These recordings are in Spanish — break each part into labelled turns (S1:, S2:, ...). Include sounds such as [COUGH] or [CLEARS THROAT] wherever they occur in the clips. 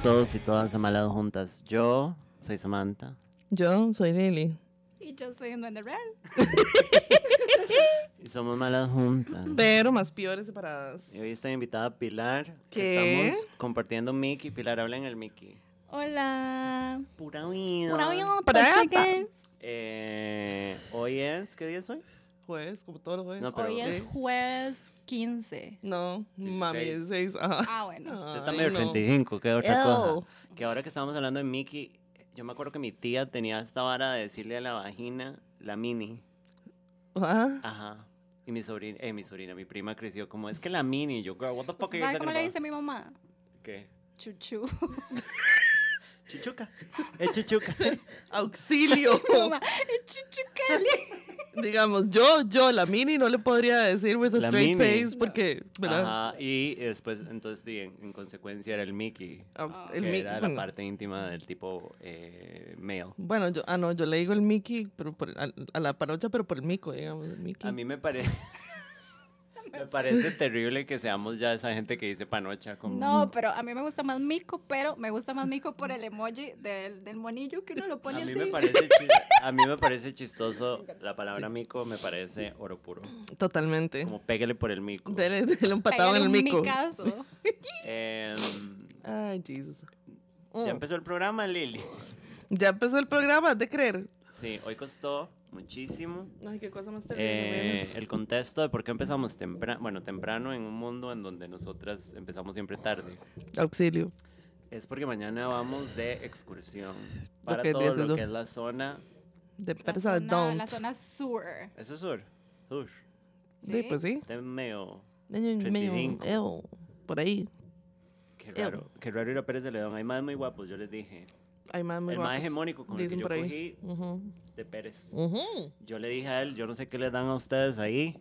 S1: todas amaladas juntas. Yo soy Samantha.
S2: Yo soy Lily.
S3: Y yo soy un duende real.
S1: Y somos malas juntas.
S2: Pero más peores separadas.
S1: Y hoy está invitada Pilar. que
S2: ¿Qué?
S1: Estamos compartiendo Mickey. Pilar, habla en el Mickey.
S3: Hola.
S1: Pura vida.
S3: Pura vida,
S2: Prata.
S3: chickens.
S1: Eh, hoy es, ¿qué día es hoy?
S2: Jueves, como todos los jueves.
S1: No, pero-
S3: Hoy es
S2: ¿Qué?
S3: jueves 15.
S2: No, mami,
S1: 16.
S2: 16. Ajá.
S3: Ah, bueno.
S1: Usted
S2: Ay,
S1: está medio
S2: no.
S1: 35, qué otra
S2: Ew.
S1: cosa. Que ahora que estábamos hablando de Mickey, yo me acuerdo que mi tía tenía esta vara de decirle a la vagina, la mini.
S2: Ajá.
S1: Ajá. Y mi sobrina, eh, mi sobrina, mi prima creció como, es que la mini. Y Yo, girl, what the fuck are you talking
S3: ¿Sabes Pues, cómo le
S1: about?"
S3: dice mi mamá?
S1: ¿Qué?
S3: Chuchu.
S1: Chichuca. [LAUGHS] Es chichuca.
S3: [LAUGHS]
S2: Auxilio.
S3: Mi mamá, "Es Chuchu Cali.
S2: Digamos, yo, yo, la mini no le podría decir with a
S1: La
S2: straight
S1: mini.
S2: face porque, ¿verdad?
S1: Ajá, y después, entonces, sí, en, en consecuencia era el Mickey,
S3: Ah.
S2: Aux-
S1: que
S2: mi-
S1: era la
S2: bueno,
S1: parte íntima del tipo eh, male.
S2: Bueno, yo, ah, no, yo le digo el Mickey pero por- a, a la panocha, pero por el mico, digamos, el Mickey.
S1: A mí me parece... [LAUGHS] Me parece terrible que seamos ya esa gente que dice panocha como...
S3: No, pero a mí me gusta más Mico, pero me gusta más Mico por el emoji del, del monillo que uno lo
S1: a
S3: pone
S1: mí,
S3: así.
S1: me parece chis- a mí me parece
S2: [LAUGHS]
S1: chistoso la palabra mico, me parece oro puro.
S2: Totalmente.
S1: Como pégale por el mico.
S2: Dele, dele un patado en
S3: Pégale
S2: el
S3: un
S2: mico.
S3: micazo.
S1: Em,
S2: Ay, Jesus. Mm.
S3: Mm.
S1: ya empezó el programa, Lili.
S2: Ya empezó el programa, de creer.
S1: Sí, hoy costó muchísimo.
S2: Ay, qué cosa más
S1: Eh, el contexto de por qué empezamos temprano, bueno, temprano en un mundo en donde nosotras empezamos siempre tarde,
S2: Auxilio.
S1: es porque mañana vamos de excursión para
S2: Ok,
S1: todo lo
S2: díselo.
S1: que es la zona,
S2: De
S3: La
S2: Persa
S3: zona,
S2: Don't.
S3: la zona sur.
S1: eso es sur, sur,
S2: Sí,
S3: ¿sí?
S2: pues sí.
S1: está medio,
S2: Niño y medio,
S1: 35.
S2: eo, por ahí.
S1: qué raro, qué raro ir a Pérez de León, hay más muy guapos, yo les dije,
S2: Hay más muy
S1: el más
S2: guapos,
S1: hegemónico con el que
S2: dicen
S1: yo
S2: por ahí.
S1: cogí
S2: Ujú.
S1: de Pérez,
S2: Ujú.
S1: yo le dije a él, yo no sé qué les dan a ustedes ahí,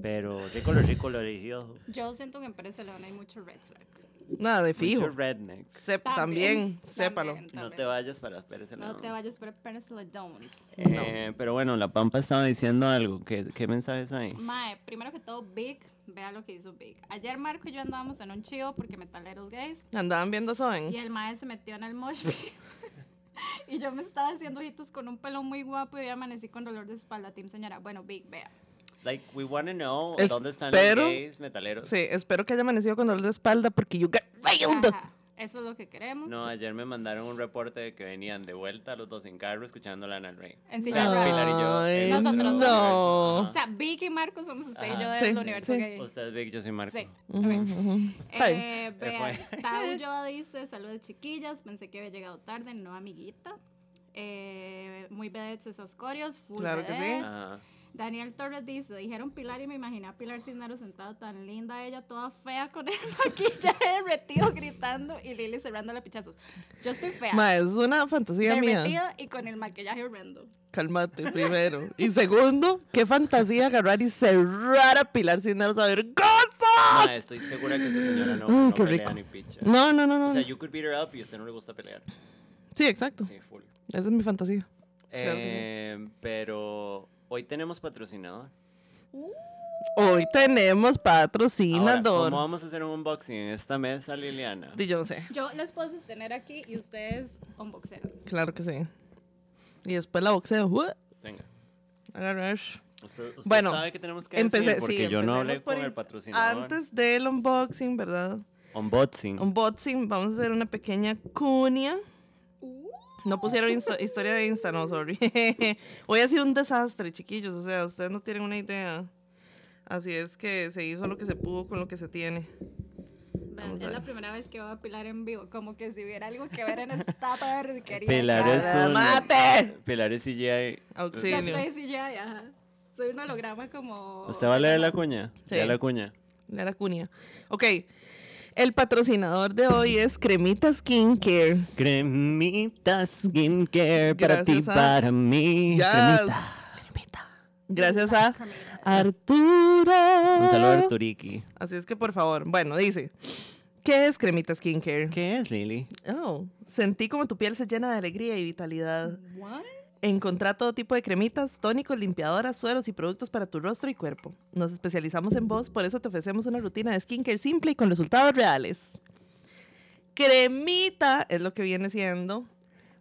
S1: pero rico lo rico lo religioso,
S3: Yo siento que en Pérez León hay mucho red flag.
S2: Nada, de fijo.
S1: muchos rednecks,
S2: Sep- también,
S3: También,
S2: sépalo.
S3: también.
S1: no te vayas para Pérez de León.
S3: No te vayas para Pérez León.
S1: Eh, Pero bueno, la Pampa estaba diciendo algo. ¿Qué, qué mensajes hay?
S3: Mae, primero que todo, Big, vea lo que hizo Big. Ayer Marco y yo andábamos en un chivo porque metaleros gays
S2: Andaban viendo ¿eh?
S3: y
S2: Soen.
S3: el mae se metió en el mosh pit. [LAUGHS] y yo me estaba haciendo ojitos con un pelo muy guapo y hoy amanecí con dolor de espalda, team señora. Bueno, Big, vea.
S1: Like, we want to know
S2: Espero-
S1: dónde están los gays metaleros.
S2: Sí, espero que haya amanecido con dolor de espalda porque you got railed.
S3: Ajá, eso es lo que queremos.
S1: No, ayer me mandaron un reporte de que venían de vuelta los dos en carro escuchando Lana Del Rey.
S3: En
S1: O
S3: silla
S1: sea,
S3: de ruedas.
S1: Pilar y yo.
S2: Ay,
S1: el
S3: Nosotros
S1: otro
S3: dos.
S1: universo.
S2: No.
S1: Ajá.
S3: O sea, Big y Marco somos usted y yo
S1: Ajá.
S3: del
S2: Sí,
S3: universo
S2: sí.
S3: gay.
S1: Usted es Vic, yo soy Marco.
S3: Sí.
S2: Ujú,
S3: ok.
S2: ujú. Está bien.
S3: Eh,
S1: Ahí
S3: vea,
S2: [LAUGHS]
S1: fue.
S3: Tau Yoa dice, saludos chiquillas, pensé que había llegado tarde, no amiguita. Eh, muy vedettes esas corios, full
S2: Claro que sí.
S3: vedettes.
S1: Ajá.
S3: Daniel Torres dice, dijeron Pilar y me imaginé a Pilar Cisneros sentada tan linda ella, toda fea con el [LAUGHS] maquillaje derretido gritando y Lili cerrándole pichazos. Yo estoy fea.
S2: Ma, es una fantasía mía.
S3: derretida y con el maquillaje horrendo.
S2: Cálmate, primero. Y segundo, qué fantasía agarrar y cerrar a Pilar sin dar saber gozo.
S1: Ma, estoy segura que esa señora no,
S2: Ay,
S1: no
S2: qué
S1: pelea
S2: rico.
S1: ni picha.
S2: No, no, no, no.
S1: O sea, you could beat her up y a usted no le gusta pelear.
S2: sí, exacto.
S1: Sí, full.
S2: Esa es mi fantasía. Claro que sí.
S1: Eh, Pero hoy tenemos patrocinador.
S2: Hoy tenemos
S1: Ahora,
S2: patrocinador.
S1: ¿Cómo vamos a hacer un unboxing en esta mesa, Liliana?
S2: Y yo no sé,
S3: Yo las puedo sostener aquí y ustedes unboxean.
S2: claro que sí. Y después la boxeo. ¡uh!
S1: Venga.
S2: Agarrar.
S1: Usted, usted
S2: Bueno,
S1: sabe que tenemos que
S2: Empecé,
S1: decir porque
S2: sí,
S1: yo no hablé
S2: empecemos por
S1: con
S2: in-
S1: el patrocinador.
S2: Antes del unboxing, ¿verdad?
S1: Unboxing.
S2: Unboxing, vamos a hacer una pequeña cuña. No pusieron insto- historia de Insta, no, sorry. [LAUGHS] Hoy ha sido un desastre, chiquillos. O sea, ustedes no tienen una idea. Así es que se hizo lo que se pudo con lo que se tiene.
S3: Vean,
S2: Vamos a
S3: ya es la
S2: ver.
S3: primera vez que veo a Pilar en vivo, como que si hubiera algo que ver
S1: [LAUGHS]
S3: en esta porquería.
S1: Pilar es
S2: Cara de
S1: un...
S2: mate.
S1: Pilar es CGI.
S3: Ya
S2: Auxilio.
S3: estoy así ya, ya. Soy un holograma como...
S1: ¿Usted va a leer la cuña?
S2: Sí.
S1: Ya la cuña.
S2: La cuña. Ok. El patrocinador de hoy es Cremita Skincare.
S1: Cremita Skincare para ti,
S2: Gracias a-
S1: para mí.
S2: Yes.
S1: Cremita.
S2: Gracias a
S3: Cremita.
S2: Arturo.
S1: Un saludo a Arturiki.
S2: Así es que por favor, bueno, dice, ¿qué es Cremita Skincare?
S1: ¿Qué es, Lili?
S2: Oh, sentí como tu piel se llena de alegría y vitalidad.
S3: What?
S2: Encontrá todo tipo de cremitas, tónicos, limpiadoras, sueros y productos para tu rostro y cuerpo. Nos especializamos en voz, por eso te ofrecemos una rutina de skincare simple y con resultados reales. Cremita es lo que viene siendo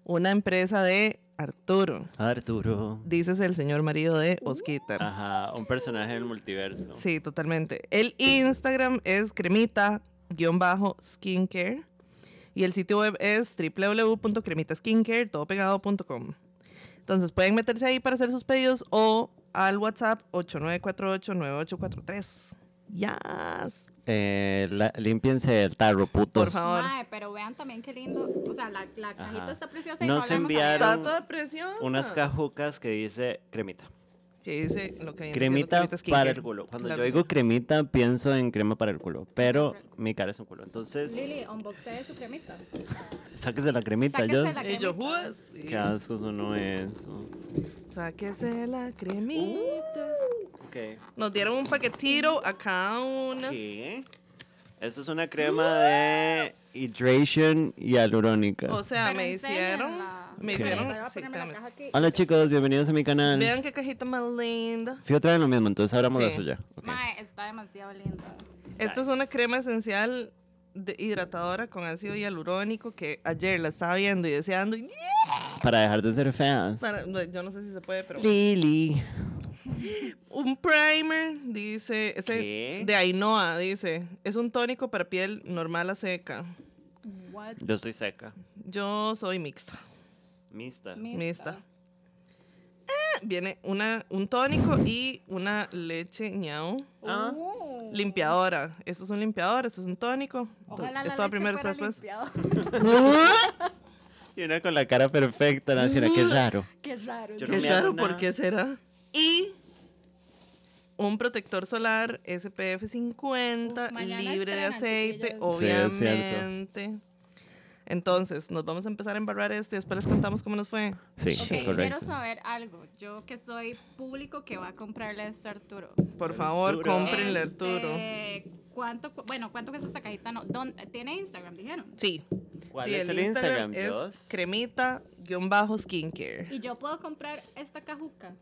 S2: una empresa de Arturo.
S1: Arturo.
S2: Dices el señor marido de Osquitar.
S1: Ajá, un personaje del multiverso.
S2: Sí, totalmente. El Instagram es cremita-skincare y el sitio web es www.cremitaskincaretodopegado.com. Entonces pueden meterse ahí para hacer sus pedidos o al WhatsApp 8948-9843. ¡Yas!
S1: Eh, la- límpiense el tarro, putos.
S2: Por favor.
S3: Mae, pero vean también qué lindo. O sea, la, la cajita
S1: Ajá.
S3: está preciosa. y
S1: Nos
S3: no hablamos
S1: enviaron-
S2: Está
S3: ahora.
S2: toda preciosa.
S1: Unas cajucas que dice cremita.
S2: Que dice lo que viene siendo
S1: Cremita
S2: Skincare.
S1: para el culo. Cuando
S2: Claro.
S1: yo digo cremita, pienso en crema para el culo. Pero mi cara es un culo. Entonces,
S3: Lili, unboxee su cremita.
S1: sáquese la cremita,
S3: Sáquese
S1: yo.
S3: la-
S2: Y yo,
S3: cremita.
S2: "Juas". Y-
S1: Qué asco sonó eso.
S2: Sáquese la cremita.
S1: Uh. Ok.
S2: Nos dieron un paquetito a cada una.
S1: ¿Qué? Eso es una crema de hydration y alurónica.
S2: O sea,
S3: Pero
S2: me hicieron.
S3: enséñenla.
S2: Me
S1: Ok.
S2: hicieron.
S3: Voy a
S2: sí,
S3: ponerme la
S2: espérame.
S3: caja aquí.
S1: Mm, Hola chicos, bienvenidos a mi canal.
S2: Vean qué cajita más linda.
S1: Fui otra vez lo mismo, entonces abramos la
S2: Sí.
S1: suya. Ok.
S3: Mae, está demasiado linda.
S2: Esta es una crema esencial de- hidratadora con ácido hialurónico que ayer la estaba viendo y deseando. y-
S1: Para dejar de ser feas.
S2: Para- no, yo no sé si se puede, pero.
S1: Lili.
S2: Un primer, dice. ese
S1: ¿Qué?
S2: de Ainoa, dice. Es un tónico para piel normal a seca.
S3: What?
S1: Yo estoy seca.
S2: Yo soy mixta.
S1: Mista.
S2: Mixta. Eh, viene una, un tónico y una leche ñao.
S1: Ah.
S3: Uh.
S2: Limpiadora. Esto es un limpiador, esto es un tónico.
S3: Ojalá la
S2: esto va
S3: leche
S2: primero, esto
S3: fuera
S2: después.
S3: limpiadora.
S1: [LAUGHS] Y una con la cara perfecta, Naciera, qué raro.
S3: [LAUGHS] Qué raro.
S1: Yo
S2: Qué
S1: no me
S2: raro,
S1: hago nada.
S2: ¿por qué será? Y un protector solar SPF 50,
S3: Uf, mañana
S2: libre de
S3: estrenan,
S2: aceite,
S3: chiquillos.
S1: Sí, es cierto.
S2: obviamente. Entonces, nos vamos a empezar a embarrar esto y después les contamos cómo nos fue.
S1: Sí,
S3: Ok,
S1: es correcto.
S3: quiero saber algo. Yo que soy público que va a comprarle esto a Arturo.
S2: Por favor,
S1: Arturo.
S2: cómprenle a
S3: Este,
S2: Arturo.
S3: ¿Cuánto, cu- bueno, cuánto cuesta esta cajita? No, ¿dón- ¿Tiene Instagram, dijeron?
S2: Sí.
S1: ¿Cuál
S2: sí,
S1: es el Instagram,
S2: es cremita-skincare.
S3: Y yo puedo comprar esta cajuca.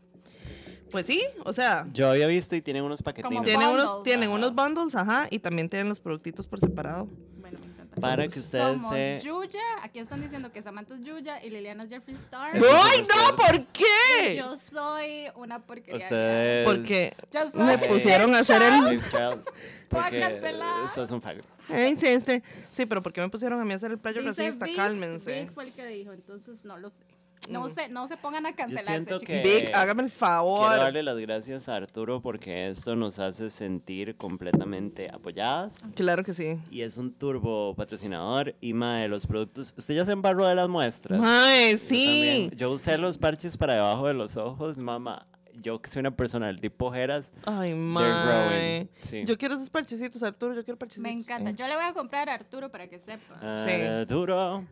S2: Pues sí, o sea,
S1: Yo había visto y tienen unos paquetinos.
S2: tienen, unos,
S3: Bundles.
S2: tienen
S1: Ajá.
S2: unos bundles, ajá, y también tienen los productitos por separado.
S3: Bueno, me encanta.
S1: Para que ustedes
S3: Somos
S1: se-
S3: Yuya. Aquí están diciendo que Samantha es Yuya y Liliana es Jeffree Star.
S1: Eso es
S2: ¡Ay, no!
S1: cierto.
S2: ¿Por qué?
S3: Yo soy una porquería.
S1: Ustedes.
S2: Porque
S3: Yo soy.
S2: me
S1: Ay.
S2: [LAUGHS] pusieron a hacer el
S1: Dave Charles. Porque
S3: Guácatela.
S1: eso es un fallo.
S2: Ay, sister. Sí, pero ¿por qué me pusieron a mí a hacer el playo
S3: Dice
S2: racista?
S3: Big,
S2: Cálmense.
S3: Big fue el que dijo, entonces no lo sé. No,
S2: Mm.
S3: se, no se pongan a cancelarse,
S1: siento que-
S3: chiquillos.
S2: Big, hágame el favor.
S1: Eh, Quiero darle las gracias a Arturo porque esto nos hace sentir completamente apoyadas.
S2: Claro que sí.
S1: Y es un turbo patrocinador y mae, los productos. Usted ya se embarró de las muestras.
S2: Ay,
S1: Yo
S2: sí.
S1: también. Yo, usé los parches para debajo de los ojos, mamá. Yo que soy una persona del tipo ojeras.
S2: Ay,
S1: growing,
S2: mae.
S1: sí.
S2: Yo quiero esos parchecitos, Arturo. Yo quiero parchecitos. Eh,
S3: Me encanta. Yo le voy a comprar a Arturo para que sepa.
S1: Ah,
S2: Sí.
S1: Arturo.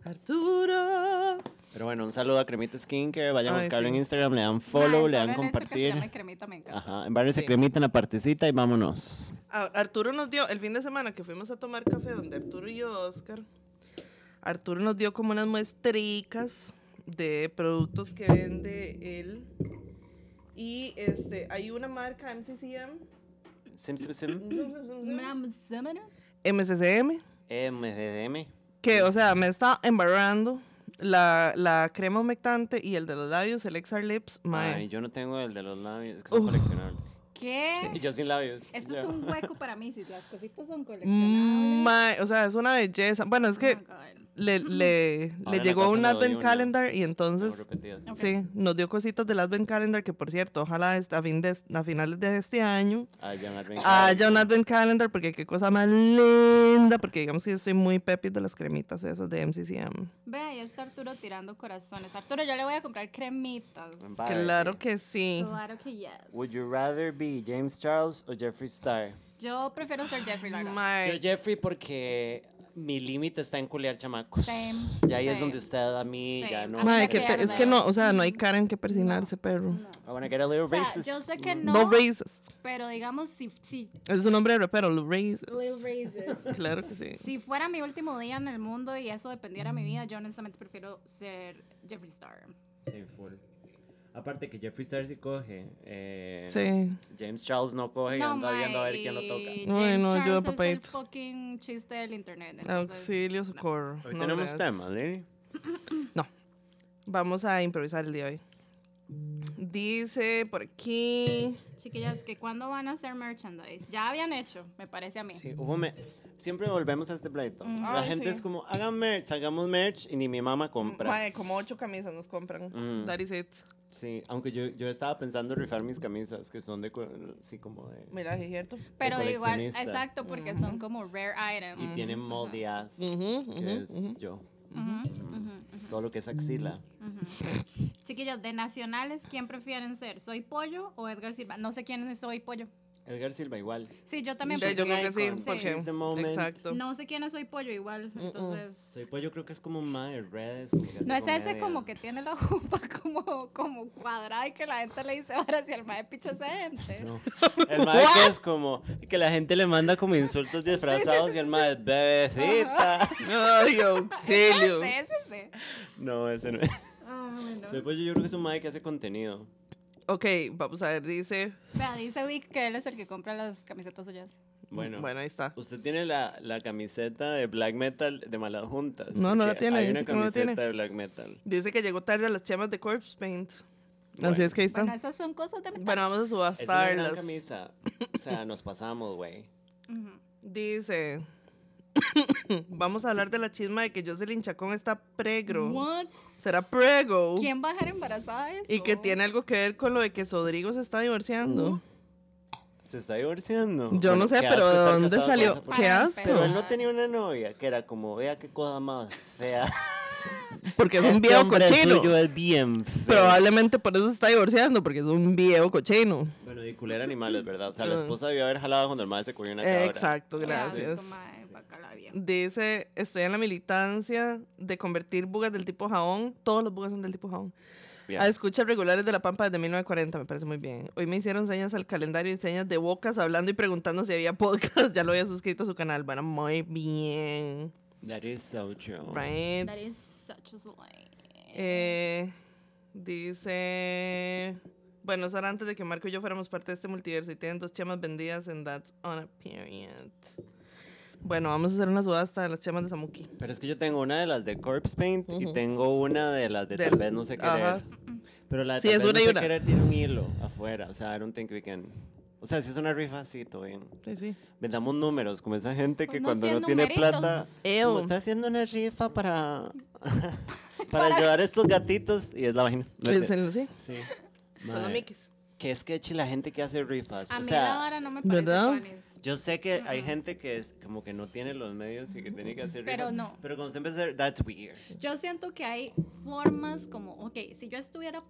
S2: Arturo.
S1: Pero bueno, un saludo a Cremita Skincare. Vayan a
S2: Ay,
S1: buscarlo
S2: sí.
S1: en Instagram, le dan follow,
S3: Mae,
S1: le
S3: solo
S1: dan
S3: el Ah, hecho que se
S1: compartir.
S3: llame cremita me encanta.
S1: Ajá, embárrense
S2: Sí.
S1: cremita en la partecita y vámonos.
S2: A- Arturo nos dio, el fin de semana que fuimos a tomar café, donde Arturo y yo, Oscar, Arturo nos dio como unas muestricas de productos que vende él. Y este, hay una marca MCCM.
S1: Sim, sim, sim.
S3: Mam- zamana.
S2: MCCM.
S1: Eh, MDM.
S2: Que, o sea, me está embarrando la, la crema humectante y el de los labios, el Exar Lips, mae.
S1: Ay, yo no tengo el de los labios, es que son
S2: Uf.
S1: coleccionables. Y
S3: ¿Qué?
S1: yo sin labios.
S3: Esto es
S1: Yo.
S3: un hueco para mí, si las cositas son coleccionables.
S2: Mm, Mae, o sea, es una belleza. Bueno, es
S3: Oh
S2: que
S3: my God.
S2: le, le,
S1: Ahora en
S2: le
S1: la
S2: llegó
S1: casa le
S2: un
S1: doy
S2: Advent
S1: una.
S2: Calendar y
S1: Tengo
S2: entonces,
S1: repetidas.
S3: Ok.
S2: sí, nos dio cositas del Advent Calendar, que por cierto, ojalá est- a, fin de est- a finales de este año
S1: Ah, ya me arruiné.
S2: haya un Advent Calendar, porque qué cosa más linda, porque digamos que yo estoy muy pepis de las cremitas esas de MCCM.
S3: Ve, ahí está Arturo tirando corazones. Arturo, yo le voy a comprar cremitas.
S1: Embárrense.
S2: Claro que sí.
S3: Claro que yes.
S1: Would you rather be James Charles o Jeffree Star?
S3: Yo prefiero ser Jeffrey Lara.
S1: Yo
S2: Mae,
S1: Jeffrey porque mi límite está en culear chamacos.
S3: Same,
S1: ya ahí es
S3: same.
S1: donde usted a mí
S3: Same.
S1: ya no.
S3: A mí
S2: mae,
S3: me
S2: que te- es
S3: pierdo.
S2: que no, o sea, no
S3: Mm.
S2: hay cara en que persinarse, perro.
S1: I wanna get a little
S3: O sea,
S1: racist.
S3: yo sé que
S2: No,
S3: no,
S2: racist.
S3: pero digamos, si, si,
S2: Es un nombre de rapero, Lil Racist.
S3: racist.
S2: Claro que sí.
S3: si fuera mi último día en el mundo y eso dependiera de mi vida, yo honestamente prefiero ser Jeffree Star.
S1: Sí, full. Aparte que Jeffree Star sí coge. eh,
S2: Sí.
S1: James Charles no coge y anda viendo a ver quién lo toca.
S3: y
S2: Ay,
S3: James
S2: no, yo,
S3: Charles es
S2: papaíto.
S3: el fucking chiste del internet. entonces,
S2: Auxilio,
S3: no.
S2: socorro.
S1: Hoy
S2: No,
S1: tenemos
S2: gracias.
S1: temas, ¿eh? Lili.
S2: Vamos a improvisar el día de hoy. Dice por aquí.
S3: Chiquillas, que cuándo van a hacer merchandise. Ya habían hecho, me parece a mí.
S1: Sí, hubo me- Siempre volvemos a este pleito.
S3: Mm.
S1: La
S2: Ay,
S1: gente
S2: sí.
S1: es como, hagan merch, hagamos merch y ni mi mamá
S3: Mm,
S1: compra.
S2: Mae, como ocho camisas nos compran.
S1: Mm.
S2: That is it.
S1: Sí, aunque yo, yo estaba pensando rifar mis camisas que son de, co- sí, como de...
S2: Mira, sí es cierto.
S3: Pero
S1: de
S3: igual,
S1: coleccionista.
S3: exacto, porque son como rare
S1: Y
S3: items.
S1: tienen moldy ass,
S2: Mm. Ujú,
S1: que
S2: ujú,
S1: es
S2: ujú.
S1: yo.
S3: Ujú, ujú, ujú,
S1: Todo lo que es axila.
S3: ujú. Chiquillas, de nacionales, ¿quién prefieren ser? ¿Soy Pollo o Edgar Silva? No sé quién es Soy Pollo.
S1: Edgar Silva igual.
S3: Sí, yo también.
S2: Sí,
S3: porque
S2: yo creo que sí,
S1: Icon,
S2: porque.
S1: she's the moment.
S2: Exacto.
S3: No sé quién es Soy Pollo igual, entonces...
S1: Mm, Soy pues yo creo que es como más de redes. Como que hace
S3: No es ese
S1: comedia.
S3: como que tiene la [LAUGHS] jupa como, como cuadrada y que la gente le dice ahora si el mae picha esa gente.
S1: [LAUGHS]
S3: [LAUGHS]
S1: No. El mae que es como que la gente le manda como insultos disfrazados y el mae es bebecita.
S2: Ay,
S3: [LAUGHS]
S2: auxilio.
S3: Ese, ese, ese.
S1: [LAUGHS] No, ese no es.
S3: Ah, bueno.
S1: Soy pollo, yo creo que es un mae que hace contenido.
S2: Ok, vamos a ver, dice.
S3: Vea, dice Vic que él es el que compra las camisetas suyas.
S1: Bueno.
S2: Bueno, ahí está.
S1: Usted tiene la, la camiseta de black metal de malas juntas.
S2: No, no la
S1: porque
S2: tiene,
S1: Hay una
S2: dice que no la
S1: camiseta
S2: tiene.
S1: de black metal.
S2: Dice que llegó tarde a las chamas de Corpse Paint.
S1: Bueno.
S2: Así es que ahí está.
S3: Bueno,
S2: Bueno,
S3: esas son cosas de metal.
S2: vamos a
S1: Es una gran
S2: subastarlas.
S1: camisa. O sea, nos pasamos, güey.
S3: Ujú.
S2: Dice. [COUGHS] vamos a hablar de la chisma de que Jocelyn Chacón está pregro.
S3: What?
S2: Será
S1: Oh.
S2: prego.
S3: ¿Quién va a dejar embarazada eso?
S2: Y que tiene algo que ver con lo de que Rodrigo se está divorciando.
S1: Se está divorciando.
S2: Yo no
S1: Bueno,
S2: sé,
S1: qué
S2: pero
S1: asco
S2: ¿de
S1: estar
S2: dónde
S1: casado con
S2: salió?
S1: esa persona.
S2: Qué
S3: Para
S1: Pero él
S2: asco.
S3: empezar.
S1: no tenía una novia que era como, vea qué cosa más
S2: [LAUGHS]
S1: fea.
S2: Porque es un
S1: Este
S2: viejo
S1: hombre
S2: cochino.
S1: suyo es bien feo.
S2: Probablemente por eso se está divorciando, porque es un viejo cochino.
S1: Bueno, y culera animales, ¿verdad? O sea, la
S2: Mm.
S1: esposa debió haber jalado cuando el madre se cogió una cabra.
S2: Exacto,
S3: Qué
S2: gracias.
S3: asco, mae, guacala, bien.
S2: Dice, estoy en la militancia de convertir bugas del tipo jaón. Todos los bugas son del tipo jaón.
S1: Bien.
S2: A escuchas regulares de la Pampa desde 1940, me parece muy bien. Hoy me hicieron señas al calendario y señas de bocas hablando y preguntando si había [LAUGHS] podcast. Ya lo había suscrito a su canal. Bueno, muy bien.
S1: That is so true.
S2: Right.
S3: That is such a slay.
S2: Eh, dice. Bueno, eso era antes de que Marco y yo fuéramos parte de este multiverso y tienen dos chamas vendidas en That's on a Period. Bueno, vamos a hacer una subasta de las chamas de Samuki.
S1: Pero es que yo tengo una de las de Corpse Paint y
S2: Ujú.
S1: tengo una de las de
S2: Del-
S1: Tal vez no sé querer.
S2: ajá.
S1: Pero la de
S2: Sí,
S1: Tal
S2: es
S1: vez
S2: una
S1: no
S2: y
S1: sé
S2: una.
S1: querer tiene un hilo afuera. O sea, I don't think we can. O sea, si es una rifa, sí, todo bien.
S2: Sí, sí.
S1: Vendamos números, como esa gente que
S3: Pues no
S1: cuando
S3: sean
S1: no tiene plata.
S3: numeritos.
S2: Ew.
S1: como está haciendo una rifa para. [LAUGHS] para ayudar a estos gatitos. Y es la vagina. No
S2: Es
S1: es
S2: el- sí,
S1: Sí.
S2: Son los
S1: Mae,
S2: Mickeys.
S1: Qué sketchy la gente que hace rifas.
S3: A
S1: o
S3: mí la
S1: sea,
S3: vara no me parece
S2: ¿verdad?
S3: panes.
S1: yo sé que hay gente que es como que no tiene los medios y que tiene que hacer
S3: Pero
S1: rifas.
S3: no.
S1: Pero cuando se empieza a hacer, that's weird.
S3: Yo siento que hay formas como, ok, si yo estuviera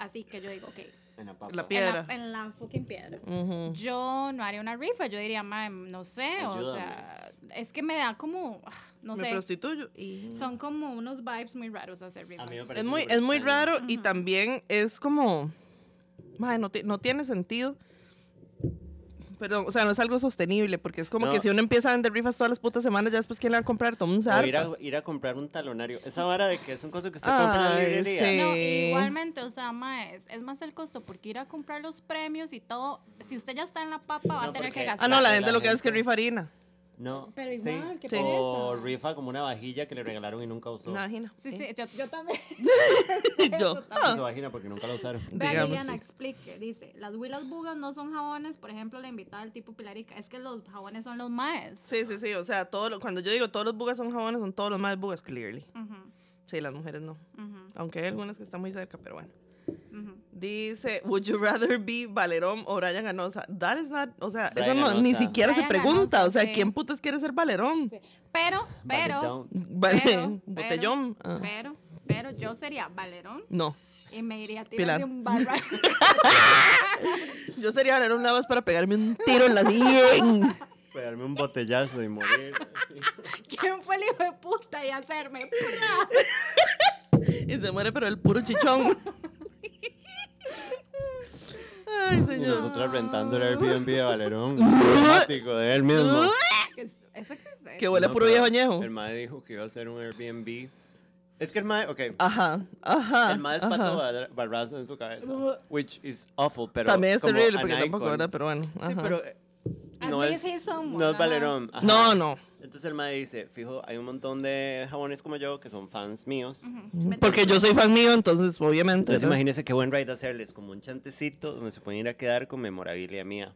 S3: así, que yo digo, ok,
S1: En la papa.
S2: La
S3: en la-
S2: Piedra.
S3: en la fucking piedra.
S2: Ujú.
S3: Yo no haría una rifa, yo diría, "Mae, no sé, o sea, es que me da como, ah, no
S2: Me
S3: sé,
S2: prostituyo. y-
S3: son como unos vibes muy raros hacer rifas.
S1: me parece-
S2: Es muy,
S1: súper
S2: es muy
S1: extraño.
S2: raro y también es como. Mae, no, ti- no tiene sentido. Perdón, o sea, no es algo sostenible, porque es como
S1: No.
S2: que si uno empieza a vender rifas todas las putas semanas, ya después, ¿quién la va a comprar? Todo el mundo se
S1: O ir
S2: harta.
S1: a, ir a comprar un talonario. Esa vara de que es un coso que usted compra en la
S2: Ay,
S1: librería.
S2: sí.
S3: No, y
S2: Eh.
S3: igualmente, o sea, mae, es, es más el costo, porque ir a comprar los premios y todo, si usted ya está en la papa, va
S1: No,
S3: a tener
S1: porque-
S3: que
S1: Ah,
S2: Ah,
S3: gastar.
S2: no, la
S1: La
S2: gente lo que hace es que
S1: gente-
S2: rifa harina.
S1: No.
S3: Pero
S1: sí.
S3: igual, qué
S1: O
S3: pereza.
S1: rifa como una vajilla que le regalaron y nunca usó.
S2: Una vagina.
S3: Sí,
S2: [LAUGHS]
S3: sí, yo, yo también.
S2: Yo.
S3: Eso
S1: Su
S2: ah,
S1: vagina porque nunca la usaron.
S3: Vea,
S2: Digamos,
S3: Liliana,
S2: sí.
S3: explique. Dice, las huilas bugas no son jabones, por ejemplo, la invitada del tipo Pilarica, es que los jabones son los maes.
S2: Sí, sí, sí. O sea, todo lo- cuando yo digo todos los bugas son jabones, son todos los más bugas, clearly.
S3: Ujú,
S2: Sí, las mujeres no.
S3: ujú,
S2: Aunque hay algunas que están muy cerca, pero bueno.
S3: ujú.
S2: Dice, ¿Would you rather be Valerón o Brian Ganosa? That is not, o sea, eso
S1: Brian
S2: no, ni
S1: Ganosa.
S2: siquiera se
S3: Brian
S2: pregunta.
S3: Ganosa,
S2: o sea,
S3: sí.
S2: ¿quién putas quiere ser Valerón?
S3: Sí. Pero, pero,
S1: Vale,
S2: Vale,
S3: Pero,
S2: botellón. Ah,
S3: pero, pero yo sería Valerón
S2: No,
S3: y me iría a
S2: Pilar.
S3: tirar de un
S2: [LAUGHS]
S3: barra.
S2: yo sería Valerón nada más para pegarme un tiro en la sien.
S1: Pegarme un botellazo y morir. sí.
S3: [LAUGHS] ¿Quién fue el hijo de puta y hacerme? ¡pra!
S2: [LAUGHS] y se muere, pero el puro chichón. Ay,
S1: Y
S2: señor.
S1: nosotras rentando el Airbnb de Valerón.
S2: [LAUGHS]
S1: Dramático de él mismo.
S3: Eso existe.
S2: Que huele a
S1: No,
S2: puro
S1: pero
S2: viejo añejo.
S1: El madre dijo que iba a hacer un Airbnb Es que el mae, ok.
S2: Ajá, ajá.
S1: El mae es
S2: Ah, ajá.
S1: Pato Bar- Barraza en su cabeza. Which is awful, pero.
S2: También es
S1: como
S2: terrible
S1: an
S2: porque tampoco,
S1: icon.
S2: ¿verdad? Pero bueno.
S1: Sí,
S2: ajá.
S1: pero. eh,
S3: At
S1: No
S3: least
S1: es,
S3: he's someone,
S1: no es
S3: ajá.
S1: Valerón. ajá.
S2: No, no.
S1: Entonces el mae dice: Fijo, hay un montón de jabones como yo que son fans míos.
S2: Porque yo soy fan mío, entonces obviamente.
S1: Entonces
S2: ¿verdad?
S1: imagínense qué buen raid hacerles, como un chantecito donde se pueden ir a quedar con memorabilia mía.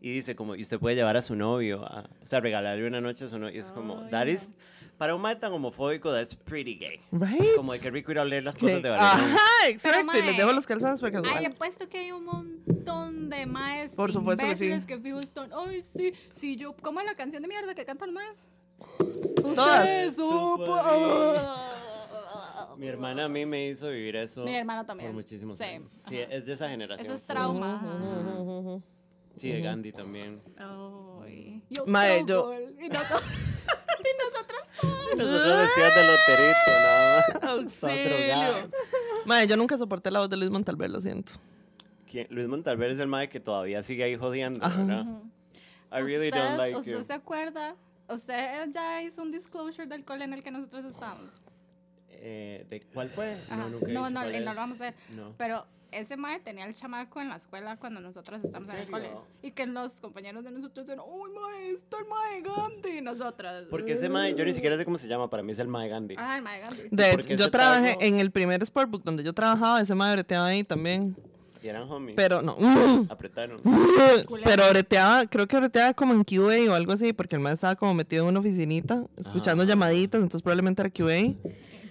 S1: Y dice como, y usted puede llevar a su novio, a- o sea, regalarle una noche a su novio. Y es como,
S3: Ay,
S1: that
S3: no.
S1: is, para un mae tan homofóbico, that's pretty gay.
S2: Right.
S1: Como de que rico ir a oler las
S2: Sí.
S1: cosas de Valerón.
S3: Ah.
S1: [LAUGHS]
S2: Ajá, exacto. Y les
S3: mae,
S2: dejo los calzones para
S3: Ay,
S2: que
S3: apuesto que hay un montón de maes
S2: Por supuesto que sí.
S3: imbéciles que fijo están, ay, sí, sí, yo, ¿cómo es la canción de mierda que cantan más?
S2: Todas.
S1: Mi hermana a mí me hizo vivir eso.
S3: Mi hermana también.
S1: Por muchísimos
S3: Sí,
S1: años. Sí,
S3: ajá.
S1: es de esa generación.
S3: Eso es
S1: full.
S3: trauma. ajá.
S1: Sí, de Gandhi también.
S3: Ay, yo
S2: Mae,
S3: trogo, Y [LAUGHS] nosotros, y nosotras todas.
S1: Nosotros decíamos de loterito, nada [LAUGHS] más. Todas
S2: Auxilio.
S1: drogadas.
S2: Mae, yo nunca soporté la voz de Luis Montalver, lo siento.
S1: ¿Quién? Luis Montalver es el mae que todavía sigue ahí jodiendo, ¿verdad? I really
S3: usted,
S1: don't like
S3: ¿Usted
S1: you.
S3: se acuerda? Usted ya hizo un disclosure del cole en el que nosotros estábamos.
S1: Eh, ¿De cuál fue?
S3: Ajá.
S1: nunca he
S3: No,
S1: dicho
S3: no,
S1: cuál
S3: eh, no lo
S1: es.
S3: vamos a ver.
S1: No.
S3: Pero ese mae tenía el chamaco en la escuela cuando nosotras estábamos en, el cole.
S1: serio?
S3: Y que los compañeros de nosotros eran, ¡Uy, mae, está el mae Gandhi! Y nosotras.
S1: Porque ese mae, yo ni siquiera sé cómo se llama, para mí es el mae Gandhi.
S3: Ah, el mae Gandhi.
S2: De
S1: Porque
S2: hecho, yo
S1: ese
S2: trabajé
S1: trago-
S2: en el primer Sportbook donde yo trabajaba, ese mae breteaba ahí también.
S1: Y eran homies.
S2: Pero
S1: [LAUGHS]
S2: no.
S1: Apretaron.
S2: Pero breteaba, creo que breteaba como en QA o algo así, porque el mae estaba como metido en una oficinita, escuchando
S1: Ah.
S2: llamaditas, entonces probablemente era QA.
S3: Eh,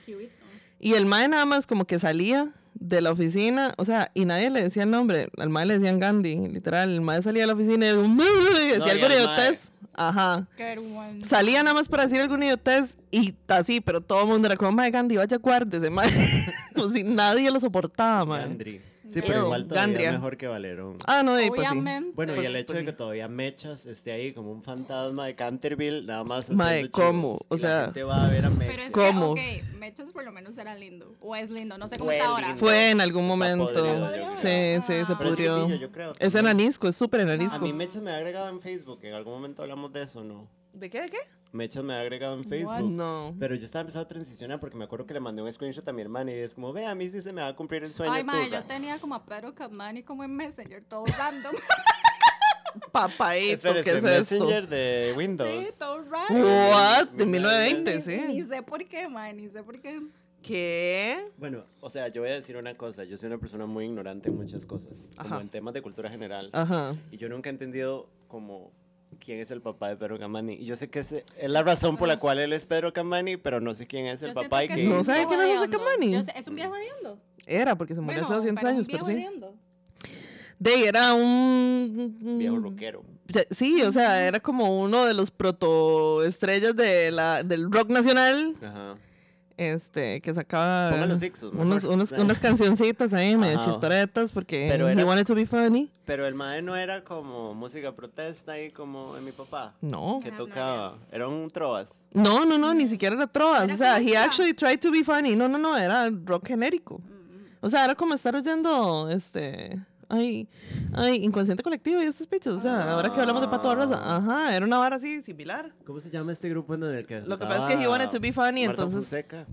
S3: cubito.
S2: Y el mae nada más como que salía de la oficina, o sea, y nadie le decía el nombre, al mae le decían Gandhi, literal, el mae salía de la oficina y, era un y decía
S1: y
S2: algo
S1: al mae.
S2: de idiotez. Ajá.
S3: Qué vergüenza.
S2: Salía nada más para decir algún idiotez y así, pero todo el mundo era como, mae Gandhi, vaya guárdese, mae. [LAUGHS] como si nadie lo soportaba, mae.
S1: Gandri. Sí, pero
S2: Ew,
S1: igual todavía
S2: Gandria.
S1: mejor que Valerón.
S2: Ah, no, y pues sí.
S3: Obviamente.
S1: Bueno, y
S2: Pues
S1: el
S2: sí,
S1: hecho
S2: pues
S1: de que
S2: sí.
S1: todavía Mechas esté ahí como un fantasma de Canterville, nada más.
S2: Mae,
S1: haciendo
S2: ¿cómo?
S1: chivos,
S2: O
S1: y
S2: sea-
S1: La gente va a ver a
S3: Pero es
S1: Mechas.
S2: ¿Cómo?
S3: que, ok, Mechas por lo menos era lindo. O es lindo, no sé cómo
S1: Fue
S3: está ahora.
S1: lindo.
S2: Fue en algún
S1: Está
S2: momento.
S1: podrido, yo
S2: Sí,
S1: creo.
S2: sí, se
S3: Ah.
S1: Pero es
S2: pudrió.
S1: chiquillo, yo creo.
S2: Es
S1: también.
S2: enanisco, es súper
S1: A
S2: enanisco.
S1: mí Mechas me ha agregado en Facebook. En algún momento hablamos de eso, ¿no?
S2: ¿De qué? ¿De qué?
S1: Mechas me ha agregado en
S3: What?
S1: Facebook.
S2: No.
S1: Pero yo estaba empezando a transicionar porque me acuerdo que le mandé un screenshot a mi hermana y es como, ve, a mí sí se me va a cumplir el sueño.
S3: Ay, mae,
S1: turra".
S3: yo tenía como a Pedro Capmani como en Messenger,
S2: [LAUGHS]
S3: todo random.
S2: Papaíto,
S1: Espérese,
S2: ¿qué es esto?
S1: Messenger de Windows.
S3: [LAUGHS] sí, todo random.
S2: What? De
S1: Ni-
S2: 1920,
S3: Ni, ni
S2: sí.
S3: sé por qué, mae, ni sé por qué.
S2: ¿Qué?
S1: Bueno, o sea, yo voy a decir una cosa. Yo soy una persona muy ignorante en muchas cosas, como
S2: Ajá. Ah.
S1: en temas de cultura general.
S2: Ajá.
S1: Y yo nunca he entendido como quién es el papá de Pedro Camani. Y yo sé que ese- es la razón por la cual él es Pedro Camani, pero no sé quién es el
S3: Ah. Yo siento
S1: papá y
S3: que
S1: que...
S2: No
S3: un
S2: sabe
S3: viejo
S2: quién es José
S3: hediondo.
S2: Camani.
S3: Yo sé- Es un viejo hediondo.
S2: Era, porque se murió hace 200
S3: pero un
S2: años, pero
S3: viejo
S2: sí.
S3: hediondo.
S2: De ahí era un...
S1: Viejo rockero.
S2: Ya- Sí, o sea, era como uno de los protoestrellas de la, del rock nacional,
S1: Ajá.
S2: este, que sacaba
S1: Pongan los Ixos, mejor.
S2: unos, unos- unas cancioncitas ahí, medio
S1: Ajá.
S2: chistoretas, porque
S1: Pero
S2: he
S1: era-
S2: wanted to be funny.
S1: Pero el mae no era como música protesta y como en mi papá.
S2: No.
S1: que
S3: I have no
S1: tocaba. Era un trovas.
S2: No, no, no, ni siquiera era trovas.
S3: Mm. Era
S2: O sea,
S3: como
S2: he
S3: ska.
S2: actually tried to be funny. No, no, no, era rock genérico.
S3: Mm,
S2: O sea, era como estar oyendo, este, ay, ay, inconsciente colectivo y estas pichas. O sea, ahora que hablamos de Pato Barraza,
S3: Ah.
S2: ajá, era una vara así similar.
S1: ¿Cómo se llama este grupo en el que
S2: Lo que pasa es que he wanted to be funny,
S1: Marta
S2: entonces.
S1: Fonseca,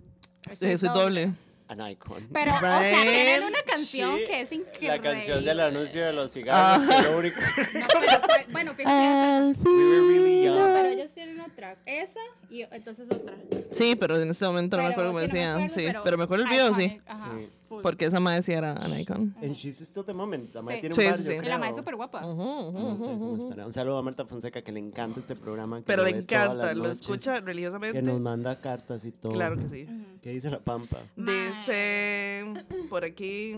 S2: Sí, eso es doble.
S1: an icon.
S3: Pero, o sea, tienen
S2: Right.
S3: una canción
S1: Sí,
S3: que es increíble.
S1: La canción del anuncio de los cigarros, que lo
S2: [LAUGHS]
S1: único.
S3: No, pero fue- bueno, fíjense.
S2: Al
S1: We were really
S2: final.
S1: young.
S3: Pero ellos tienen otra. Esa y entonces otra.
S2: Sí, pero en este momento no me acuerdo cómo
S3: sí, no me
S2: decían.
S3: acuerdo,
S2: Sí, pero me acuerdo el video, sí.
S3: iconic, ajá,
S1: Sí.
S3: full.
S2: Porque esa madre sí era an icon.
S1: And she's still the moment. La madre
S3: Sí.
S1: tiene
S2: Sí,
S1: un bar,
S2: sí,
S1: yo
S2: sí.
S3: Y la
S1: creo.
S3: madre es súper guapa.
S1: No sé cómo estará. Un saludo a Marta Fonseca que le encanta este programa. que
S2: Pero
S1: lo
S2: le
S1: ve todas
S2: encanta,
S1: las
S2: lo
S1: noches,
S2: escucha
S1: Que nos
S2: religiosamente.
S1: manda cartas y todo.
S2: Claro que sí.
S3: Ujú.
S1: ¿Qué dice la Pampa?
S2: Dice por aquí.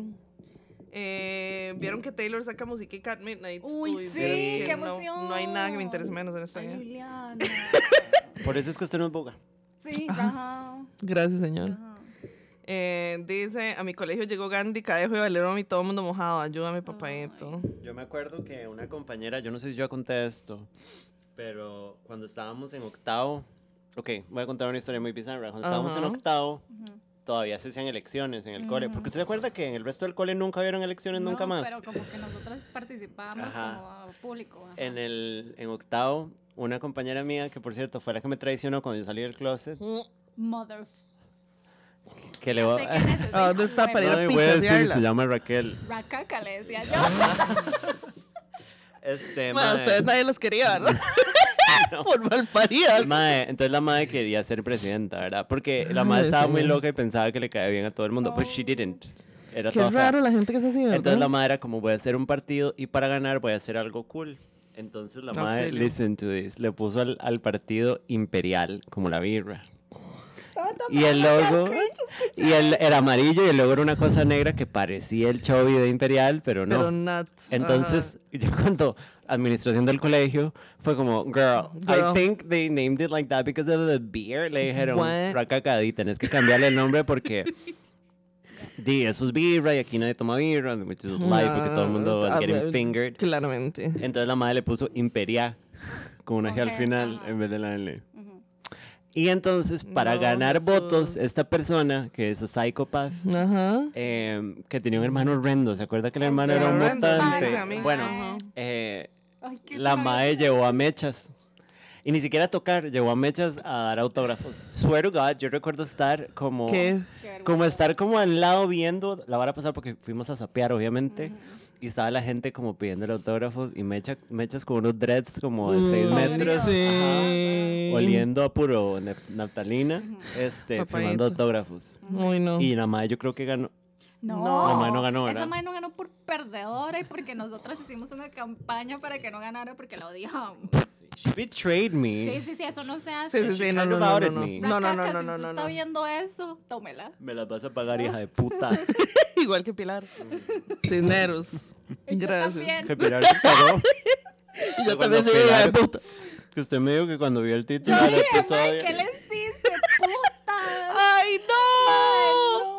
S2: eh, ¿Vieron que Taylor saca musiquita at midnight?
S3: Uy, sí,
S2: vieron
S3: qué
S2: no-
S3: emoción.
S2: No, hay nada que me interese menos en este esta
S3: Ay,
S2: vida.
S3: Liliana.
S2: [LAUGHS]
S1: Por eso es que usted no es boga.
S3: Sí, ajá.
S2: Gracias, señor.
S3: ajá.
S2: Eh, dice, a mi colegio llegó Gandhi, Cadejo y Valerón y todo el mundo mojado. Ayúdame, papaito.
S1: Yo me acuerdo que una compañera, yo no sé si yo conté esto, pero cuando estábamos en octavo, ok, voy a contar una historia muy bizarra. Cuando estábamos en
S2: Ajá.
S1: octavo,
S3: Ujú.
S1: todavía se hacían elecciones en el cole. Porque
S3: Ujú.
S1: usted se acuerda que en el resto del cole nunca hubieron elecciones, nunca
S3: No,
S1: más.
S3: Pero como que nosotras participábamos
S1: Ajá.
S3: como ah, público. ajá.
S1: En, el, en octavo, una
S2: Mm.
S1: compañera mía, que por cierto fue la que me traicionó cuando yo salí del closet,
S3: Mother.
S1: Que le
S3: Yo
S1: va...
S3: sé
S1: [LAUGHS]
S3: quién es, es
S2: ¿A dónde
S3: hijo
S2: está
S3: nuevo.
S2: para ir a-
S1: Nadie
S2: pichas
S1: puede
S2: y
S1: decir,
S2: habla.
S1: se llama Raquel.
S3: Racaca, le
S1: [LAUGHS]
S3: decía yo.
S1: Este,
S2: Bueno, a
S1: mae.
S2: ustedes nadie los quería, ¿verdad?
S1: [LAUGHS]
S2: [LAUGHS] Por malparidas.
S1: Mae, entonces la madre quería ser presidenta, ¿verdad? Porque la
S2: Ay,
S1: madre estaba muy
S2: señor.
S1: loca y pensaba que le caía bien a todo el mundo. Pues she didn't. Era
S2: Qué
S1: toda fea.
S2: raro la gente que es así, ¿verdad?
S1: Entonces la madre era como voy a hacer un partido y para ganar voy a hacer algo cool. Entonces la madre,
S2: Auxilio.
S1: listen to this, le puso al, al partido imperial como la birra. Y el logo y el, era amarillo y el logo era una cosa negra que parecía el chovy de imperial, pero no.
S2: Pero not.
S1: Entonces, [LAUGHS] yo cuando administración del colegio fue como, girl, I
S2: Girl.
S1: think they named it like that because of the beer. Le dijeron,
S2: What?
S1: racacadí, tenés que cambiarle el nombre porque
S2: [LAUGHS]
S1: di, eso es birra y aquí nadie toma birra, which is
S2: Ajá.
S1: life, porque todo el mundo
S2: Ah,
S1: was getting
S2: ah,
S1: fingered.
S2: Claramente.
S1: Entonces la madre le puso imperia con una G al
S3: Ok,
S1: final
S3: ajá.
S1: en vez de la L. Y entonces, para
S2: No,
S1: ganar votos,
S2: Jesús.
S1: esta persona, que es a psychopath,
S2: Ajá.
S1: eh, que tenía un hermano horrendo, ¿se acuerda que el hermano
S2: Era
S1: era un
S2: horrendo, sí,
S1: mutante?
S2: esa amiga.
S1: Bueno,
S3: Ajá.
S1: eh, la mae llevó a mechas. Y ni siquiera a tocar, llevó a mechas a dar autógrafos. Swear to God, yo recuerdo estar como...
S2: ¿Qué?
S1: Como estar como al lado viendo, la van a pasar porque fuimos a sapear, obviamente. Y estaba la gente como pidiéndole autógrafos y mecha- mechas con unos dreads como de 6
S2: Mm,
S1: metros. ajá,
S2: Sí.
S1: oliendo a puro nef- naftalina, este,
S2: Papayito.
S1: firmando autógrafos.
S2: Uy, no.
S1: Y la madre yo creo que ganó.
S3: No,
S2: No.
S1: La mae no ganó, ¿verdad?
S3: Esa mae no ganó por perdedora y porque nosotras hicimos una campaña para que no ganara porque la odiábamos.
S1: She betrayed me.
S3: Sí, sí, sí, eso no se hace.
S2: Sí, sí, sí.
S1: She
S2: No,
S1: kind
S2: no,
S1: of
S2: no, no,
S1: outed
S2: no.
S1: me.
S2: No, no, no,
S3: Racaca,
S2: no,
S3: si
S2: no,
S3: usted
S2: no,
S3: está
S2: no.
S3: viendo eso, tómela.
S1: Me las vas a pagar, hija de puta.
S2: [LAUGHS] Igual que Pilar. Cisneros. [LAUGHS]
S3: Y yo
S2: Gracias.
S3: también.
S1: que Pilar se [LAUGHS] pagó.
S2: Y
S1: Yo
S2: yo también
S1: cuando
S2: soy hija de
S1: Pilar-
S2: puta.
S1: Que usted me dijo que cuando vio el
S3: Yo
S1: título del
S3: dije, mae,
S1: episodio.
S3: ¿qué le hiciste,
S2: [LAUGHS]
S3: puta?
S2: ¡Ay, no!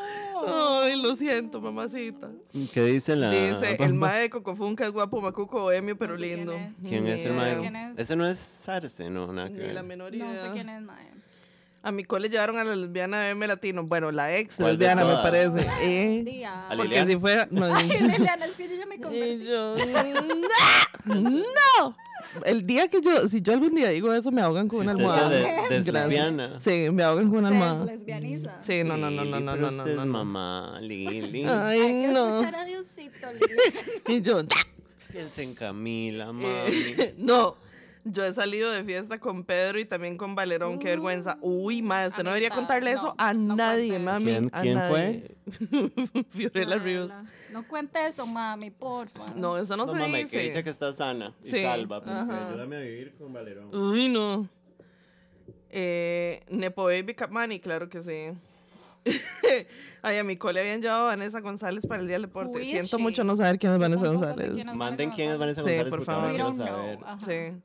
S3: No.
S2: Ay, lo siento, mamacita.
S1: ¿Qué dice la.?
S2: Dice, el mae de Cocofunca es guapo, macuco, bohemio, pero
S3: No sé quién
S2: lindo.
S3: es.
S1: ¿Quién es el Ah,
S2: Ni
S1: mae?
S2: idea.
S3: quién es.
S1: Ese no es Sarce, no, nada que
S2: Ni
S1: ver.
S2: la menor idea.
S3: No sé quién es, mae.
S2: A mi cole llevaron a la lesbiana de M latino. Bueno, la ex
S1: ¿Cuál de
S2: lesbiana, me
S1: todas?
S2: parece. Eh,
S3: Día.
S1: A
S2: porque
S1: Liliana?
S2: si fuera. [LAUGHS] No,
S3: Ay, Liliana, es que yo ya me
S2: y
S3: convertí.
S2: yo. ¡No! ¡No! El día que yo. Si yo algún día digo eso, me ahogan con
S1: Si
S2: una
S1: usted se
S2: almohada.
S1: de-
S2: Gracias.
S1: deslesbiana.
S2: Sí, me ahogan con una
S3: Se
S2: almohada.
S3: lesbianiza.
S2: Sí, no, no, no, no,
S1: Lili,
S2: no,
S1: pero
S2: no, no,
S1: usted es
S2: no, no.
S1: mamá, Lili.
S3: Hay
S2: [LAUGHS] Ay,
S3: que
S2: no.
S3: escuchar a Diosito, Liliana.
S2: Y yo.
S1: Piensa en Camila, [LAUGHS]
S2: [LAUGHS]
S1: mami.
S2: Eh, no, yo he salido de fiesta con Pedro y también con Valerón, qué vergüenza. Uy, madre, usted no debería
S3: Uh, Amistad,
S2: contarle
S3: no,
S2: eso a
S3: no
S2: nadie,
S3: cuente.
S2: mami.
S1: ¿Quién-
S2: a
S1: quién
S2: nadie. [LAUGHS] Fiorella
S3: No,
S2: Ríos.
S3: no. No cuente eso, mami, porfa.
S2: No, eso no,
S1: No,
S2: se
S1: mamá, que
S2: dice.
S1: dicha que está sana y
S2: Sí,
S1: salva. pues, porque
S2: ajá.
S1: Ayúdame a vivir con Valerón.
S2: Uy, no. Eh, Nepo Baby Capmani, claro que sí. [LAUGHS] Ay, a mi cole habían llevado a Vanessa González para el Día del Deporte.
S3: Who is
S2: Siento
S3: she?
S2: mucho no saber quién es
S3: Yo
S2: Vanessa
S3: tampoco sé
S2: González.
S3: quién es.
S1: Manden quién es Vanessa
S2: Sí,
S1: González,
S2: por
S1: porque ahora
S2: favor.
S3: We
S1: quiero
S3: don't
S1: saber.
S3: know. Ajá.
S2: Sí.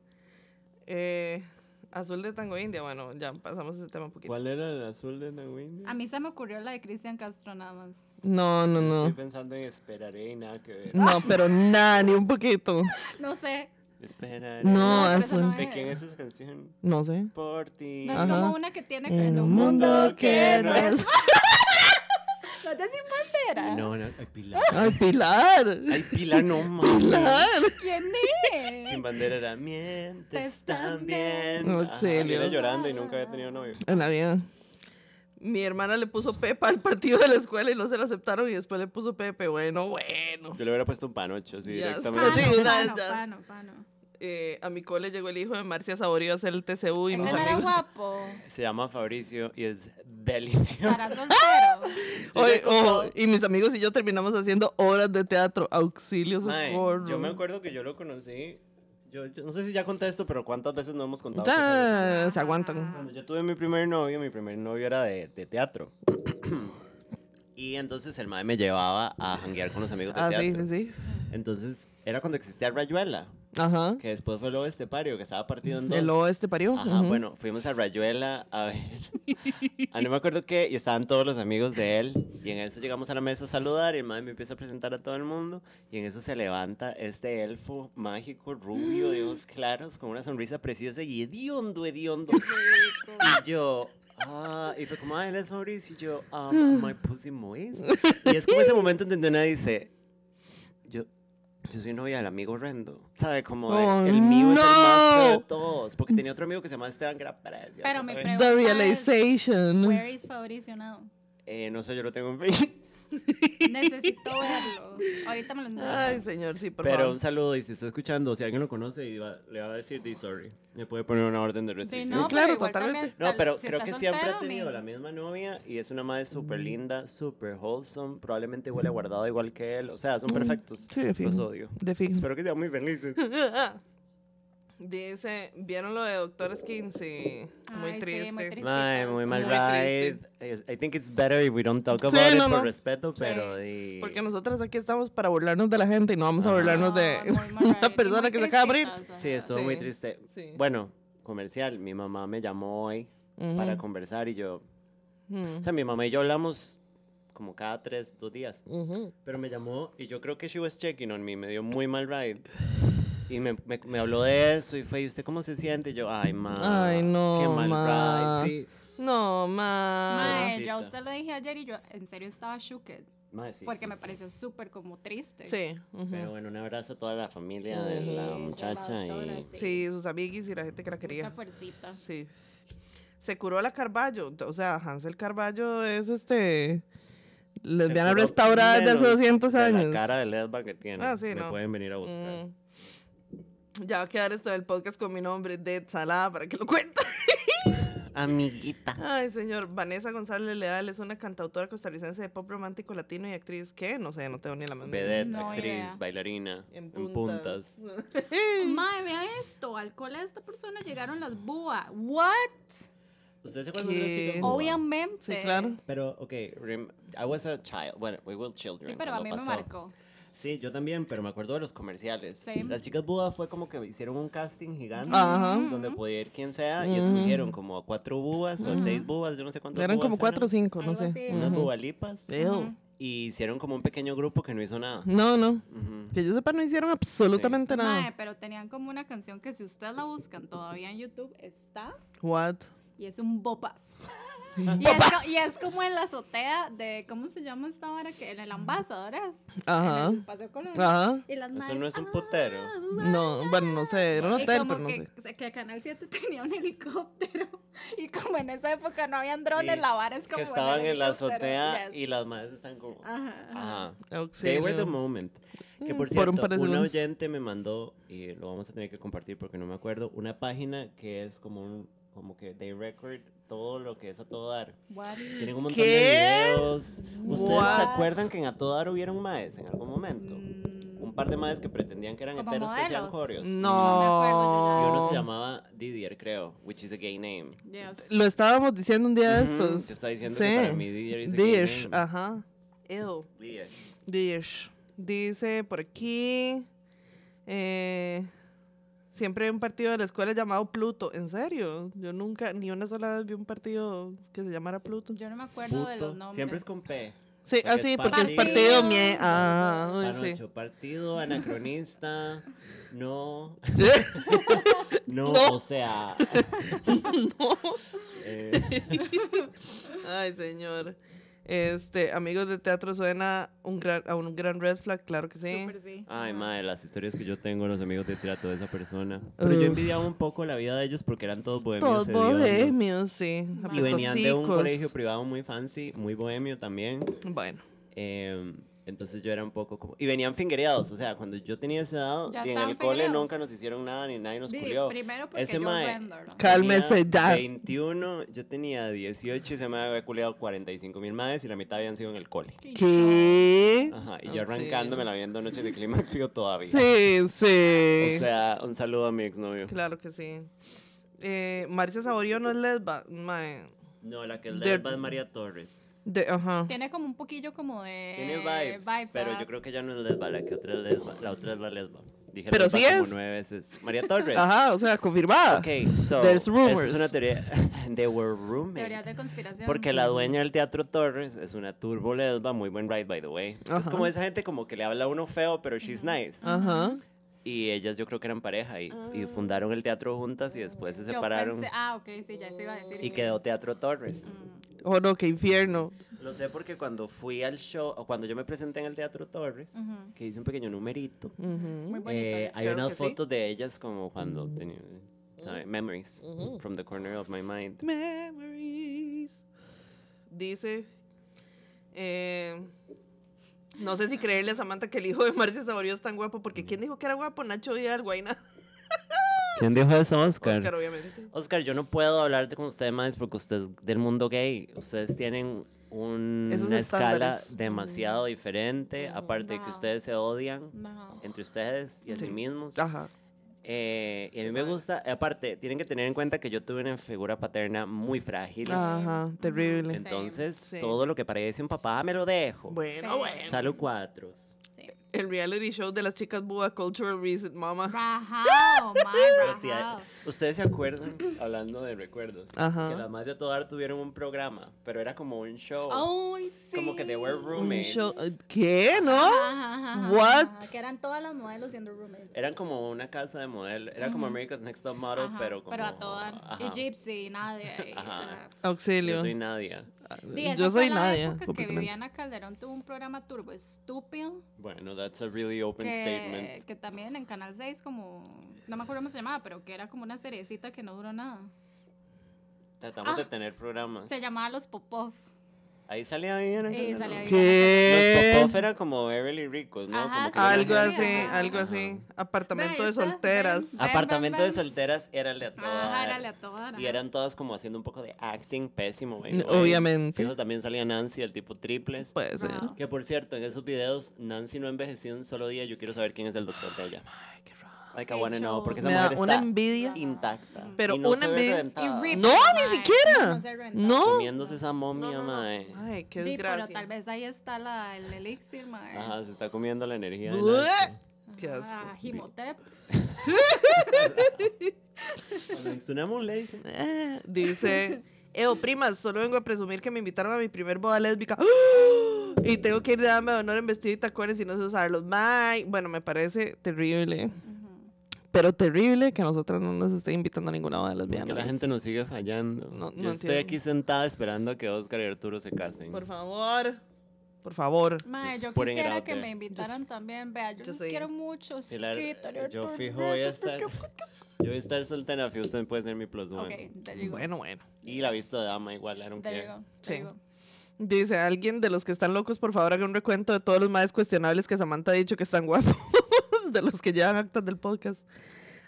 S2: Eh, Azul de Tango India, bueno, ya pasamos ese tema un poquito.
S1: ¿Cuál era el azul de la Windy?
S3: A mí se me ocurrió la de Cristian Castro nada más. [LAUGHS]
S2: No, no,
S1: Estoy
S2: no.
S1: pensando en esperaré y nada que ver.
S2: No, pero nada, ni un poquito.
S3: No sé.
S1: Esperaré.
S2: No, eh.
S3: pero eso
S2: azul.
S3: no
S1: ¿De
S3: es.
S1: quién es esa canción?
S2: No sé.
S1: Por ti.
S3: No es
S2: Ajá.
S3: como una que tiene
S2: En
S3: en
S2: un
S3: un mundo que no es.
S2: es.
S3: No es de sin bandera.
S1: No, no, ay, Pilar.
S2: Ay, Pilar.
S1: Ay, Pilar, no mames.
S2: Pilar.
S3: ¿Quién es?
S1: Sin bandera era mientes
S3: Están
S1: también.
S2: bien.
S1: Ajá,
S2: Auxilio.
S1: Era llorando y nunca había tenido novio.
S2: En la vida. Mi hermana le puso Pepa al partido de la escuela y no se lo aceptaron y después le puso Pepe. Bueno, bueno.
S1: Yo le hubiera puesto un panocho así
S2: Ya
S1: directamente.
S2: Pero sí,
S3: Pano,
S2: una de
S3: pano,
S2: ellas.
S3: pano, pano.
S2: Eh, a mi cole llegó el hijo de Marcia Saborío a hacer el TCU y
S3: Ese
S2: mis
S3: no era
S2: amigos.
S3: guapo.
S1: Se llama Fabricio y es delicioso.
S2: Ah.
S3: Estará
S2: [LAUGHS]
S3: soltero.
S2: [LAUGHS] Oye,
S1: Yo me acuerdo-
S2: ojo, y mis amigos y yo terminamos haciendo horas de teatro. Auxilio,
S1: Mae,
S2: socorro.
S1: yo me acuerdo que yo lo conocí. Yo, yo no sé si ya conté esto, pero ¿cuántas veces no hemos contado? cosas de-
S2: Ya, se aguantan.
S1: Cuando yo tuve mi primer novio, mi primer novio era de, de teatro. [CLEARS THROAT] y entonces el mae me llevaba a janguear con los amigos de
S2: Ah, sí,
S1: teatro.
S2: sí, sí.
S1: Entonces era cuando existía Rayuela,
S2: Ajá.
S1: que después fue el Oeste Pario, que estaba partido en dos.
S2: El oeste parió.
S1: Ajá,
S2: ujú.
S1: bueno, fuimos a Rayuela a ver. Ah, no me acuerdo qué, y estaban todos los amigos de él. Y en eso llegamos a la mesa a saludar, y el madre me empieza a presentar a todo el mundo. Y en eso se levanta este elfo mágico, rubio, de ojos claros, con una sonrisa preciosa y hediondo, hediondo.
S2: [LAUGHS]
S1: Y yo. Ah, y fue como, ah, él es Mauricio. Y yo, ah,
S2: [LAUGHS]
S1: my pussy moist. Y es como ese momento en donde una dice, yo, yo soy novia del amigo Rendo. ¿Sabe? Como de,
S2: Oh,
S1: el mío es el más feo
S2: no.
S1: de todos. Porque tenía otro amigo que se llamaba Esteban, que era precioso
S3: Pero me
S1: también.
S3: pregunta
S2: The
S3: es,
S2: realization.
S3: Where is Fabricio now?
S1: Eh, no sé, yo lo tengo en Facebook.
S3: Necesito verlo. Ahorita me lo enseñas.
S2: Ay, señor, sí, por
S1: [LAUGHS] Pero
S2: favor.
S1: un saludo, y si está escuchando, si alguien lo conoce, y va- le va a decir, di sorry. Le puede poner una orden de
S3: Sí,
S1: restricción.
S3: no,
S2: claro,
S3: pero igual
S2: totalmente.
S3: también,
S1: No,
S3: tal-
S1: pero
S3: si
S1: creo
S3: estás
S1: que siempre ha
S3: soltero,
S1: tenido
S3: men,
S1: la misma novia y es una madre súper linda, súper wholesome. Probablemente huele a guardado igual que él. O sea, son perfectos.
S2: Mm, sí, de fijo.
S1: Los odio.
S2: De fin.
S1: Espero que sean muy
S2: [LAUGHS]
S1: felices.
S2: Dice, ¿vieron lo de Doctor Skin? Sí, muy
S3: Ay, sí,
S2: triste.
S3: muy triste.
S1: Mae, muy mal
S2: Muy
S1: ride.
S2: triste.
S1: Es- I think it's better if we don't talk
S2: Sí,
S1: about it
S2: no,
S1: por
S2: no.
S1: respeto,
S3: Sí.
S1: pero di-
S2: Porque nosotras aquí estamos para burlarnos de la gente y no vamos a burlarnos de
S3: no, muy mal ride,
S2: [LAUGHS] una
S3: y
S2: persona
S3: muy
S2: que se acaba de abrir.
S3: tristezas, ajá.
S1: Sí, estuvo muy
S2: Sí.
S1: triste.
S2: Sí.
S1: Bueno, comercial. Mi mamá me llamó hoy
S2: Ujú.
S1: para conversar y yo...
S2: Ujú.
S1: O sea, mi mamá y yo hablamos como cada tres, dos días.
S2: Ujú.
S1: Pero me llamó y yo creo que she was checking on me, me dio muy mal ride. Y me, me- me habló de eso y fue, ¿y usted cómo se siente? Y yo, ay, ma,
S2: Ay, no,
S1: qué mal
S2: ma.
S1: ride. Sí,
S2: No,
S1: ah,
S2: ma.
S3: Mae, yo
S1: pobrecita.
S3: a usted lo dije ayer y yo en serio estaba shooked.
S1: ma, sí,
S3: porque
S1: sí,
S3: me
S1: sí.
S3: pareció súper como triste.
S2: Sí. ujú.
S1: Pero bueno, un abrazo a toda la familia de
S2: Sí,
S1: la
S3: de la
S1: muchacha
S3: doctora,
S1: y...
S3: sí.
S2: Sí, sus amiguis y la gente que la
S3: Mucha
S2: quería.
S3: fuercita.
S2: Sí. Se curó la Carballo. O sea, Hansel Carballo es este. Lesbiana
S1: Se curó
S2: restaurada desde hace
S1: menos
S2: 200
S1: de
S2: años.
S1: La cara de lesba que tiene.
S2: Ah, sí,
S1: me
S2: no.
S1: pueden venir a buscar.
S2: [LAUGHS] Mm. Ya va a quedar esto del podcast con mi nombre, de Salada, para que lo cuente.
S1: Amiguita.
S2: Ay, señor. Vanessa González Leal es una cantautora costarricense de pop romántico latino y actriz. ¿Qué? No sé, no tengo ni la menor idea.
S1: Vedette,
S3: No
S1: actriz,
S3: idea.
S1: bailarina, en puntas.
S3: Mae, vea esto. Al cola de esta persona llegaron las búa. ¿What?
S1: ¿Usted se acuerda de
S2: ¿Qué?
S1: una chica? en Cuba?
S3: Obviamente.
S2: Sí, claro.
S1: Pero, ok, rem- I was a child. Bueno, we were children.
S3: Sí, pero a
S1: cuando
S3: mí
S1: pasó.
S3: me marcó.
S1: Sí, yo también, pero me acuerdo de los comerciales.
S3: Sí.
S1: Las chicas Buda fue como que hicieron un casting gigante
S2: Ajá.
S1: donde podía ir quien sea y
S2: Ah. Ujú.
S1: escogieron como a cuatro búas o a
S3: Ujú.
S1: seis búas, yo no sé cuántas
S2: Eran
S1: búas
S2: como cuatro o cinco, no
S3: Algo
S2: sé.
S3: así.
S1: Unas
S2: Ujú.
S1: bubalipas.
S2: Ew.
S3: Ujú.
S1: Y hicieron como un pequeño grupo que no hizo nada.
S2: No, no.
S1: Ujú.
S2: Que yo sepa, no hicieron absolutamente nada.
S3: Mae, pero tenían como una canción que si ustedes la buscan todavía en YouTube está
S2: What?
S3: y es un bopazo. Y es, co- y es como en la azotea de, ¿cómo se llama esta hora? Que en el ambasador es.
S2: Ajá.
S3: En el Paseo Colón.
S2: Ajá.
S3: Y las
S1: Eso
S3: maes,
S1: no es un
S3: "Ah,
S1: putero".
S3: mae".
S2: No, bueno, no sé, era un
S3: Y
S2: hotel,
S3: como
S2: pero no
S3: que,
S2: sé.
S3: que Canal 7 [LAUGHS] tenía un helicóptero y como en esa época no habían drones,
S1: Sí,
S3: la vara es como
S1: Que
S3: en el
S1: estaban en la
S3: helicóptero,
S1: azotea
S3: yes.
S1: y Ah. las madres están como...
S2: Ah.
S3: Ajá, ajá.
S1: Ajá. They
S2: Auxilio.
S1: were the moment. Que por
S2: Mm, por
S1: cierto,
S2: un
S1: un,
S2: par de segundos.
S1: oyente me mandó, y lo vamos a tener que compartir porque no me acuerdo, una página que es como un, como que they record todo lo que es a todo dar.
S3: What?
S1: Tienen un montón
S2: ¿Qué?
S1: de videos. ¿Ustedes se
S2: What?
S1: acuerdan que en a todo dar hubieron maes en algún momento?
S3: Mm,
S1: Un par de maes que pretendían que eran
S3: Como
S1: heteros que hacían
S3: modelos.
S1: coreos. Y
S3: No
S1: uno
S2: No.
S1: se llamaba Didier, creo, which is a gay name.
S3: yes.
S2: Lo estábamos diciendo un día de
S1: Ujú,
S2: estos.
S1: que está diciendo
S2: Sí. Ah.
S1: que para mí Didier is a gay
S2: Dish,
S1: name.
S2: ajá. Ew.
S1: Didier.
S2: Dish. Dice por aquí. eh, siempre hay un partido de la escuela llamado Pluto. ¿En serio? Yo nunca, ni una sola vez vi un partido que se llamara Pluto.
S3: Yo no me acuerdo de los
S1: Puto.
S3: nombres.
S1: Siempre es con P.
S2: Sí,
S1: Porque
S2: así,
S1: es
S2: porque es
S1: partido.
S2: partido mie. Ah, uy, sí.
S1: Panocho, partido,
S2: [LAUGHS]
S1: anacronista, no, no,
S2: No.
S1: o
S2: [LAUGHS]
S1: sea. eh,
S2: Ay, señor. Este, amigos de teatro suena un gran, a un gran red flag, claro que sí.
S3: Súper sí.
S1: ay,
S3: Ajá.
S1: madre, las historias que yo tengo, los amigos de trato de esa persona. Pero yo
S2: Uf.
S1: envidiaba un poco la vida de ellos porque eran todos bohemios.
S2: Todos
S1: hediondos.
S2: bohemios, sí.
S1: Y venían de un
S2: apestosicos.
S1: colegio privado muy fancy, muy bohemio también.
S2: Bueno.
S1: eh, entonces yo era un poco como... Y venían fingereados, o sea, cuando yo tenía esa edad,
S3: Ya
S1: y en
S3: estaban
S1: el cole
S3: fingereados.
S1: nunca nos hicieron nada, ni nadie nos
S3: Di,
S1: culió.
S3: Primero porque
S1: Ese
S3: yo
S1: mae-
S3: render, ¿no?
S2: Ca- Cálmese
S1: Tenía
S2: ya.
S1: 21, yo tenía 18 y se me había culeado 45 mil madres y la mitad habían sido en el cole.
S2: ¿Qué?
S1: Ajá, y yo
S2: Ah, sí.
S1: arrancándome la viendo Noche de [LAUGHS] Clímax fijo todavía.
S2: Sí, sí.
S1: Ah, O sea, un saludo a mi exnovio.
S2: claro que sí. Eh, Marcia Saborío no es lesba. Mae.
S1: No, la que es
S2: De-
S1: lesba es María Torres.
S2: De, ajá.
S3: Tiene como un poquillo como de
S1: Tiene vibes, pero
S3: ¿verdad?
S1: yo creo que ya no es lesba, la que otra es lesba, la otra es la lesba. Dije
S2: Pero
S1: lesba
S2: sí
S1: como
S2: es.
S1: nueve veces. María Torres.
S2: Ajá, o sea, confirmada.
S1: Ok, so,
S2: There's
S1: eso
S2: rumors.
S1: es una teoría. [LAUGHS] They were
S3: Teorías
S1: roommates.
S3: de conspiración.
S1: Porque la dueña del Teatro Torres es una turbo lesba, muy buen ride, by the way. Es
S2: Ajá.
S1: como esa gente como que le habla a uno feo, pero she's nice.
S3: Ah.
S2: Ajá.
S1: Y ellas yo creo que eran pareja y, y fundaron el teatro juntas y después se
S3: Yo
S1: separaron
S3: pensé- ah, ok, sí, ya eso iba a decir.
S1: y quedó Teatro Torres.
S2: Oh, no, qué infierno.
S1: Lo sé porque cuando fui al show, o cuando yo me presenté en el Teatro Torres,
S3: Ujú.
S1: que hice un pequeño numerito,
S2: Ujú.
S3: Muy bonito.
S1: eh,
S3: ¿eh?
S1: hay
S2: claro
S1: unas
S2: que sí.
S1: fotos de ellas como cuando tenía... ¿sabe? Memories from the corner of my mind.
S2: Memories. Dice Eh, no sé si creerle a Samantha que el hijo de Marcia Saborío es tan guapo, porque ¿quién dijo que era guapo? Nacho Vidal, [LAUGHS] Guaina.
S1: ¿Quién dijo eso, Oscar?
S2: Oscar,
S1: Oscar,
S2: obviamente.
S1: yo no puedo hablarte con ustedes más porque ustedes del mundo gay, ustedes tienen un-
S2: Esos
S1: una escala
S2: estándares. Mm.
S1: demasiado diferente,
S3: Mm,
S1: aparte de que
S3: wow.
S1: ustedes se odian
S3: Mm, No.
S1: entre ustedes y a sí,
S2: Sí. Ah.
S1: mismos.
S2: Ajá.
S1: Eh, y a
S2: Sí,
S1: mí me
S2: sabe.
S1: gusta, aparte, tienen que tener en cuenta que yo tuve una figura paterna muy frágil.
S2: Ajá, terrible.
S1: Entonces,
S2: Ah, Sí.
S1: todo lo que parece un papá me lo dejo.
S2: Bueno,
S3: Sí.
S2: bueno.
S1: Salud cuatros.
S3: Sí.
S2: El reality show de las chicas Buda Cultural Reset, mamá.
S1: [LAUGHS]
S3: Rajao,
S1: Pero,
S3: mae,
S1: tía,
S3: rajao.
S1: Ustedes se acuerdan, hablando de recuerdos,
S2: Ajá.
S1: que las más de todo dar tuvieron un programa, pero era como un show.
S2: Oh,
S3: Ay, sí.
S1: oh, Como que they were
S2: Un
S1: roommates.
S2: show- ¿Qué? ¿No?
S3: Ajá, ajá, ajá,
S2: What?
S3: ajá, Que eran todas las modelos siendo roommates.
S1: Eran como una casa de modelo. Era como
S3: Ujú.
S1: America's Next Top Model,
S3: Ajá,
S1: pero como.
S3: Pero a todas. Y
S1: Ajá.
S3: Gypsy, nadie.
S1: Ajá.
S2: Auxilio.
S1: Yo soy Nadia.
S3: Di, esa
S2: Yo
S3: fue
S2: soy
S3: la
S2: Nadia,
S3: época que
S2: completamente.
S3: Viviana Calderón tuvo un programa turbo estúpido
S1: Bueno, that's a really open statement.
S3: que, que también en Canal 6 como, no me acuerdo cómo se llamaba, pero que era como una seriecita que no duró nada.
S1: Tratamos
S3: Ah.
S1: de tener programas.
S3: Se llamaba Los Popov.
S1: Ahí salía bien. acá,
S3: Eh,
S1: ¿no?
S3: salía bien.
S2: ¿Qué?
S1: Los Popoff eran como Beverly Ricos, ¿no?
S3: Ajá,
S1: Como que
S3: sí,
S2: Algo
S1: eran-
S2: así,
S3: Ajá.
S2: algo así. Apartamento
S3: Ve,
S2: de
S3: está,
S2: solteras.
S3: ven.
S1: Apartamento
S3: Ven,
S1: de
S3: ven, ven.
S1: solteras era aleatorio.
S3: Ajá, era aleatoria.
S1: Y eran todas como haciendo un poco de acting pésimo, güey.
S2: N-
S1: güey.
S2: obviamente.
S1: Fijo, también salía Nancy, el tipo triples.
S2: Puede ser.
S3: Wow.
S1: Que por cierto, en esos videos, Nancy no envejeció un solo día. Yo quiero saber quién es el doctor de ella. Like, I wanna know, porque esa
S2: Me da
S1: mujer
S2: una
S1: está
S2: envidia.
S1: intacta.
S2: Pero
S1: y no se
S2: una
S1: ve
S2: envidia-
S1: reventada,
S3: Y ripped,
S2: No,
S3: mae,
S2: ni siquiera.
S3: No, se reventaba.
S2: No.
S1: Comiéndose esa momia, mae.
S2: Ay, qué
S3: Di, pero
S2: desgracia.
S3: tal vez ahí está la, el elixir, mae.
S1: Ajá, se está comiendo la energía. de
S2: Buah.
S1: Nancy.
S2: Qué asco.
S3: Ah, Jimotep.
S1: Cuando Tsunami le dicen,
S2: Eh, [LAUGHS] Dice, Eo, primas, solo vengo a presumir que me invitaron a mi primer boda lésbica. [GASPS] Y tengo que ir de dama de honor en vestido y tacones y no sé usarlos. Bye. Bueno, me parece terrible.
S3: Ujú.
S2: Pero terrible que a nosotras no nos esté invitando a ninguna boda de
S1: Porque
S2: lesbianas.
S1: la gente nos sigue fallando.
S2: No-
S1: Yo
S2: no
S1: estoy
S2: entiendo.
S1: aquí sentada esperando a que Oscar y Arturo se casen.
S2: Por favor. Por favor.
S3: Mae,
S1: Just
S3: yo
S1: putting it
S3: quisiera
S1: out
S3: que
S1: there.
S3: me invitaran también. Vea, yo
S2: Just
S3: los
S2: saying.
S3: quiero mucho.
S1: Pilar,
S3: Skitter,
S1: eh, yo
S3: Artur,
S1: fijo voy a
S3: Artur,
S1: estar. Yo voy a estar soltera, fijo, usted puede ser mi plus one.
S3: Ok, te digo.
S2: Bueno, bueno.
S1: Y la visto de dama igual, I don't
S3: Te
S1: care.
S3: digo.
S2: Sí.
S3: Te digo.
S2: Dice alguien de los que están locos, por favor, haga un recuento de todos los más cuestionables que Samantha ha dicho que están guapos, [LAUGHS] de los que llevan actas del podcast.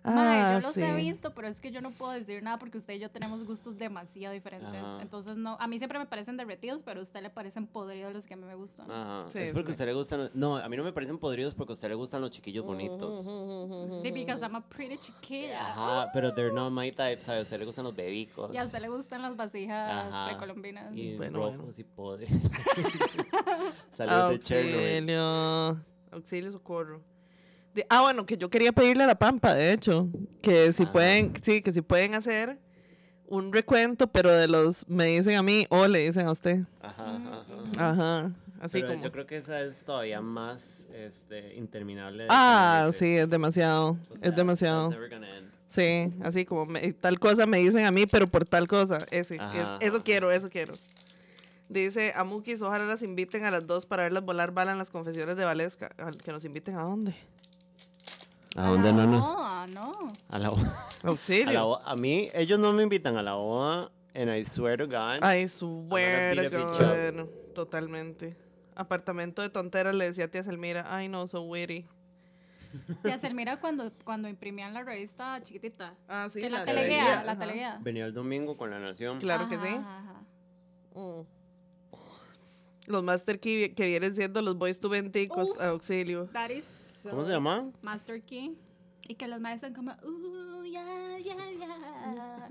S3: Mae,
S2: Ah,
S3: yo los he
S2: sí.
S3: visto, pero es que yo no puedo decir nada porque usted y yo tenemos gustos demasiado diferentes.
S1: Ajá.
S3: Entonces, no, a mí siempre me parecen derretidos, pero a usted le parecen podridos los que a mí me gustan.
S1: Ajá.
S2: Sí,
S1: es porque
S2: sí.
S1: a usted le gustan. los- No, a mí no me parecen podridos porque a usted le gustan los chiquillos bonitos.
S3: Sí, Because I'm a pretty chiquilla.
S1: Ajá, pero they're not my type, ¿sabe? A usted le gustan los bebicos.
S3: Y a usted le gustan las vasijas
S1: Ajá.
S3: precolombinas.
S1: Y
S2: Bueno, bueno. Ah,
S1: rojos y [LAUGHS] podres. Saludos de Chernobyl.
S2: Auxilio.
S1: eh.
S2: Auxilio, socorro. De- ah, bueno, que yo quería pedirle a la Pampa, de hecho, que si
S1: Ajá.
S2: pueden, sí, que si pueden hacer un recuento, pero de los, me dicen a mí o le dicen a usted.
S1: Ajá, ajá, ajá.
S2: Ajá, así
S1: Pero
S2: Mm, ah, como.
S1: yo creo que esa es todavía más este, interminable. de
S2: Ah,
S1: Chernobyl,
S2: sí, es demasiado,
S1: O sea,
S2: es demasiado.
S1: that's never gonna end.
S2: Sí, así como me- tal cosa me dicen a mí, pero por tal cosa. Ese, es-
S1: Ajá,
S2: eso
S1: ajá.
S2: quiero, eso quiero. Dice Amukis, ojalá las inviten a las dos para verlas volar bala en las confesiones de Valesca. Al- Que nos inviten a dónde?
S1: ¿A dónde
S3: la
S1: no nos-
S3: boda, Ah, no.
S1: A la boda. A, la
S2: Auxilio.
S1: boda. A mí, ellos no me invitan a la boda. And I swear to God.
S2: Ay, swear
S1: beat
S2: to
S1: a bitch
S2: God. Totalmente. Apartamento de tonteras le decía a tía Selmira, ay no, so witty.
S3: Ya se mira cuando, cuando imprimían la revista chiquitita.
S2: Ah, sí,
S3: que la,
S1: la
S3: teleguía,
S1: teleguía,
S3: la
S2: ajá.
S3: teleguía.
S1: Venía el domingo con la nación.
S2: Claro que
S3: Ajá,
S2: sí.
S3: ajá, ajá.
S2: Mm. Los master que, que vienen siendo los boys to venticos,
S3: Uf.
S2: auxilio.
S3: That is so-
S1: ¿Cómo se llama?
S3: Master Key. Y que los maestros son como, uh, ya, ya, ya.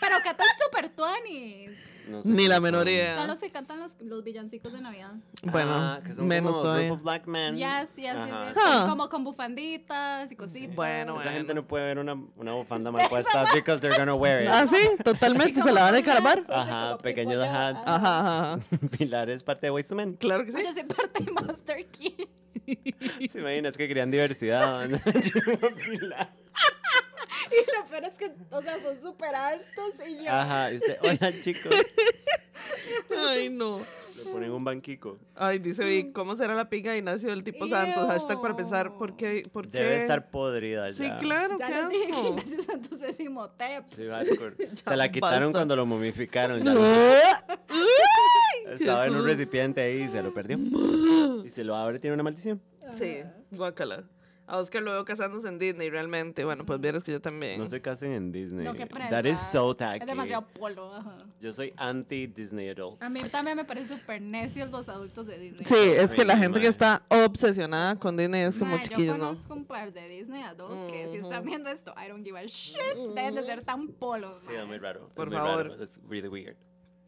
S3: Pero cantan super tuanis.
S1: No
S2: Ni la
S1: cómo
S2: menor
S1: son.
S2: idea.
S3: Son los que cantan los, los villancicos de Navidad.
S2: Bueno,
S1: Ah, que son
S2: menos
S1: como
S2: todavía.
S1: Group of black men.
S3: Yes, yes, yes,
S1: Ajá.
S3: yes.
S2: Huh.
S3: Como con bufanditas y cositas.
S2: Bueno,
S1: Esa
S2: bueno.
S1: gente no puede ver una, una bufanda mal puesta because they're gonna wear it.
S2: Ah, sí, totalmente, se la van a encarbar.
S1: Ajá, pequeño
S3: de
S1: de hats.
S2: Ajá, ajá, ajá.
S1: [LAUGHS] Pilar es parte de Boyz II Men.
S2: Claro que sí.
S3: Yo soy parte de Master Key.
S1: ¿Se imaginas que querían
S2: [LAUGHS]
S1: diversidad? [LAUGHS] ¿no? Pilar.
S3: Y lo peor es que, o sea, son súper altos y yo.
S1: Ajá, y usted, hola chicos.
S2: Ay, no.
S1: Le ponen un banquico.
S2: Ay, dice
S1: Mm.
S2: Vic, ¿cómo será la pica de Ignacio del tipo Santos? Hashtag para pensar, ¿por qué? ¿Por qué?
S1: Debe estar podrida ya.
S2: Sí, claro, qué
S3: Ya les dije que
S2: asco.
S3: Ignacio Santos es Imhotep.
S2: [LAUGHS]
S1: Sí, hardcore. Se la quitaron
S2: basta.
S1: cuando lo momificaron. ya
S2: No.
S1: no sé.
S2: Ay,
S1: Estaba en un
S2: Jesús.
S1: recipiente ahí y se lo perdió. Y se lo abre, tiene una maldición.
S2: Sí, [LAUGHS] guácala. A Oscar lo veo casándose en Disney realmente. Bueno, pues vieras que yo también.
S1: No se casen en Disney.
S3: No, qué
S1: That is
S3: presa.
S1: so tacky.
S3: Es demasiado polo. ajá.
S1: Yo soy anti-Disney adults.
S3: A mí también me parecen súper necios los adultos de Disney.
S2: Sí, es que la
S1: Ay,
S2: gente que
S1: mae.
S2: está obsesionada con Disney es como
S3: Mae,
S2: chiquillos,
S3: Yo
S2: ¿no?
S3: conozco un par de Disney adults que si
S2: Ujú.
S3: están viendo esto, I don't give a shit. Deben de ser tan polos.
S1: Sí, es muy raro. es
S2: Por
S1: muy raro,
S2: favor.
S1: It's really weird.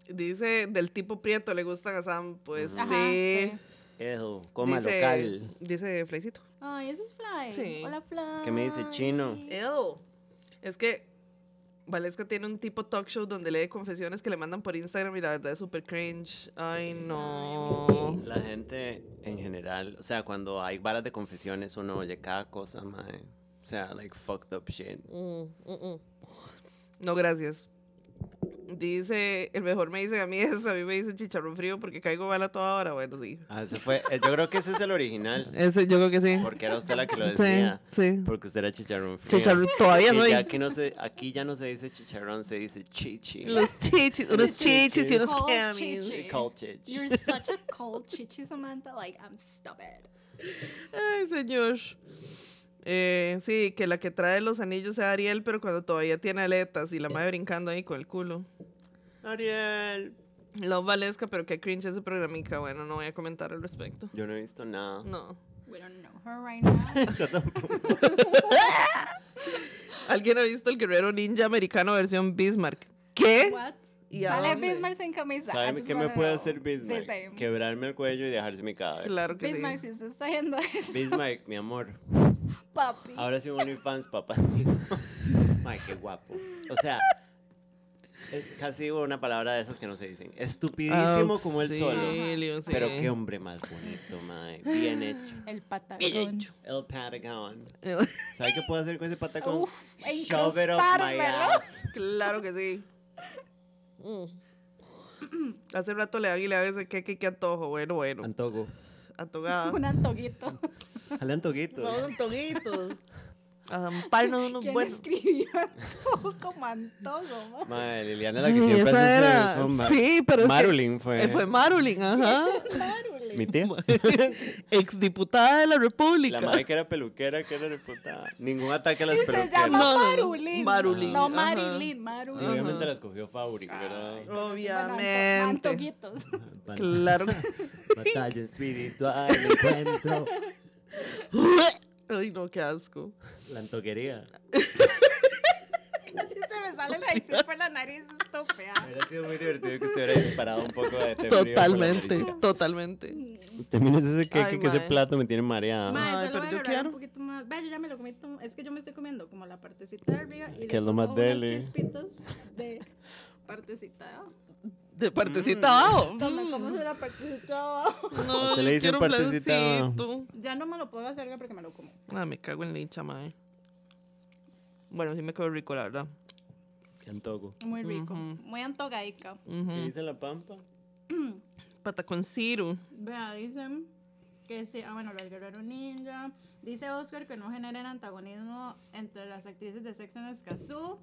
S2: Dice del tipo prieto le gustan a Sam, pues
S1: Ajá,
S2: sí.
S1: Edo, coma
S2: dice,
S1: local.
S2: Dice Flaycito.
S3: Ay, ese es Fly.
S2: Sí.
S3: Hola, Fly.
S1: ¿Qué me dice Chino?
S2: Ew. Es que Valesca tiene un tipo talk show donde lee confesiones que le mandan por Instagram y la verdad es súper cringe. Ay, no.
S1: La gente en general, o sea, cuando hay varas de confesiones, uno oye cada cosa, mae. O sea, like fucked up shit.
S2: Mm, No, gracias. Dice, el mejor me dicen a mí [LAUGHS] es, a mí me dicen chicharrón frío porque caigo bala toda hora. Bueno, sí.
S1: Ah, ese fue. eh, Yo creo que ese es el original.
S2: Ese, yo creo que sí.
S1: Porque era usted la que lo
S2: Sí,
S1: decía.
S2: sí.
S1: Porque usted era chicharrón frío.
S2: Chicharrón todavía
S1: Y
S2: soy.
S1: ya aquí, no se, aquí ya no se dice chicharrón, se dice chichi.
S2: Los
S1: [LAUGHS]
S2: chichis, unos chichis y unos
S3: Cold
S2: camis.
S3: chichi.
S1: We call chich.
S3: You're such a cold chichi, Samantha. Like, I'm stupid.
S2: Ay, señor. Eh, sí, que la que trae los anillos sea Ariel, pero cuando todavía tiene aletas y la madre brincando ahí con el culo.
S1: Ariel.
S2: Lo valesca, pero qué cringe ese programica. Bueno, no voy a comentar al respecto.
S1: Yo no he visto nada. [LAUGHS]
S2: No.
S3: We don't know her
S2: [LAUGHS]
S3: right now. [LAUGHS]
S2: ¿Alguien ha visto el guerrero ninja americano versión Bismarck? ¿Qué?
S3: What?
S2: ¿Y a
S3: Sale
S2: dónde?
S3: Bismarck sin camisa. I
S1: ¿Saben
S3: just
S1: qué me
S3: wanna
S1: puede
S3: know.
S1: hacer Bismarck?
S3: Sí, same.
S1: Quebrarme el cuello y dejarse mi cadáver.
S2: Claro que
S3: Bismarck,
S2: sí.
S3: si se está yendo eso,
S1: Bismarck, mi amor.
S3: papi.
S1: Ahora soy un OnlyFans,
S2: [LAUGHS]
S1: papá. Ay, qué guapo. O sea, es casi hubo una palabra de esas que no se dicen. Estupidísimo como él solo.
S2: Auxilio, Ah, sí.
S1: Pero qué hombre más bonito, mae. Bien hecho.
S3: El patagón.
S1: El Patagón. ¿Sabes qué puedo hacer con ese patacón?
S3: Uf,
S1: Shove it up my
S2: [LAUGHS]
S3: incrustármelo.
S1: ass.
S2: [LAUGHS] Claro que
S3: [LAUGHS]
S2: sí. Mm. Hace rato le hago y le veces que qué, qué antojo. Bueno, bueno.
S1: Antogo.
S2: Atogada.
S1: [LAUGHS]
S3: Un antoguito.
S1: Jale antoguitos. [LAUGHS]
S2: Vamos antojitos. A zamparnos unos
S3: ¿Quién
S2: buenos.
S3: escribió [LAUGHS] antojo como antojo? ma?
S1: Mae, Liliana es la que
S2: Ay,
S1: siempre
S2: Mm, esa
S1: hace ese
S2: era-
S1: combat.
S2: sí, pero es que-
S1: Marulín fue.
S2: Eh, fue Marulín, ajá.
S1: mi tía.
S2: Exdiputada de la República.
S1: La madre que era peluquera, que era reputada. Ningún ataque a las
S3: Se
S1: peluqueras.
S3: llama
S2: No, no, no.
S3: Marulín.
S2: Marulín,
S3: No,
S2: ajá.
S3: Marilyn, Marulín.
S1: Y obviamente la escogió Fabric, ¿verdad?
S3: Bueno, anto-
S2: Obviamente.
S3: antojitos. [LAUGHS]
S1: Ban-
S2: Claro que
S1: Batalla espiritual, [LAUGHS] encuentro.
S2: [LAUGHS] Ay, no, qué asco.
S1: La antoquería.
S3: Así se me sale la adicción por la nariz estúpida.
S1: Hubiera sido muy divertido que se [LAUGHS] hubiera disparado un poco de té frío por la
S2: Totalmente,
S1: naricita.
S2: totalmente.
S1: Terminas ese queque,
S2: Ay,
S1: que ese
S2: mae.
S1: plato me tiene mareado.
S3: Ma,
S2: Ay, pero
S3: eso lo voy a
S2: yo
S3: agarrar
S2: quiero.
S3: un poquito más. Vaya, yo ya me lo comí. todo. Es que yo me estoy comiendo como la partecita de arriba. Y
S1: Que es lo más
S3: dele.
S1: deli. [LAUGHS]
S3: chispitas de partecita de abajo.
S2: De partecita abajo.
S3: Toma,
S2: Mm.
S3: como la partecita de abajo.
S2: No,
S1: Se
S2: yo
S1: le dice
S2: quiero un
S1: partecita abajo.
S2: plancito.
S3: Ya no me lo puedo hacer porque me lo como.
S2: Ah, me cago en lincha, madre. Bueno, sí me quedo rico, la verdad.
S1: Qué antojo.
S3: Muy rico.
S2: Ujú.
S3: Muy antogaica.
S1: ¿Qué
S2: Ujú.
S1: dice la pampa?
S2: Patacón Ciro.
S3: Vea, dicen que sí. Ah, bueno, lo del guerrero ninja. Dice Oscar que no generen antagonismo entre las actrices de sexo en Escazú.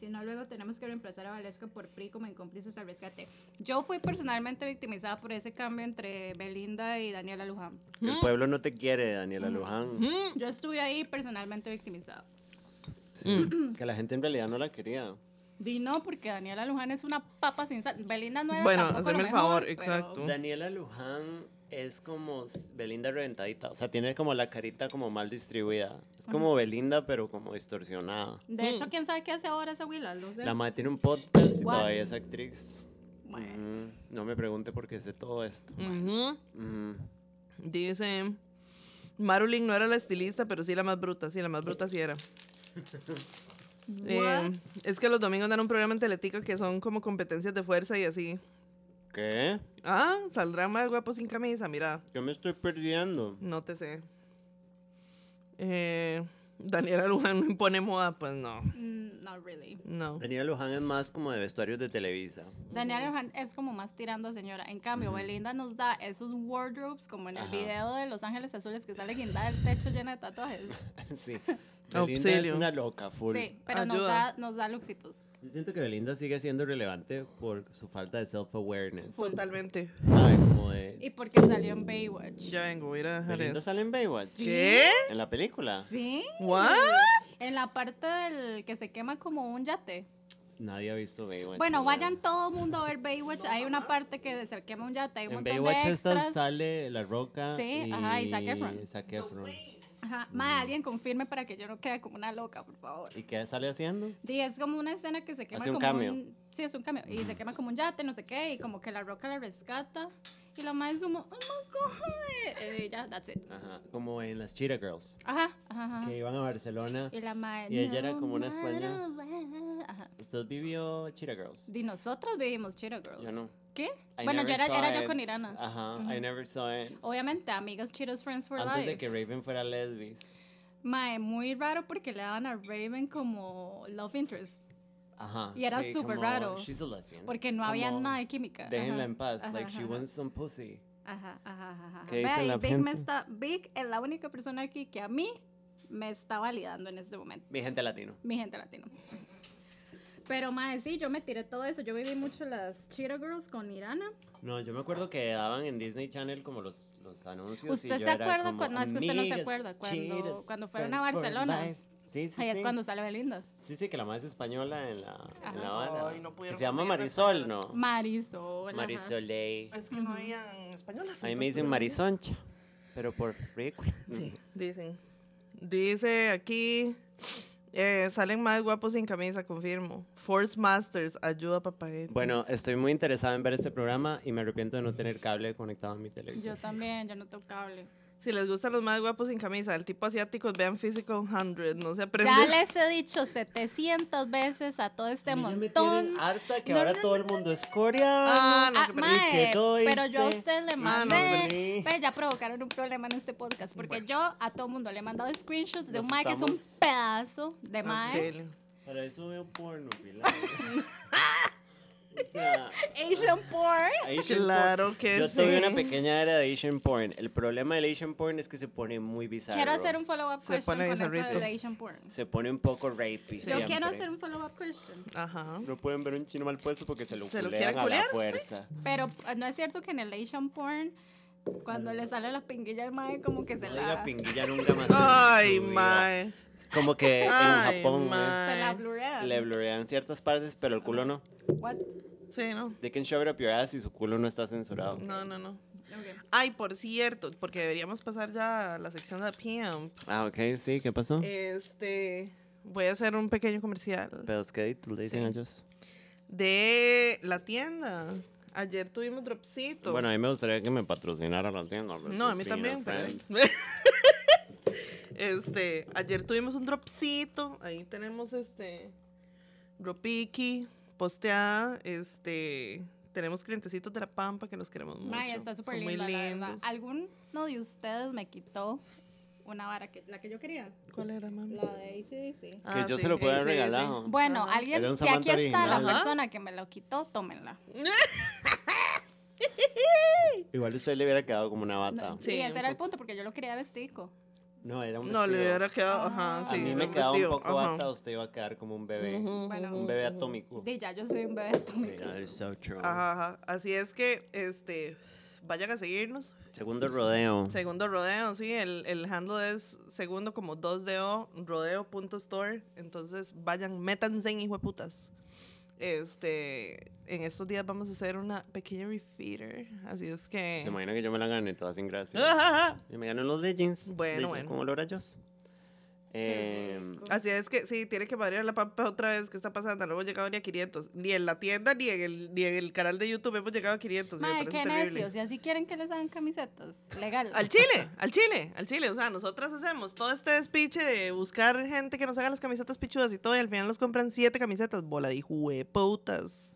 S3: Si no, luego tenemos que reemplazar a Valesca por PRI como incómplices al rescate. Yo fui personalmente victimizada por ese cambio entre Belinda y Daniela Luján.
S2: Mm.
S1: El pueblo no te quiere, Daniela Luján.
S3: Yo estuve ahí personalmente victimizada.
S2: Mm.
S1: Sí. Que la gente en realidad no la quería.
S3: Di no, porque Daniela Luján es una papa sin sal. Belinda no era
S2: Bueno,
S3: tampoco lo
S2: haceme el
S3: mejor,
S2: favor,
S3: pero-
S2: exacto.
S1: Daniela Luján es como s- Belinda reventadita, o sea, tiene como la carita como mal distribuida. Es como Belinda, pero como distorsionada.
S3: De
S2: Mm.
S3: hecho, ¿quién sabe qué hace ahora esa Willa? No sé.
S1: La madre tiene un podcast y
S3: What?
S1: todavía es actriz.
S3: Bueno.
S1: Mm, no me pregunte por qué sé todo esto.
S2: Ujú.
S1: Mm,
S2: Dice. Marulín no era la estilista, pero sí la más bruta, sí, la más bruta sí era. Eh,
S3: What?
S2: es que los domingos dan un programa en Teletica que son como competencias de fuerza y así.
S1: ¿Qué?
S2: Ah, saldrá más guapo sin camisa, mira,
S1: Yo me estoy perdiendo.
S2: no te sé. Eh, Daniela Luján no impone moda, pues no,
S3: Mm, not really.
S2: no.
S1: Daniela Luján es más como de vestuarios de Televisa. [LAUGHS]
S3: Daniela Luján es como más tirando a señora. En cambio, Belinda nos da esos wardrobes como en el
S1: Ajá.
S3: [LAUGHS] video de Los Ángeles Azules que sale guindada del techo llena de tatuajes.
S1: sí. Belinda es
S2: Auxilio.
S1: una loca, full.
S3: Sí, pero nos
S2: Ayuda.
S3: da, nos da luxitos.
S1: Yo siento que Belinda sigue siendo relevante por su falta de self-awareness.
S2: Totalmente.
S1: ¿Saben? Como de...
S3: Y porque salió en Baywatch.
S2: Ya vengo, voy a ir a dejar
S1: ¿Belinda
S2: esto.
S1: sale en Baywatch?
S2: ¿Qué?
S1: ¿En la película?
S3: Sí.
S2: ¿What?
S3: En la parte del que se quema como un yate.
S1: Nadie ha visto Baywatch.
S3: Bueno,
S1: ¿no?
S3: vayan todo el mundo a ver Baywatch. Hay una parte que se quema un yate, hay un
S1: En
S3: montón
S1: Baywatch
S3: de
S1: esta
S3: extras.
S1: sale La Roca
S3: Sí,
S1: y...
S3: ajá, y Zac Efron.
S1: Zac Efron.
S3: Ajá. Ma, alguien confirme para que yo no quede como una loca, por favor.
S1: ¿Y qué sale haciendo?
S3: Sí, es como una escena que se quema
S1: Hace un
S3: como
S1: cameo.
S3: un- Sí, es un cambio. Y se quema como un yate, no sé qué, y como que la roca la rescata. Y la madre es como, oh my god. Eh, ya, that's it.
S1: Ajá, como en las Cheetah Girls,
S3: Ajá, ajá, ajá.
S1: que iban a Barcelona.
S3: Y la madre.
S1: Y ella era como una española.
S3: matter what". Ajá.
S1: ¿Usted vivió Cheetah Girls?
S3: Y nosotros vivimos Cheetah Girls.
S1: Yo no.
S3: ¿Qué?
S1: I
S3: bueno, yo
S1: never
S3: era,
S1: saw
S3: era yo
S1: it. Ah.
S3: con Irana.
S1: Ajá, I never saw it.
S3: Obviamente, amigas Cheetah's Friends for
S1: Antes de
S3: Life.
S1: que Raven fuera lesbis.
S3: Mae, muy raro porque le daban a Raven como love interest.
S1: Ajá.
S3: Y era
S1: sí,
S3: súper
S1: como,
S3: raro,
S1: She's a lesbian.
S3: Porque no había
S1: Como,
S3: nada de química.
S1: Déjenla
S3: Ajá,
S1: en paz.
S3: ajá,
S1: like, she
S3: ajá,
S1: wants some pussy.
S3: Ajá, ajá, ajá, ajá.
S1: ¿Qué
S3: Ve
S1: dice
S3: ahí,
S1: la
S3: Big, me
S1: gente?
S3: está, Big es la única persona aquí que a mí me está validando en este momento.
S1: Mi gente latino.
S3: Mi gente latina. Pero mae, sí, yo me tiré todo eso. Yo viví mucho las Cheetah Girls con Irana.
S1: No, yo me acuerdo que daban en Disney Channel como los, los anuncios. y
S3: ¿Usted
S1: yo
S3: se
S1: era
S3: acuerda
S1: como,
S3: cuando- no, es que usted no se
S1: "Amigas,
S3: acuerda, cuando-
S1: cheetahs,
S3: cuando fueron a
S1: friends for
S3: Barcelona".
S1: life". Sí, sí,
S3: Ahí
S1: sí.
S3: es cuando sale Belinda.
S1: Sí, sí, que la madre es española en la, en la
S3: Ajá.
S1: vara.
S2: Ay, no
S1: que
S2: pudieron
S1: se llama
S2: conseguir
S1: Marisol,
S2: española.
S1: ¿no?
S3: Marisol. ajá.
S1: Marisolei.
S2: Es que no habían españolas.
S1: A mí
S2: entonces,
S1: me dicen
S2: pero-
S1: Marisoncha, pero por ridículo.
S2: Sí, dicen. Dice aquí. eh, salen más guapos sin camisa, confirmo. Force Masters, ayuda papá. eh. Eti.
S1: Bueno, estoy muy interesada en ver este programa y me arrepiento de no tener cable conectado a mi televisión.
S3: Yo también, yo no tengo cable.
S2: Si les gustan los más guapos sin camisa, el tipo asiático, vean Physical 100. No se aprende.
S3: Ya les he dicho 700 veces a todo este
S1: A mí ya me
S3: montón.
S1: tienen harta que
S3: No,
S1: ahora
S3: no,
S1: todo el mundo es coreano.
S2: Ah, no,
S3: Ah,
S2: que perdí.
S1: ma- ¿Y
S3: mae,
S1: qué
S3: pero yo a
S1: doiste?
S3: usted le
S1: Ah, no,
S3: mandé.
S1: perdí.
S3: Ve, ya provocaron un problema en este podcast. Porque yo a todo mundo le he mandado screenshots de un
S1: Nos
S3: mae que es un
S1: estamos- Ah,
S3: pedazo
S2: Ah,
S3: de mae.
S2: Auxilio.
S1: Para eso veo porno, Pilar. O sea,
S3: Asian porn.
S1: Asian
S2: Claro
S1: porn.
S2: que
S1: Yo tuve
S2: sí.
S1: una pequeña era de Asian porn. El problema del Asian porn es que se pone muy bizarro.
S3: Quiero hacer un follow-up
S2: Se
S3: question
S2: pone
S3: con eso
S2: bizarrito.
S3: del Asian porn.
S1: Se pone un poco rapey
S3: Yo
S1: siempre.
S3: quiero hacer un follow-up question.
S2: Ajá.
S1: No pueden ver un chino mal puesto porque se lo,
S2: Se lo
S1: culean
S2: quieren
S1: a
S2: culear,
S1: la
S2: sí.
S1: fuerza.
S3: Pero ah, no es cierto que en el Asian porn, cuando le sale la pinguilla al mae, como que se
S1: No
S3: la.
S1: diga pinguilla nunca
S2: [LAUGHS]
S1: más. en
S2: Ay,
S1: su vida.
S2: mae.
S1: Como que en
S2: Ay,
S1: Japón
S2: mae.
S1: es-
S3: Se la
S2: Ay.
S3: blurrea.
S1: le blurean ciertas partes, pero el culo no.
S3: What?
S2: Sí, no.
S1: They can shove it up your ass y su culo no está censurado.
S2: No, no, no.
S3: Ok.
S2: Ay, por cierto, porque deberíamos pasar ya a la sección de PM.
S1: Ah, ok, sí, ¿qué pasó?
S2: Eh, Este, voy a hacer un pequeño comercial
S1: Pedos que tú le dicen
S2: Sí.
S1: a ellos.
S2: de la tienda. Ayer tuvimos dropcito.
S1: Bueno, a mí me gustaría que me patrocinara la tienda. pero
S2: no, a
S1: pues,
S2: mí
S1: sí,
S2: también.
S1: no
S2: pero-
S1: sé.
S2: [LAUGHS] este, ayer tuvimos un dropcito. Ahí tenemos este dropiki posteada. Este, tenemos clientecitos de la Pampa que los queremos mucho.
S3: Mae, está súper
S2: Son muy
S3: lindo, la verdad.
S2: lindos.
S3: ¿Alguno de ustedes me quitó una vara que la que yo quería?
S2: ¿Cuál era, mami?
S3: La de ACDC.
S2: Ah,
S1: Que yo se lo pueda
S2: haber
S1: regalar.
S3: Bueno,
S2: Ajá.
S1: Era un
S3: alguien, si aquí
S1: Samantha
S3: está la
S1: original.
S2: Ajá.
S3: persona que me lo quitó, tómenla.
S1: Igual usted le hubiera quedado como una bata.
S3: No,
S1: No,
S2: Sí,
S3: y ese
S2: un
S3: era el
S2: poco.
S3: punto, porque yo lo quería vestico.
S1: era un
S2: No, le
S1: vestido.
S2: hubiera quedado. Ajá,
S1: A
S2: sí.
S1: mí me
S2: un
S1: quedaba un
S2: vestido,
S1: poco
S2: ajá.
S1: bata, usted iba a quedar como un bebé.
S2: Ujú.
S3: Bueno,
S1: Un bebé atómico.
S3: di, ya yo soy un bebé atómico.
S1: Mira, it's so true.
S2: Ajá, ajá. Así es que, este, vayan a seguirnos.
S1: Segundo rodeo.
S2: Segundo Rodeo, sí, el, el handle es segundo como 2DO, rodeo.store. Entonces vayan, métanse en hijueputas. Este, en estos días vamos a hacer una pequeña refeeder, así es que...
S1: Se imagina que yo me la gané toda sin gracia.
S2: Ajá, ajá.
S1: Y me ganó los de jeans.
S2: Bueno,
S1: de jeans
S2: bueno.
S1: Con olor a Joss. Eh,
S2: [LAUGHS] Así es que sí, tiene que variar la pampa otra vez. ¿Qué está pasando? No hemos llegado ni a 500. Ni en la tienda, ni en el, ni en el canal de YouTube hemos llegado a 500. y me
S3: Mae,
S2: parece
S3: qué
S2: terrible.
S3: necios. Y así quieren que les hagan camisetas. Legal.
S2: Al chile, al chile, al chile. O sea, nosotras hacemos todo este despiche de buscar gente que nos haga las camisetas pichudas y todo, y al final nos compran siete camisetas. Bola de putas.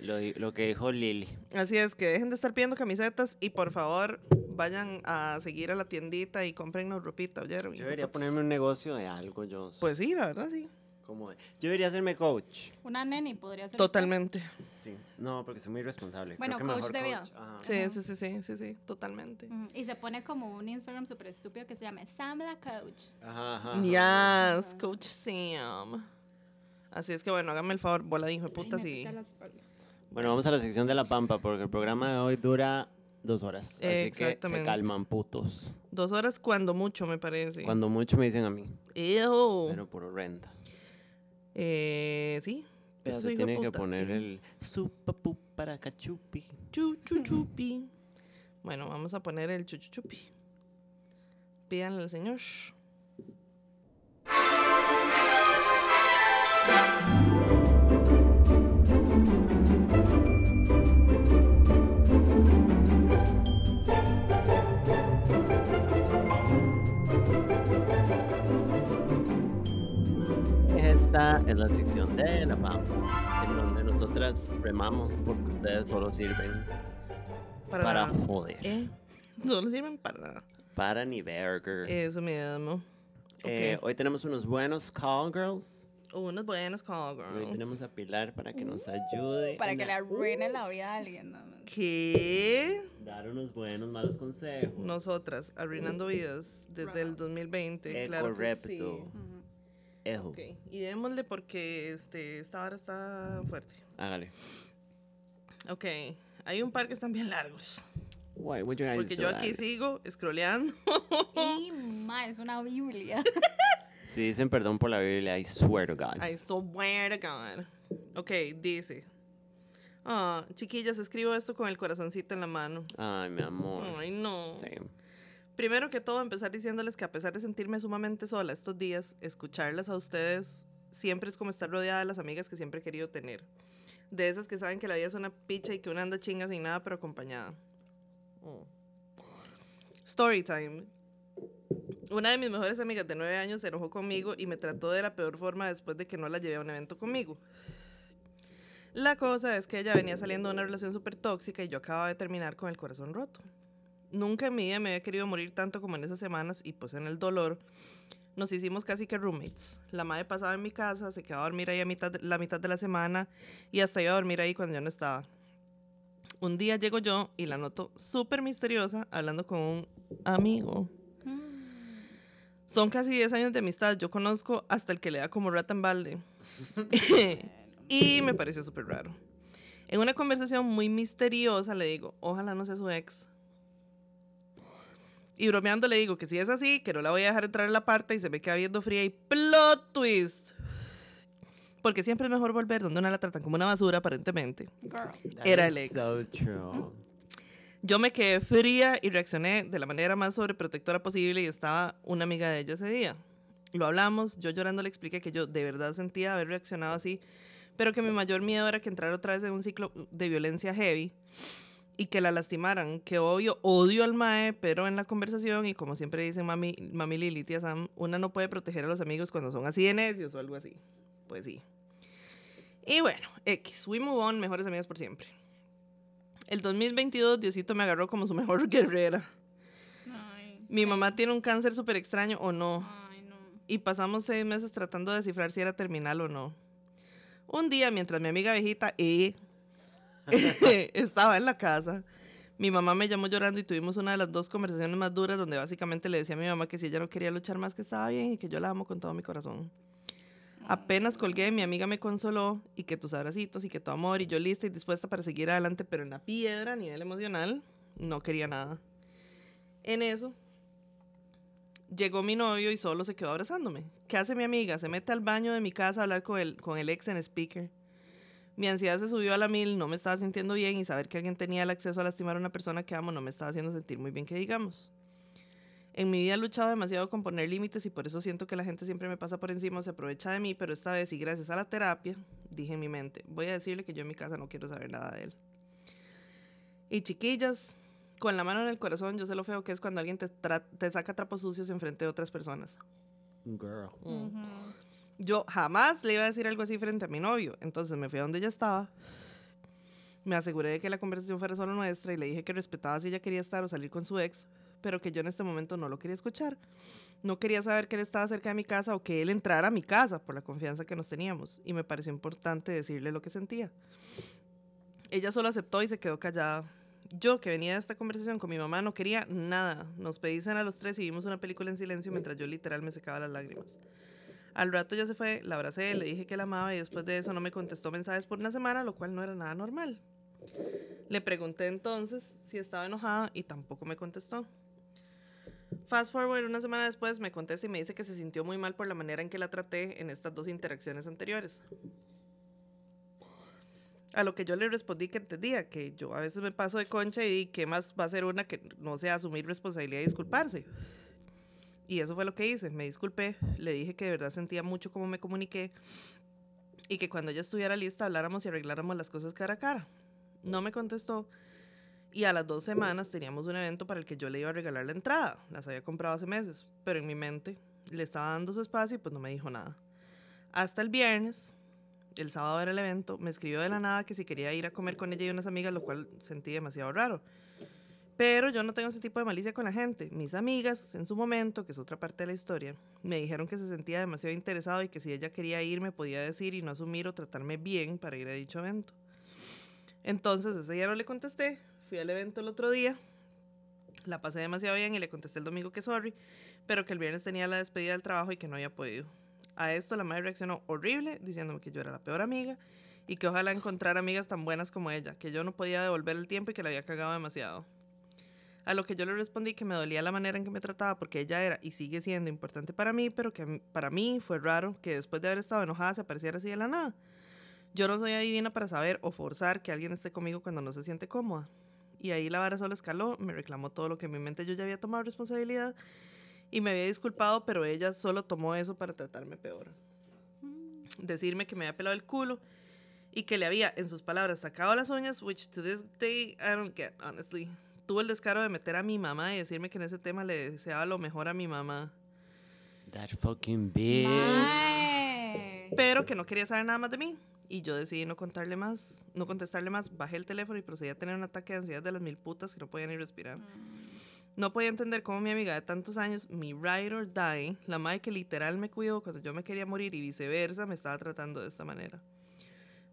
S1: lo, di- lo que dijo Lili.
S2: Así es que dejen de estar pidiendo camisetas y por favor vayan a seguir a la tiendita y compren ropita, ¿oyeron?
S1: Yo debería ponerme un negocio de algo, yo.
S2: Pues sí, la verdad sí.
S1: Como de- Yo debería hacerme coach.
S3: Una neni podría ser. usted.
S2: Totalmente.
S1: Sí. No, porque soy muy responsable.
S3: Bueno,
S1: Creo que mejor
S3: coach de vida.
S1: Ajá.
S2: Sí,
S3: Ajá. Mm.
S2: sí, sí, sí, sí, sí, totalmente.
S3: Ujú, Y se pone como un Instagram súper estúpido que se llama Sam la Coach.
S1: Ajá, ajá, ajá.
S2: Yes,
S3: Ajá.
S2: Coach Sam. Así es que bueno, hágame el favor, bola de hijo de puta,
S3: Ay, me
S2: sí.
S3: pica la espalda.
S1: Bueno, vamos a la sección de La Pampa, porque el programa de hoy dura dos horas. Así que se
S2: Exactamente.
S1: calman putos.
S2: Dos horas cuando mucho, me parece.
S1: Cuando mucho me dicen a mí,
S2: Ew.
S1: pero por renta.
S2: Eh, sí. pedazo de
S1: Usted
S2: hijo de
S1: tiene que
S2: puta.
S1: poner el supapu para cachupi.
S2: Chu, chu, chupi. Bueno, vamos a poner el chu, chu, chupi. Pídanle al señor.
S1: Esta es la sección de La Pampa, en donde nosotras remamos porque ustedes solo sirven
S2: Para,
S1: para joder.
S2: Eh, solo sirven para nada.
S1: Para ni burger.
S2: Eso mismo.
S1: Eh,
S2: ok.
S1: Hoy tenemos unos buenos call girls.
S2: Unos buenos call
S1: Hoy tenemos
S2: girls.
S1: a Pilar para que nos ayude.
S3: Para
S1: en
S3: que le
S1: a-
S3: arruine la vida a alguien. ¿no?
S2: ¿Qué?
S1: Uh, Dar unos buenos, malos consejos.
S2: Nosotras, arruinando vidas desde el 2020.
S1: Eh,
S2: claro que
S1: correcto.
S2: sí.
S3: Ujú.
S1: Ejo,
S2: Ok, y démosle porque este, esta hora está fuerte.
S1: hágale.
S2: Ok, hay un par que están bien largos.
S1: Why would you guys
S2: Porque
S1: do
S2: yo
S1: that?
S2: aquí sigo scrolleando.
S3: Y ma, es una Biblia.
S1: Si dicen perdón por la Biblia, I swear to God.
S2: I swear to God. Ok, dice. Ah, chiquillas, escribo esto con el corazoncito en la mano.
S1: Ay, mi amor.
S2: Ay, no.
S1: Sí.
S2: Primero que todo, empezar diciéndoles que a pesar de sentirme sumamente sola estos días, escucharlas a ustedes siempre es como estar rodeada de las amigas que siempre he querido tener. De esas que saben que la vida es una picha y que una anda chinga sin nada, pero acompañada. Mm. Story time. Una de mis mejores amigas de nueve años se enojó conmigo y me trató de la peor forma después de que no la llevé a un evento conmigo. La cosa es que ella venía saliendo de una relación súper tóxica y yo acababa de terminar con el corazón roto. Nunca en mi vida me había querido morir tanto como en esas semanas y pues en el dolor nos hicimos casi que roommates. La madre pasaba en mi casa, se quedaba a dormir ahí a mitad de- la mitad de la semana y hasta iba a dormir ahí cuando yo no estaba. Un día llego yo y la noto súper misteriosa hablando con un amigo.
S3: [LAUGHS] Mm.
S2: Son casi 10 años de amistad, yo conozco hasta el que le da como rata en balde. y me pareció súper raro. En una conversación muy misteriosa le digo, ojalá no sea su ex. Y bromeando le digo que si es así, que no la voy a dejar entrar en la parte y se me queda viendo fría y plot twist. Porque siempre es mejor volver donde una la tratan como una basura aparentemente.
S3: Girl.
S1: That
S2: Era
S1: is
S2: el ex.
S1: So true.
S2: Yo me quedé fría y reaccioné de la manera más sobreprotectora posible y estaba una amiga de ella ese día. Lo hablamos, yo llorando le expliqué que yo de verdad sentía haber reaccionado así, pero que mi mayor miedo era que entrara otra vez en un ciclo de violencia heavy y que la lastimaran, que obvio odio al mae, pero en la conversación y como siempre dicen mami, mami Lili, tía Sam, una no puede proteger a los amigos cuando son así de necios o algo así. Pues sí. Y bueno, X, we move on, mejores amigas por siempre. El 2022 Diosito me agarró como su mejor [LAUGHS] guerrera.
S3: Ay,
S2: Mi
S3: sí.
S2: mamá tiene un cáncer súper extraño o no.
S3: Ay, no.
S2: Y pasamos seis meses tratando de descifrar si era terminal o no. Un día, mientras mi amiga viejita E [LAUGHS] estaba en la casa, mi mamá me llamó llorando y tuvimos una de las dos conversaciones más duras donde básicamente le decía a mi mamá que si ella no quería luchar más que estaba bien y que yo la amo con todo mi corazón.
S3: Mm.
S2: Apenas colgué, mi amiga me consoló y que tus abracitos y que tu amor y yo lista y dispuesta para seguir adelante, pero en la piedra a nivel emocional no quería nada. En eso llegó mi novio y solo se quedó abrazándome. ¿Qué hace mi amiga? Se mete al baño de mi casa a hablar con el, con el ex en speaker. Mi ansiedad se subió a la mil, no me estaba sintiendo bien y saber que alguien tenía el acceso a lastimar a una persona que amo no me estaba haciendo sentir muy bien que digamos. En mi vida he luchado demasiado con poner límites y por eso siento que la gente siempre me pasa por encima o se aprovecha de mí, pero esta vez y gracias a la terapia, dije en mi mente, voy a decirle que yo en mi casa no quiero saber nada de él. Y chiquillas, con la mano en el corazón, yo sé lo feo que es cuando alguien te, tra- te saca trapos sucios enfrente de otras personas.
S1: Girl.
S3: Mm. Ujú.
S2: Yo jamás le iba a decir algo así frente a mi novio. Entonces me fui a donde ella estaba. Me aseguré de que la conversación fuera solo nuestra y le dije que respetaba si ella quería estar o salir con su ex, pero que yo en este momento no lo quería escuchar. No quería saber que él estaba cerca de mi casa o que él entrara a mi casa por la confianza que nos teníamos y me pareció importante decirle lo que sentía. Ella solo aceptó y se quedó callada. Yo, que venía de esta conversación con mi mamá, no quería nada. Nos pedí cena a los tres y vimos una película en silencio mientras yo literal me secaba las lágrimas. Al rato ya se fue, la abracé, le dije que la amaba y después de eso no me contestó mensajes por una semana, lo cual no era nada normal. Le pregunté entonces si estaba enojada y tampoco me contestó. Fast forward una semana después me contesta y me dice que se sintió muy mal por la manera en que la traté en estas dos interacciones anteriores. A lo que yo le respondí que entendía, que yo a veces me paso de concha y que más va a ser una que no sea asumir responsabilidad y disculparse. Y eso fue lo que hice, me disculpé, le dije que de verdad sentía mucho cómo me comuniqué y que cuando ella estuviera lista habláramos y arregláramos las cosas cara a cara. No me contestó. Y a las dos semanas teníamos un evento para el que yo le iba a regalar la entrada. Las había comprado hace meses, pero en mi mente le estaba dando su espacio y pues no me dijo nada. Hasta el viernes, el sábado era el evento, me escribió de la nada que si quería ir a comer con ella y unas amigas, lo cual sentí demasiado raro. Pero yo no tengo ese tipo de malicia con la gente. Mis amigas, en su momento, que es otra parte de la historia, me dijeron que se sentía demasiado interesado y que si ella quería ir me podía decir y no asumir o tratarme bien para ir a dicho evento. Entonces ese día no le contesté, fui al evento el otro día, la pasé demasiado bien y le contesté el domingo que sorry, pero que el viernes tenía la despedida del trabajo y que no había podido. A esto la madre reaccionó horrible, diciéndome que yo era la peor amiga y que ojalá encontrara amigas tan buenas como ella, que yo no podía devolver el tiempo y que la había cagado demasiado. A lo que yo le respondí que me dolía la manera en que me trataba porque ella era y sigue siendo importante para mí, pero que a mí- para mí fue raro que después de haber estado enojada se apareciera así de la nada. Yo no soy adivina para saber o forzar que alguien esté conmigo cuando no se siente cómoda. Y ahí la vara solo escaló, me reclamó todo lo que en mi mente yo ya había tomado responsabilidad y me había disculpado, pero ella solo tomó eso para tratarme peor. Decirme que me había pelado el culo y que le había, en sus palabras, sacado las uñas, which to this day I don't get, honestly. Tuvo el descaro de meter a mi mamá y decirme que en ese tema le deseaba lo mejor a mi mamá,
S1: That fucking bitch.
S3: Mae.
S2: pero que no quería saber nada más de mí. Y yo decidí no contarle más, no contestarle más. Bajé el teléfono y procedí a tener un ataque de ansiedad de las mil putas que no podía ni respirar.
S3: Mm.
S2: No podía entender cómo mi amiga de tantos años, mi ride or die, la madre que literal me cuidó cuando yo me quería morir y viceversa, me estaba tratando de esta manera.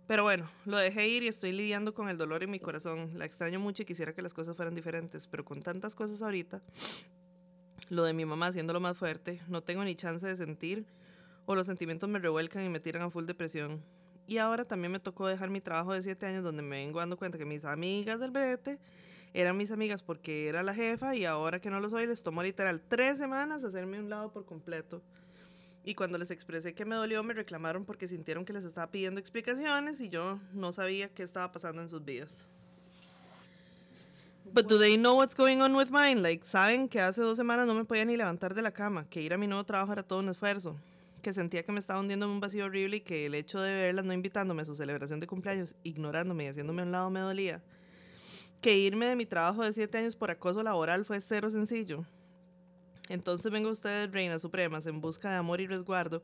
S2: Pero bueno, lo dejé ir y estoy lidiando con el dolor en mi corazón. La extraño mucho y quisiera que las cosas fueran diferentes, pero con tantas cosas ahorita, lo de mi mamá haciéndolo más fuerte, no tengo ni chance de sentir o los sentimientos me revuelcan y me tiran a full depresión. Y ahora también me tocó dejar mi trabajo de 7 años donde me vengo dando cuenta que mis amigas del brete eran mis amigas porque era la jefa y ahora que no lo soy les tomó literal tres semanas hacerme un lado por completo. Y cuando les expresé que me dolió me reclamaron porque sintieron que les estaba pidiendo explicaciones y yo no sabía qué estaba pasando en sus vidas. But do they know what's going on with mine? Like, saben que hace dos semanas no me podía ni levantar de la cama, que ir a mi nuevo trabajo era todo un esfuerzo, que sentía que me estaba hundiendo en un vacío horrible y que el hecho de verlas no invitándome a su celebración de cumpleaños, ignorándome y haciéndome a un lado me dolía que irme de mi trabajo de siete años por acoso laboral fue cero sencillo. Entonces vengo a ustedes, reinas supremas, en busca de amor y resguardo,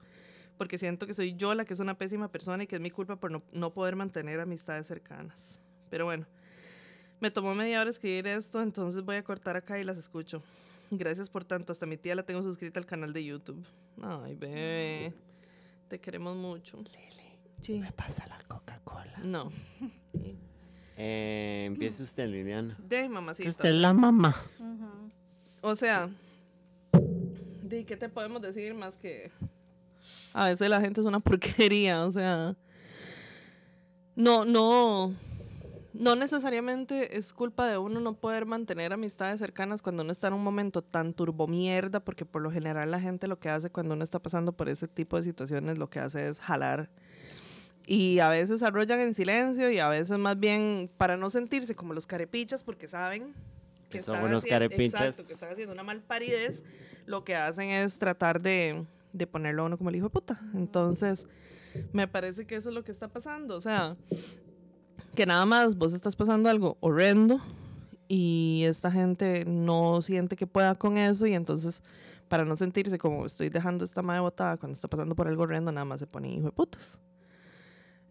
S2: porque siento que soy yo la que es una pésima persona y que es mi culpa por no, no poder mantener amistades cercanas. Pero bueno, me tomó media hora escribir esto, entonces voy a cortar acá y las escucho. Gracias por tanto, hasta mi tía la tengo suscrita al canal de YouTube. Ay, bebé, te queremos mucho. Sí.
S1: me pasa la Coca-Cola.
S2: No,
S1: Eh, empiece usted, Liliana.
S2: de mamacita.
S1: Usted es la mamá.
S3: Ujú.
S2: O sea, ¿de qué te podemos decir más que a veces la gente es una [LAUGHS] porquería? O sea, no, no, no necesariamente es culpa de uno no poder mantener amistades cercanas cuando uno está en un momento tan turbomierda, porque por lo general la gente lo que hace cuando uno está pasando por ese tipo de situaciones, lo que hace es jalar. Y a veces arrollan en silencio y a veces más bien para no sentirse como los carepichas porque saben
S1: Que son
S2: están
S1: unos
S2: haci-
S1: carepichas.
S2: Exacto, que están haciendo una malparidez, lo que hacen es tratar de, de ponerlo a uno como el hijo de puta. Entonces, me parece que eso es lo que está pasando. O sea, que nada más vos estás pasando algo horrendo y esta gente no siente que pueda con eso y entonces para no sentirse como estoy dejando esta madre botada cuando está pasando por algo horrendo nada más se pone hijo de putas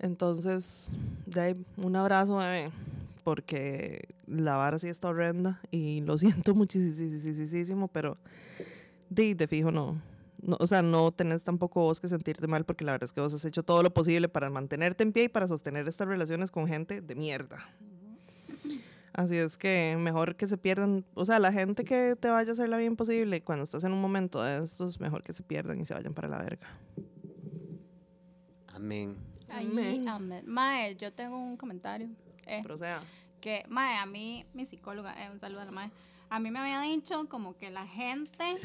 S2: entonces de ahí, un abrazo bebé porque la vara sí está horrenda y lo [LAUGHS] siento muchísimo, pero de, de fijo no. no. O sea, no tenés tampoco vos que sentirte mal porque la verdad es que vos has hecho todo lo posible para mantenerte en pie y para sostener estas relaciones con gente de mierda. Así es que mejor que se pierdan, o sea, la gente que te vaya a hacer la vida imposible cuando estás en un momento de estos, mejor que se pierdan y se vayan para la verga.
S1: Amén.
S3: Ahí, amén. Mae, yo tengo un comentario. eh,
S2: Pero o sea,
S3: que, mae, a mí, mi psicóloga, eh, un saludo a la mae. A mí me había dicho como que la gente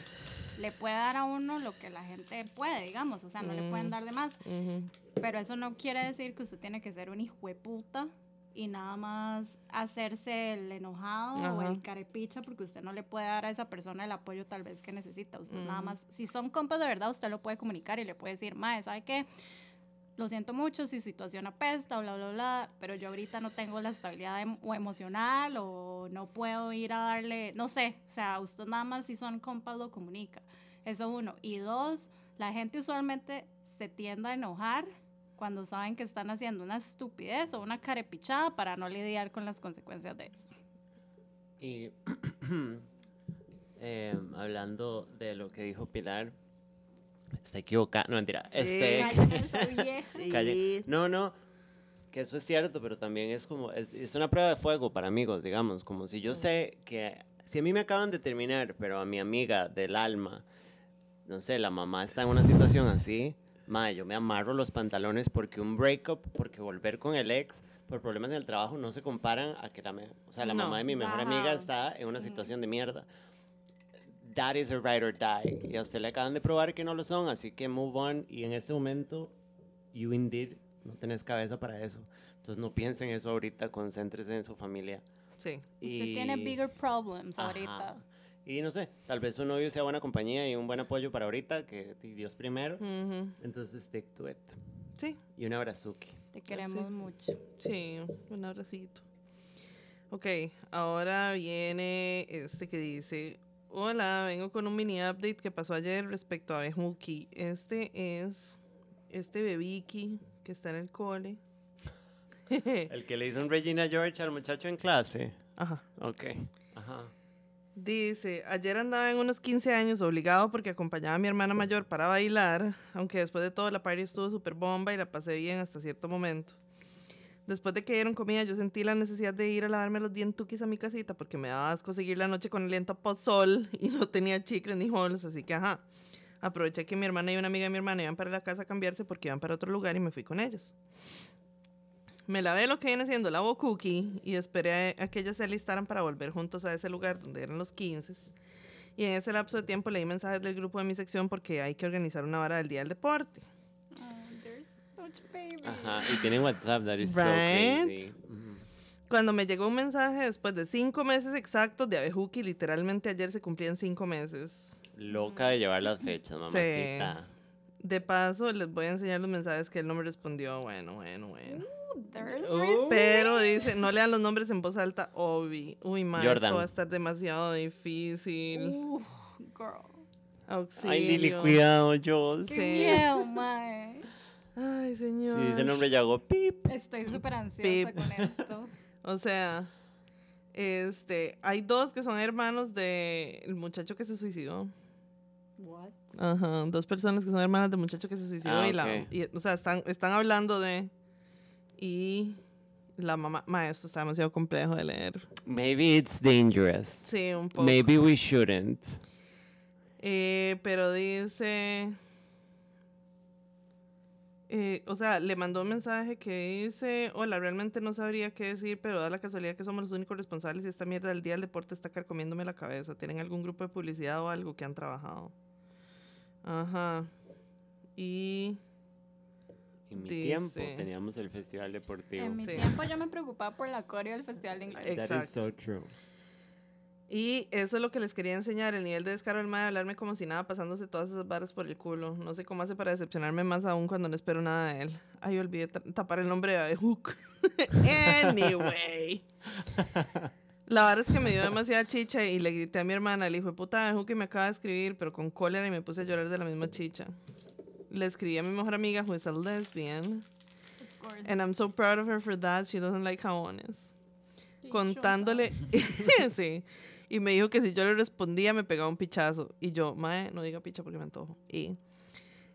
S3: le puede dar a uno lo que la gente puede, digamos. O sea, no le pueden
S2: Mm.
S3: dar de más.
S2: ujú.
S3: Pero eso no quiere decir que usted tiene que ser un hijo de puta y nada más hacerse el enojado o
S2: Ajá.
S3: el carepicha porque usted no le puede dar a esa persona el apoyo tal vez que necesita. Usted nada
S2: Ujú.
S3: más, si son compas de verdad, usted lo puede comunicar y le puede decir, mae, ¿sabe qué? Lo siento mucho, si situación apesta, bla, bla, bla, pero yo ahorita no tengo la estabilidad em- o emocional o no puedo ir a darle, no sé, o sea, usted nada más si son compas lo comunica. Eso uno. Y dos, la gente usualmente se tiende a enojar cuando saben que están haciendo una estupidez o una carepichada para no lidiar con las consecuencias de eso.
S1: Y [CLEARS THROAT] eh, hablando de lo que dijo Pilar, está equivocada. No, mentira. Este, [LAUGHS] Calle- No, no, que eso es cierto, pero también es como, es, es una prueba de fuego para amigos, digamos, como si yo sé que, si a mí me acaban de terminar, pero a mi amiga del alma, no sé, la mamá está en una situación así, madre, yo me amarro los pantalones porque un breakup, porque volver con el ex por problemas en el trabajo no se comparan a que la, me- o sea, la
S2: No.
S1: mamá de mi mejor amiga
S3: Ajá.
S1: está en una
S3: Ujú.
S1: situación de mierda. That is a ride or die. Y a usted le acaban de probar que no lo son, así que move on. Y en este momento You indeed no tenés cabeza para eso. Entonces no piensen eso ahorita, concéntrese en su familia.
S2: sí.
S1: Y,
S3: Usted tiene bigger problems
S1: Ajá.
S3: ahorita.
S1: Y no sé, tal vez su novio sea buena compañía y un buen apoyo para ahorita, que di- Dios primero.
S3: Mm.
S2: ujú.
S1: Entonces stick to it.
S2: Sí,
S1: Y un abrazuki.
S3: Te queremos mucho.
S2: sí, un abracito. Ok, ahora viene este que dice, hola, vengo con un mini update que pasó ayer respecto a Bejuki. Este es este bebiki que está en el cole. [LAUGHS]
S1: El que le hizo un Regina George al muchacho en clase.
S2: Ajá.
S1: Ok. Ajá.
S2: Dice, ayer andaba en unos 15 años obligado porque acompañaba a mi hermana mayor para bailar, aunque después de todo la party estuvo súper bomba y la pasé bien hasta cierto momento. Después de que dieron comida, yo sentí la necesidad de ir a lavarme los dientuquis a mi casita porque me daba asco seguir la noche con el lento pozol y no tenía chicles ni holos, así que ajá. Aproveché que mi hermana y una amiga de mi hermana iban para la casa a cambiarse porque iban para otro lugar y me fui con ellas. Me lavé lo que viene siendo la bokuki y esperé a, a que ellas se alistaran para volver juntos a ese lugar donde eran los 15. Y en ese lapso de tiempo leí mensajes del grupo de mi sección porque hay que organizar una vara del Día del Deporte.
S3: Oh, they're such babies.
S1: Ajá. Y tienen WhatsApp, that is so
S2: Right?
S1: crazy. Ujú.
S2: Cuando me llegó un mensaje después de cinco meses exactos de Abejuki, literalmente ayer se cumplían cinco meses.
S1: Loca de llevar las fechas, mamacita.
S2: De paso, les voy a enseñar los mensajes que él no me respondió. Bueno, bueno, bueno.
S3: Oh, there's
S1: Oh.
S3: reason.
S2: Pero dice, no lean los nombres en voz alta, Obi. Uy, ma,
S1: Jordan.
S2: esto va a estar demasiado difícil.
S3: Uf, girl.
S2: Auxilio.
S1: Ay, Lili, cuidado, yo.
S3: Qué
S1: Si
S2: Sí.
S3: miedo, mae.
S2: Ay, señor.
S1: dice el nombre, ya hago pip.
S3: Estoy súper ansiosa
S2: Babe.
S3: con esto.
S2: O sea, este, hay dos que son hermanos del muchacho que se suicidó.
S3: [LAUGHS] What?
S2: Ajá, dos personas que son hermanas del muchacho que se suicidó
S1: Ah,
S2: y la,
S1: ok.
S2: y, o sea, están, están hablando de y la mamá, ma, esto está demasiado complejo de leer.
S1: Maybe it's dangerous.
S2: Sí, un poco.
S1: Maybe we shouldn't.
S2: Eh, pero dice. eh, o sea, le mandó un mensaje que dice: Hola, realmente no sabría qué decir, pero da la casualidad que somos los únicos responsables y esta mierda del día del deporte está carcomiéndome la cabeza. ¿Tienen algún grupo de publicidad o algo que han trabajado? Ajá. Y.
S1: En mi
S2: Dice-
S1: tiempo teníamos el festival deportivo.
S3: En mi
S2: Sí.
S3: tiempo yo me preocupaba por la coreo del Festival de Inglés.
S1: That is so
S2: Exacto.
S1: true.
S2: Y eso es lo que les quería enseñar, el nivel de descaro del mae de hablarme como si nada, pasándose todas esas barras por el culo. No sé cómo hace para decepcionarme más aún cuando no espero nada de él. Ay, olvidé ta- tapar el nombre de Hook. [LAUGHS] anyway. La verdad es que me dio demasiada chicha y le grité a mi hermana, el hijo de puta de Hook que me acaba de escribir, pero con cólera y me puse a llorar de la misma chicha. Le escribí a mi mejor amiga, who is a lesbian.
S3: Of course.
S2: Eh, And I'm so proud of her for that. She doesn't like jabones. contándole, [LAUGHS] sí, y me dijo que si yo le respondía me pegaba un pichazo. Y yo, mae, no diga picha porque me antojo. Y,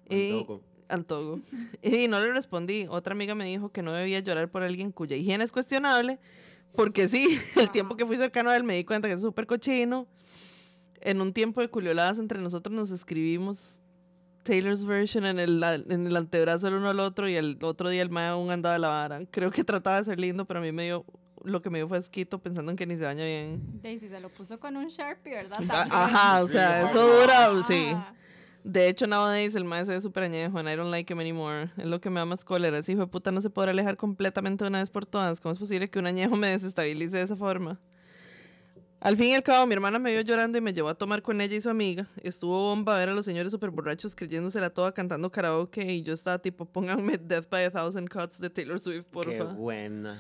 S2: y-
S1: Antojo.
S2: antojo. Y no le respondí. Otra amiga me dijo que no debía llorar por alguien cuya higiene es cuestionable, porque sí, el
S3: Ajá.
S2: tiempo que fui cercano a él me di cuenta que es súper cochino. En un tiempo de culioladas entre nosotros nos escribimos Taylor's version en el, a- en el antebrazo del uno al otro y el otro día el mae aún andaba a la vara. Creo que trataba de ser lindo, pero a mí me dio, lo que me dio fue asquito pensando en que ni se baña bien.
S3: Daisy se lo puso con un Sharpie, ¿verdad?
S2: Ah,
S3: También.
S2: Ajá, o
S1: Sí,
S2: sea,
S1: ajá.
S2: eso dura,
S3: Ajá.
S2: sí. De hecho, nowadays el mae se ve súper añejo and I don't like him anymore. Es lo que me da más cólera. Ese hijo de puta no se podrá alejar completamente de una vez por todas. ¿Cómo es posible que un añejo me desestabilice de esa forma? Al fin y al cabo, mi hermana me vio llorando y me llevó a tomar con ella y su amiga. Estuvo bomba a ver a los señores super borrachos creyéndosela toda cantando karaoke y yo estaba tipo, pónganme Death by a Thousand Cuts de Taylor Swift, porfa.
S1: Qué buena.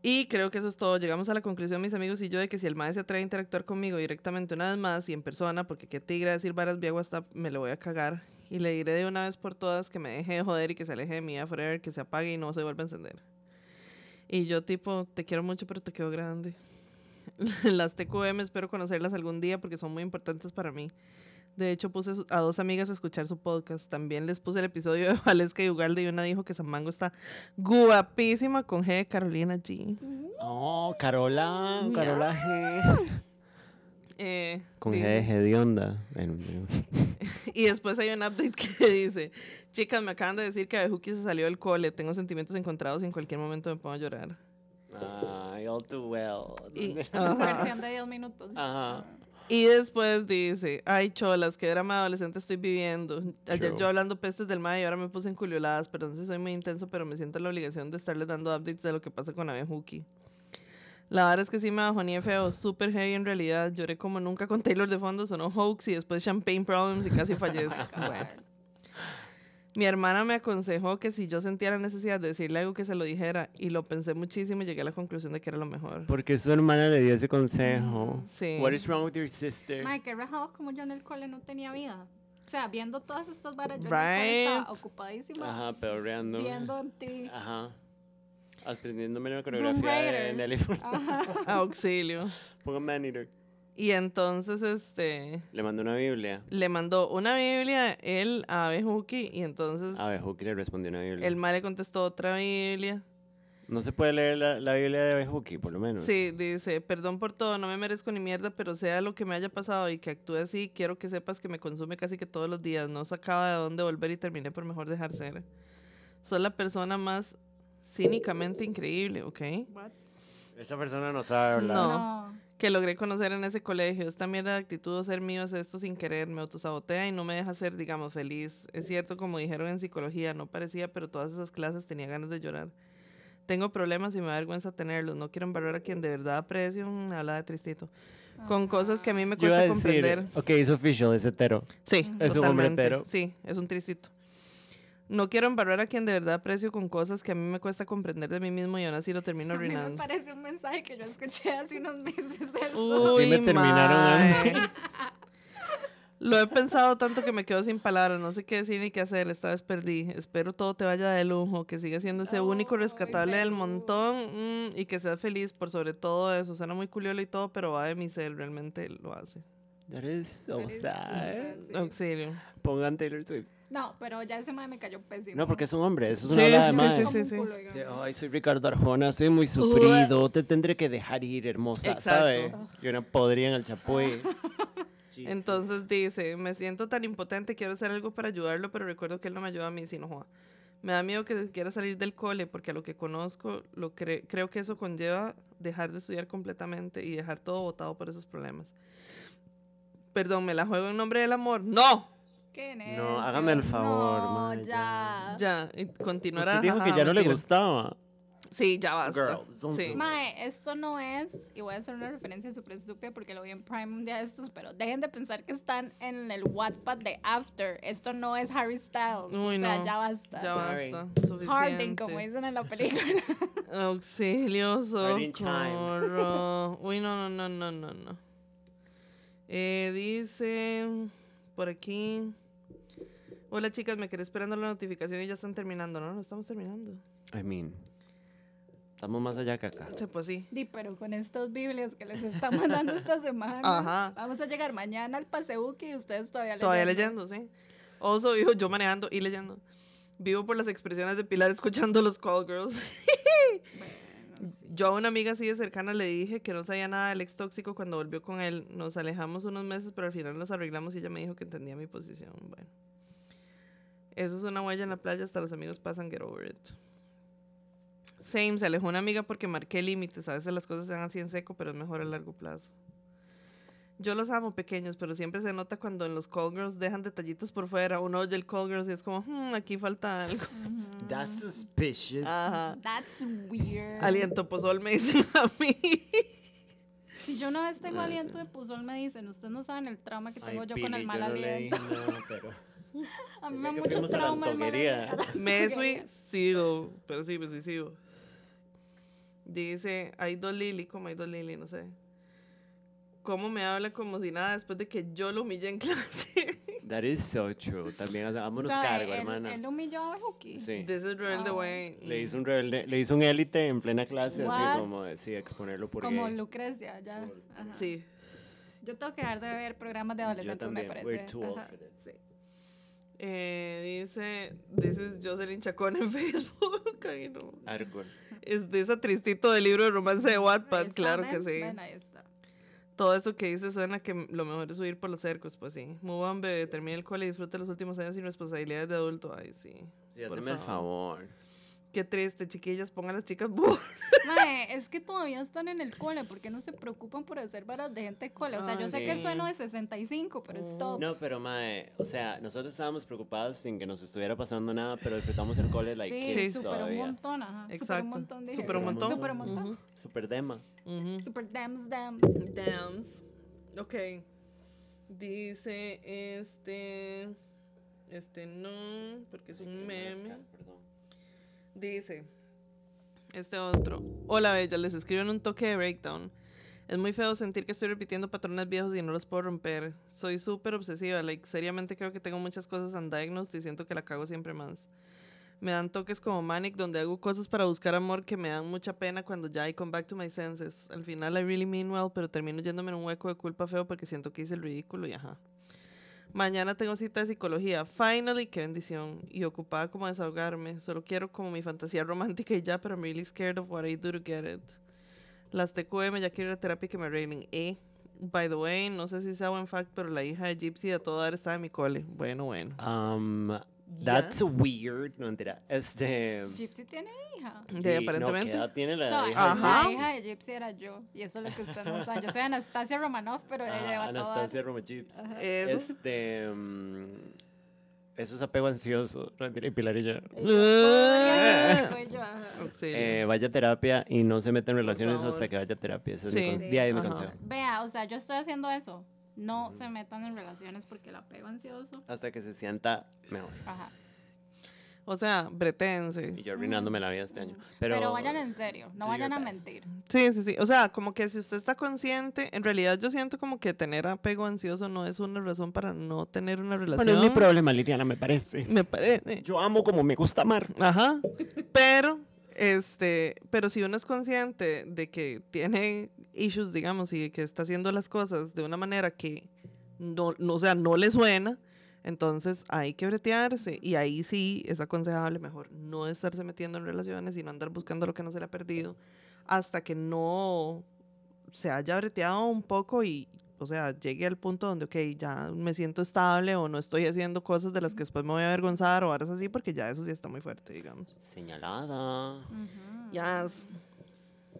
S2: Y creo que eso es todo. Llegamos a la conclusión, mis amigos y yo, de que si el mae se atreve a interactuar conmigo directamente una vez más y en persona, porque qué tigra decir varas viejo hasta me lo voy a cagar. Y le diré de una vez por todas que me deje de joder y que se aleje de mi vida forever, que se apague y no se vuelva a encender. Y yo tipo, te quiero mucho, pero te quedo grande. [LAUGHS] Las TQM espero conocerlas algún día porque son muy importantes para mí. De hecho, puse su- a dos amigas a escuchar su podcast. También les puse el episodio de [LAUGHS] Valesca y Ugalde y una dijo que Samango está guapísima con G de Carolina G.
S1: Oh, Carola, Carola G.
S2: [LAUGHS] Eh,
S1: Con G
S2: dice-
S1: de Hedionda. Bueno, no.
S2: [LAUGHS] Y después hay un update [LAUGHS] que dice, chicas, me acaban de decir que Bejuki se salió del cole, tengo sentimientos encontrados y en cualquier momento me puedo llorar.
S1: Ay, all too well.
S2: Y, ajá.
S3: Versión de 10 minutos.
S1: Ajá.
S2: Y después dice, ay, cholas, qué drama adolescente estoy viviendo. Ayer
S1: True.
S2: yo hablando pestes del mae y ahora me puse en culioladas, perdón si soy muy intenso, pero me siento en la obligación de estarles dando updates de lo que pasa con la Bejuki. La verdad es que sí me bajoné feo, súper heavy en realidad. Lloré como nunca con Taylor de fondo, sonó hoax y después champagne problems y casi fallezco. Bueno. Mi hermana me aconsejó que si yo sentía la necesidad de decirle algo que se lo dijera y lo pensé muchísimo y llegué a la conclusión de que era lo
S1: [LAUGHS]
S2: mejor.
S1: Porque su hermana le dio ese consejo.
S2: Sí.
S1: What is wrong with your sister?
S3: Mae, qué rajado como yo en el cole no tenía vida. O sea, viendo todas estas varas, yo en el cole estaba
S2: Right.
S3: ocupadísima
S1: Ajá, peoreando.
S3: viendo MTV.
S1: Ajá. Aprendiéndome la
S3: Room
S1: coreografía de
S3: Raiders.
S1: Nelly.
S2: Ah.
S3: Ajá.
S2: [LAUGHS] Auxilio.
S1: [LAUGHS] Póngame a Eater.
S2: Y entonces, este,
S1: Le mandó una Biblia.
S2: le mandó una Biblia él a Bejuki y entonces
S1: A Bejuki le respondió una Biblia.
S2: el mae le contestó otra Biblia.
S1: No se puede leer la, la Biblia de Bejuki, por lo [LAUGHS] menos.
S2: Sí, dice, perdón por todo, no me merezco ni mierda, pero sea lo que me haya pasado y que actúe así, quiero que sepas que me consume casi que todos los días, no sacaba de dónde volver y terminé por mejor dejar ser. Soy la persona más cínicamente increíble, ¿ok?
S3: What?
S1: Esta persona no sabe hablar.
S2: No.
S3: No.
S2: Que logré conocer en ese colegio. Esta mierda de actitud o ser mío es esto sin querer, me autosabotea y no me deja ser, digamos, feliz. Es cierto, como dijeron en psicología, no parecía, pero todas esas clases tenía ganas de llorar. Tengo problemas y me da vergüenza tenerlos. No quiero embarrar a quien de verdad aprecio. Mm, Habla de tristito.
S3: Ah.
S2: Con cosas que a mí me
S1: Yo iba a
S2: cuesta
S1: decir,
S2: comprender.
S1: ok, es official, es hetero.
S2: Sí,
S1: Es un hombre
S2: totalmente.
S1: hetero.
S2: Sí, es un tristito. No quiero embarrar a quien de verdad aprecio con cosas que a mí me cuesta comprender de mí mismo y aún así lo termino
S3: A mí me
S2: arruinando.
S3: parece un mensaje que yo escuché hace unos meses de eso.
S1: Así me terminaron a mí.
S2: mae. [LAUGHS] Lo he pensado tanto que me quedo sin palabras, no sé qué decir ni qué hacer, esta vez perdí. Espero todo te vaya de lujo, que sigas siendo ese único
S3: Ay,
S2: rescatable del
S3: Belú.
S2: montón mm, y que seas feliz por sobre todo eso. Suena muy culiolo y todo, pero va de mi ser, realmente lo hace.
S1: That is so
S3: That is so
S1: sad.
S3: sad. Sí.
S2: Auxilio.
S1: Pongan Taylor Swift.
S3: No, pero ya ese mae me cayó pésimo.
S1: No, porque es un hombre, eso es
S2: Sí,
S1: una habla
S2: sí,
S1: de
S2: sí,
S1: mae.
S2: sí,
S3: Como
S2: sí.
S3: un culo, digamos.
S1: De, oh. Ay, soy Ricardo Arjona, soy muy sufrido, te tendré que dejar ir, hermosa, ¿sabes?
S2: Exacto.
S1: Yo no podría en el chapuy. Jesus.
S2: Entonces dice, me siento tan impotente, quiero hacer algo para ayudarlo, pero recuerdo que él no me ayuda a mí, sino Juan. Me da miedo que se quiera salir del cole, porque a lo que conozco, lo cre- creo que eso conlleva dejar de estudiar completamente y dejar todo botado por esos problemas. Perdón, ¿me la juego en nombre del amor? ¡No!
S3: Qué
S1: No,
S3: necio.
S1: hágame el favor,
S3: No,
S1: mae, ya.
S3: ya.
S2: Ya, y continuará.
S1: Usted dijo que
S2: jaja,
S1: ya no le
S2: mentira.
S1: gustaba.
S2: Sí, ya basta.
S1: Girl, don't
S2: Sí.
S1: do
S3: Mae, esto no es, y voy a hacer una referencia súper estúpida porque lo vi en Prime un día de estos, pero dejen de pensar que están en el Wattpad de After. Esto no es Harry Styles.
S2: Uy,
S3: o sea,
S2: no.
S3: ya basta.
S2: Ya
S1: Harden.
S2: basta.
S3: Harden,
S2: Suficiente.
S3: como dicen en la película. [LAUGHS]
S2: Auxilio,
S1: Harding Chime.
S2: socorro. Uy, no, no, no, no, no, no. Eh, dice por aquí. Hola chicas, me quedé esperando la notificación y ya están terminando. No, no estamos terminando.
S1: I mean, Estamos más allá que acá.
S2: Sí, pues sí.
S3: Di, pero con estos biblios que les están mandando esta semana,
S2: Ajá.
S3: vamos a llegar mañana al paseuque y ustedes todavía
S2: Todavía leyendo, sí. Oso [LAUGHS] vivo yo manejando y leyendo. Vivo por las expresiones de Pilar escuchando los call girls.
S3: Bueno, sí.
S2: Yo a una amiga así de cercana le dije que no sabía nada del ex tóxico cuando volvió con él. Nos alejamos unos meses, pero al final nos arreglamos y ella me dijo que entendía mi posición. Bueno. Eso es una huella en la playa, hasta los amigos pasan, get over it. Same, se alejó una amiga porque marqué límites. A veces las cosas se dan así en seco, pero es mejor a largo plazo. Yo los amo pequeños, pero siempre se nota cuando en los call girls dejan detallitos por fuera. Uno oye el call girls y es como, "Hmm, aquí falta algo.
S3: Ujú.
S1: That's suspicious.
S2: Ajá.
S3: That's weird.
S2: Aliento pozol me dicen [LAUGHS] a mí.
S3: Si yo una vez tengo
S1: Ah,
S3: aliento
S1: sí.
S3: de puzol, me dicen, ustedes no saben el trauma que tengo
S1: Ay,
S3: yo
S1: Pili,
S3: con el mal
S1: yo no le dije
S3: aliento. [LAUGHS]
S1: nada, pero
S3: a mí me da
S1: que
S3: mucho
S1: fuimos a la
S3: trauma el mal
S1: antojería. [LAUGHS]
S3: aliento.
S2: Me
S3: [LAUGHS] Ok.
S2: suicido, pero sí, me suicido. Dice, hay dos Lili, como hay dos Lili, no sé. ¿Cómo me habla como si nada después de que yo lo humillé en [LAUGHS] clase?
S1: that is so true. También hagámonos
S3: O sea,
S1: cargo,
S3: él-
S1: hermana.
S3: Él humilló a Juki.
S1: Sí.
S2: This is rebelde
S3: Ah.
S2: way.
S1: Le hizo un rebelde, le hizo un élite en plena clase,
S3: What?
S1: así como decía, exponerlo por
S3: Como
S1: gay.
S3: Lucrecia, ya. Ajá.
S2: Sí.
S3: Yo tengo que dejar de ver programas de adolescentes,
S1: también,
S3: me parece.
S1: we're too old
S3: Ajá,
S1: for this.
S3: sí.
S2: Eh, dice, this is Jocelyn Chacón en [LAUGHS] Facebook. Ay, no.
S1: Hardcore.
S2: Es de esa tristito del libro de romance de
S3: Ahí
S2: Wattpad,
S3: está,
S2: claro que
S3: ven,
S2: sí.
S3: ven, ahí está.
S2: Todo eso que dice suena que m- lo mejor es huir por los cercos, pues sí. Move on, bebé, termina el cole y disfruta los últimos años sin responsabilidades de adulto. Ay, sí.
S1: Sí,
S2: Por
S1: hazme el favor.
S2: Qué triste, chiquillas, pongan las chicas. bu-
S3: Mae, es que todavía están en el cole, porque no se preocupan por hacer varas de gente cole? O sea,
S2: Ah,
S3: yo sé que
S1: sí. Mm.
S3: sueno de 65, pero es todo.
S1: No, pero mae, o sea, nosotros estábamos preocupados sin que nos estuviera pasando nada, pero disfrutamos el cole like
S3: sí,
S1: kids
S2: Sí.
S3: super un
S1: todavía.
S3: montón, ajá. Super
S2: Exacto.
S3: un montón, dije.
S2: Super un montón.
S3: Super un montón.
S2: Ujú.
S1: Super dema.
S2: Ujú.
S3: Super dams, dams.
S2: Dams. Ok. Dice este. Este no, porque es un meme. Dice este otro. Hola, bella, les escribo en un toque de breakdown. Es muy feo sentir que estoy repitiendo patrones viejos y no los puedo romper. Soy súper obsesiva, like, seriamente creo que tengo muchas cosas undiagnosed y siento que la cago siempre más. Me dan toques como manic donde hago cosas para buscar amor que me dan mucha pena cuando ya I come back to my senses. Al final I really mean well, pero termino yéndome en un hueco de culpa feo porque siento que hice el ridículo y ajá. Mañana tengo cita de psicología. Finally, qué bendición. Y ocupada como desahogarme. Solo quiero como mi fantasía [LAUGHS] romántica y ya, pero I'm really scared of what I do to get it. Las TQM, ya quiero ir a terapia y que me arreglen. Eh, by the way, no sé si sea buen fact, pero la hija de Gypsy de todo dar está en mi cole. Bueno, bueno.
S1: Um, that's weird. No mentira. Este.
S3: Gypsy tiene hija.
S1: sí,
S2: De,
S1: no,
S2: aparentemente.
S1: ¿qué edad tiene la
S3: So,
S1: hija?
S2: Ajá.
S3: La hija de Gypsy era yo, y eso es lo que usted no sabe. Yo soy Anastasia Romanoff, pero ella
S1: Ah,
S3: lleva toda.
S1: Anastasia Romachips.
S2: Eso.
S1: Este. mm, eso es apego ansioso. No mentira, y Pilar y yo.
S2: [LAUGHS]
S3: Ella- Soy yo. ajá.
S2: Auxilio.
S1: Eh, vaya a terapia y no se meten en relaciones
S2: favor.
S1: hasta que vaya a terapia. Ese es
S2: Sí.
S1: mi consejo. De ahí mi
S2: Ajá.
S1: consejo.
S3: Vea, o sea, yo estoy haciendo eso. No se metan en relaciones porque el apego ansioso.
S1: Hasta que se sienta mejor.
S3: Ajá.
S2: o sea,
S1: Y
S2: bretense.
S1: yo arruinándome la vida este año. Pero,
S3: Pero, vayan en serio, no
S1: do
S3: vayan a
S1: your best.
S3: mentir.
S2: Sí, sí, sí. O sea, como que si usted está consciente, en realidad yo siento como que tener apego ansioso no es una razón para no tener una relación.
S1: Bueno, es mi problema, Liliana, me parece.
S2: Me parece.
S1: Yo amo como me gusta amar.
S2: Ajá. Pero, este, pero si uno es consciente de que tiene issues, digamos, y que está haciendo las cosas de una manera que no, no o sea, no le suena, entonces hay que bretearse. Y ahí sí es aconsejable mejor no estarse metiendo en relaciones y no andar buscando lo que no se le ha perdido hasta que no se haya breteado un poco y, o sea, llegue al punto donde, ok, ya me siento estable o no estoy haciendo cosas de las que después me voy a avergonzar o ahora es así, porque ya eso sí está muy fuerte, digamos.
S1: Señalada.
S3: Ujú.
S2: Yes.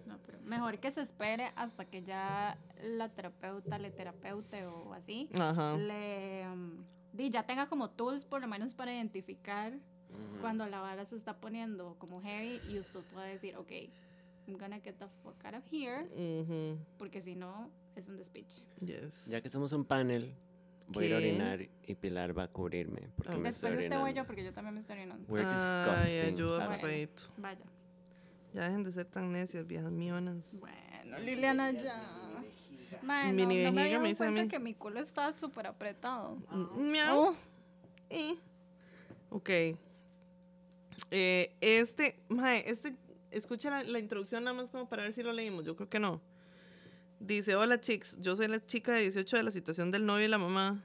S3: No, pero mejor que se espere hasta que ya la terapeuta, le terapeute o así,
S2: Ajá.
S3: le. mm, di, ya tenga como tools por lo menos para identificar
S2: Mm.
S1: Ujú.
S3: cuando la vara se está poniendo como heavy y usted puede decir, ok, I'm gonna get the fuck out of here,
S2: Ujú.
S3: porque si no, es un despiche.
S2: Yes.
S1: Ya que somos un panel, voy a ir a
S2: ¿Qué?
S1: orinar y Pilar va a cubrirme. Porque
S2: Ah.
S1: me
S3: Después de este
S1: estoy
S3: voy yo,
S1: orinando.
S3: porque yo también me estoy orinando.
S1: We're
S2: Ay,
S1: disgusting.
S2: ayuda,
S1: Ahora,
S3: papá.
S2: papadito.
S3: Vaya.
S2: Ya dejen de ser tan necias, viejas mionas.
S3: Bueno, Liliana ya. Mae, no,
S2: Mini
S3: no me
S2: vejiga
S3: había
S2: me
S3: dado
S2: dice a
S3: cuenta
S2: mí.
S3: que mi culo estaba súper apretado.
S2: Mm, Miau.
S3: Oh,
S2: Eh. Ok. Eh, este, mae, este escucha la, la introducción nada más como para ver si lo leímos. Yo creo que no. Dice, hola chicos, yo soy la chica de 18 de la situación del novio y la mamá.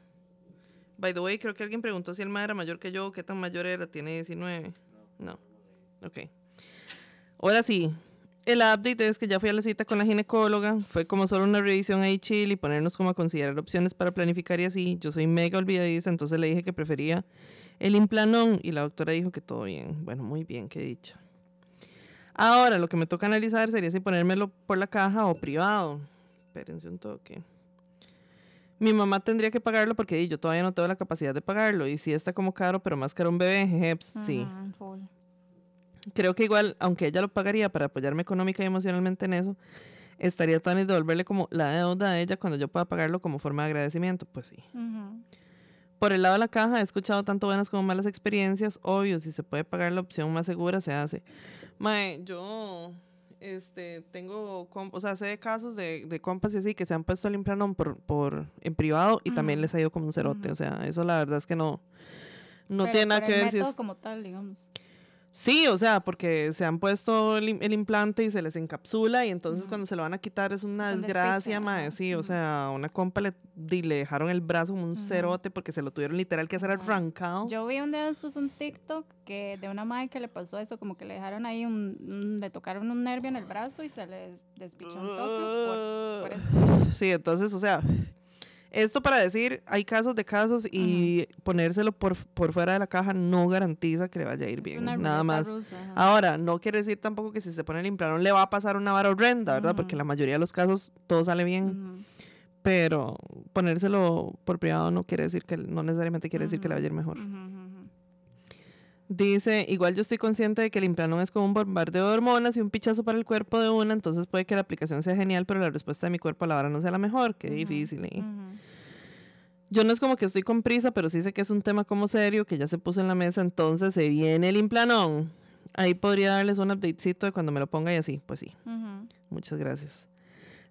S2: By the way, creo que alguien preguntó si el madre era mayor que yo o qué tan mayor era. Tiene 19. No. Ok. Ahora sí. El update es que ya fui a la cita con la ginecóloga. Fue como solo una revisión ahí chill y ponernos como a considerar opciones para planificar y así. Yo soy mega olvidadiza, entonces le dije que prefería el implanón y la doctora dijo que todo bien. Bueno, muy bien, qué dicha. Ahora, lo que me toca analizar sería si ponérmelo por la caja o privado. Espérense un toque. Mi mamá tendría que pagarlo porque di, yo todavía no tengo la capacidad de pagarlo. Y sí está como caro, pero más caro un bebé, jeje, pues, sí.
S3: Ajá, full.
S2: Creo que igual, aunque ella lo pagaría para apoyarme económica y emocionalmente en eso, estaría tan de devolverle como la deuda a ella cuando yo pueda pagarlo como forma de agradecimiento. Pues sí.
S3: Ujú.
S2: Por el lado de la caja, he escuchado tanto buenas como malas experiencias. Obvio, si se puede pagar la opción más segura, se hace. Mae, yo este, tengo, com- o sea, sé de casos de, de compas y así que se han puesto el implanón por, por, en privado y también
S3: Ujú.
S2: les ha ido como un cerote.
S3: Ujú.
S2: O sea, eso la verdad es que no, no
S3: Pero
S2: tiene nada
S3: por
S2: que
S3: el
S2: ver si es...
S3: método como tal, digamos.
S2: Sí, o sea, porque se han puesto el, im- el implante y se les encapsula y entonces
S3: Ujú.
S2: cuando se lo van a quitar es una
S3: Es un
S2: desgracia,
S3: despeche,
S2: mae.
S3: ajá,
S2: Sí, o
S3: ujú.
S2: sea, a una compa le, di- le dejaron el brazo como un
S3: Ujú.
S2: cerote porque se lo tuvieron literal que hacer
S3: Ujú.
S2: arrancado.
S3: Yo vi un de estos, un TikTok, que de una madre que le pasó eso, como que le dejaron ahí un, un- le tocaron un nervio en el brazo y se le despichó un toque por, por eso.
S2: Sí, entonces, o sea, esto para decir, hay casos de casos y ponérselo por, por fuera de la caja no garantiza que le vaya a ir
S3: Es
S2: Ah, bien,
S3: una
S2: nada
S3: ruleta
S2: más. Ah,
S3: rusa, ajá.
S2: Ahora, no quiere decir tampoco que si se pone el implantón le va a pasar una vara horrenda, ¿verdad? Porque
S3: Ujú.
S2: en la mayoría de los casos todo sale bien,
S3: Ujú.
S2: pero ponérselo por privado no quiere decir que, no necesariamente quiere decir que le
S3: Ujú.
S2: vaya a ir mejor.
S3: Ujú, ujú, ujú.
S2: Dice, igual yo estoy consciente de que el implantón es como un bombardeo de hormonas y un pichazo para el cuerpo de una, entonces puede que la aplicación sea genial, pero la respuesta de mi cuerpo a la hora no sea la mejor. Qué
S3: Ujú,
S2: difícil. ¿eh?
S3: ujú.
S2: Yo no es como que estoy con prisa, pero sí sé que es un tema como serio, que ya se puso en la mesa, entonces se viene el implanón. Ahí podría darles un updatecito de cuando me lo ponga y así, pues sí,
S3: Ujú.
S2: muchas gracias.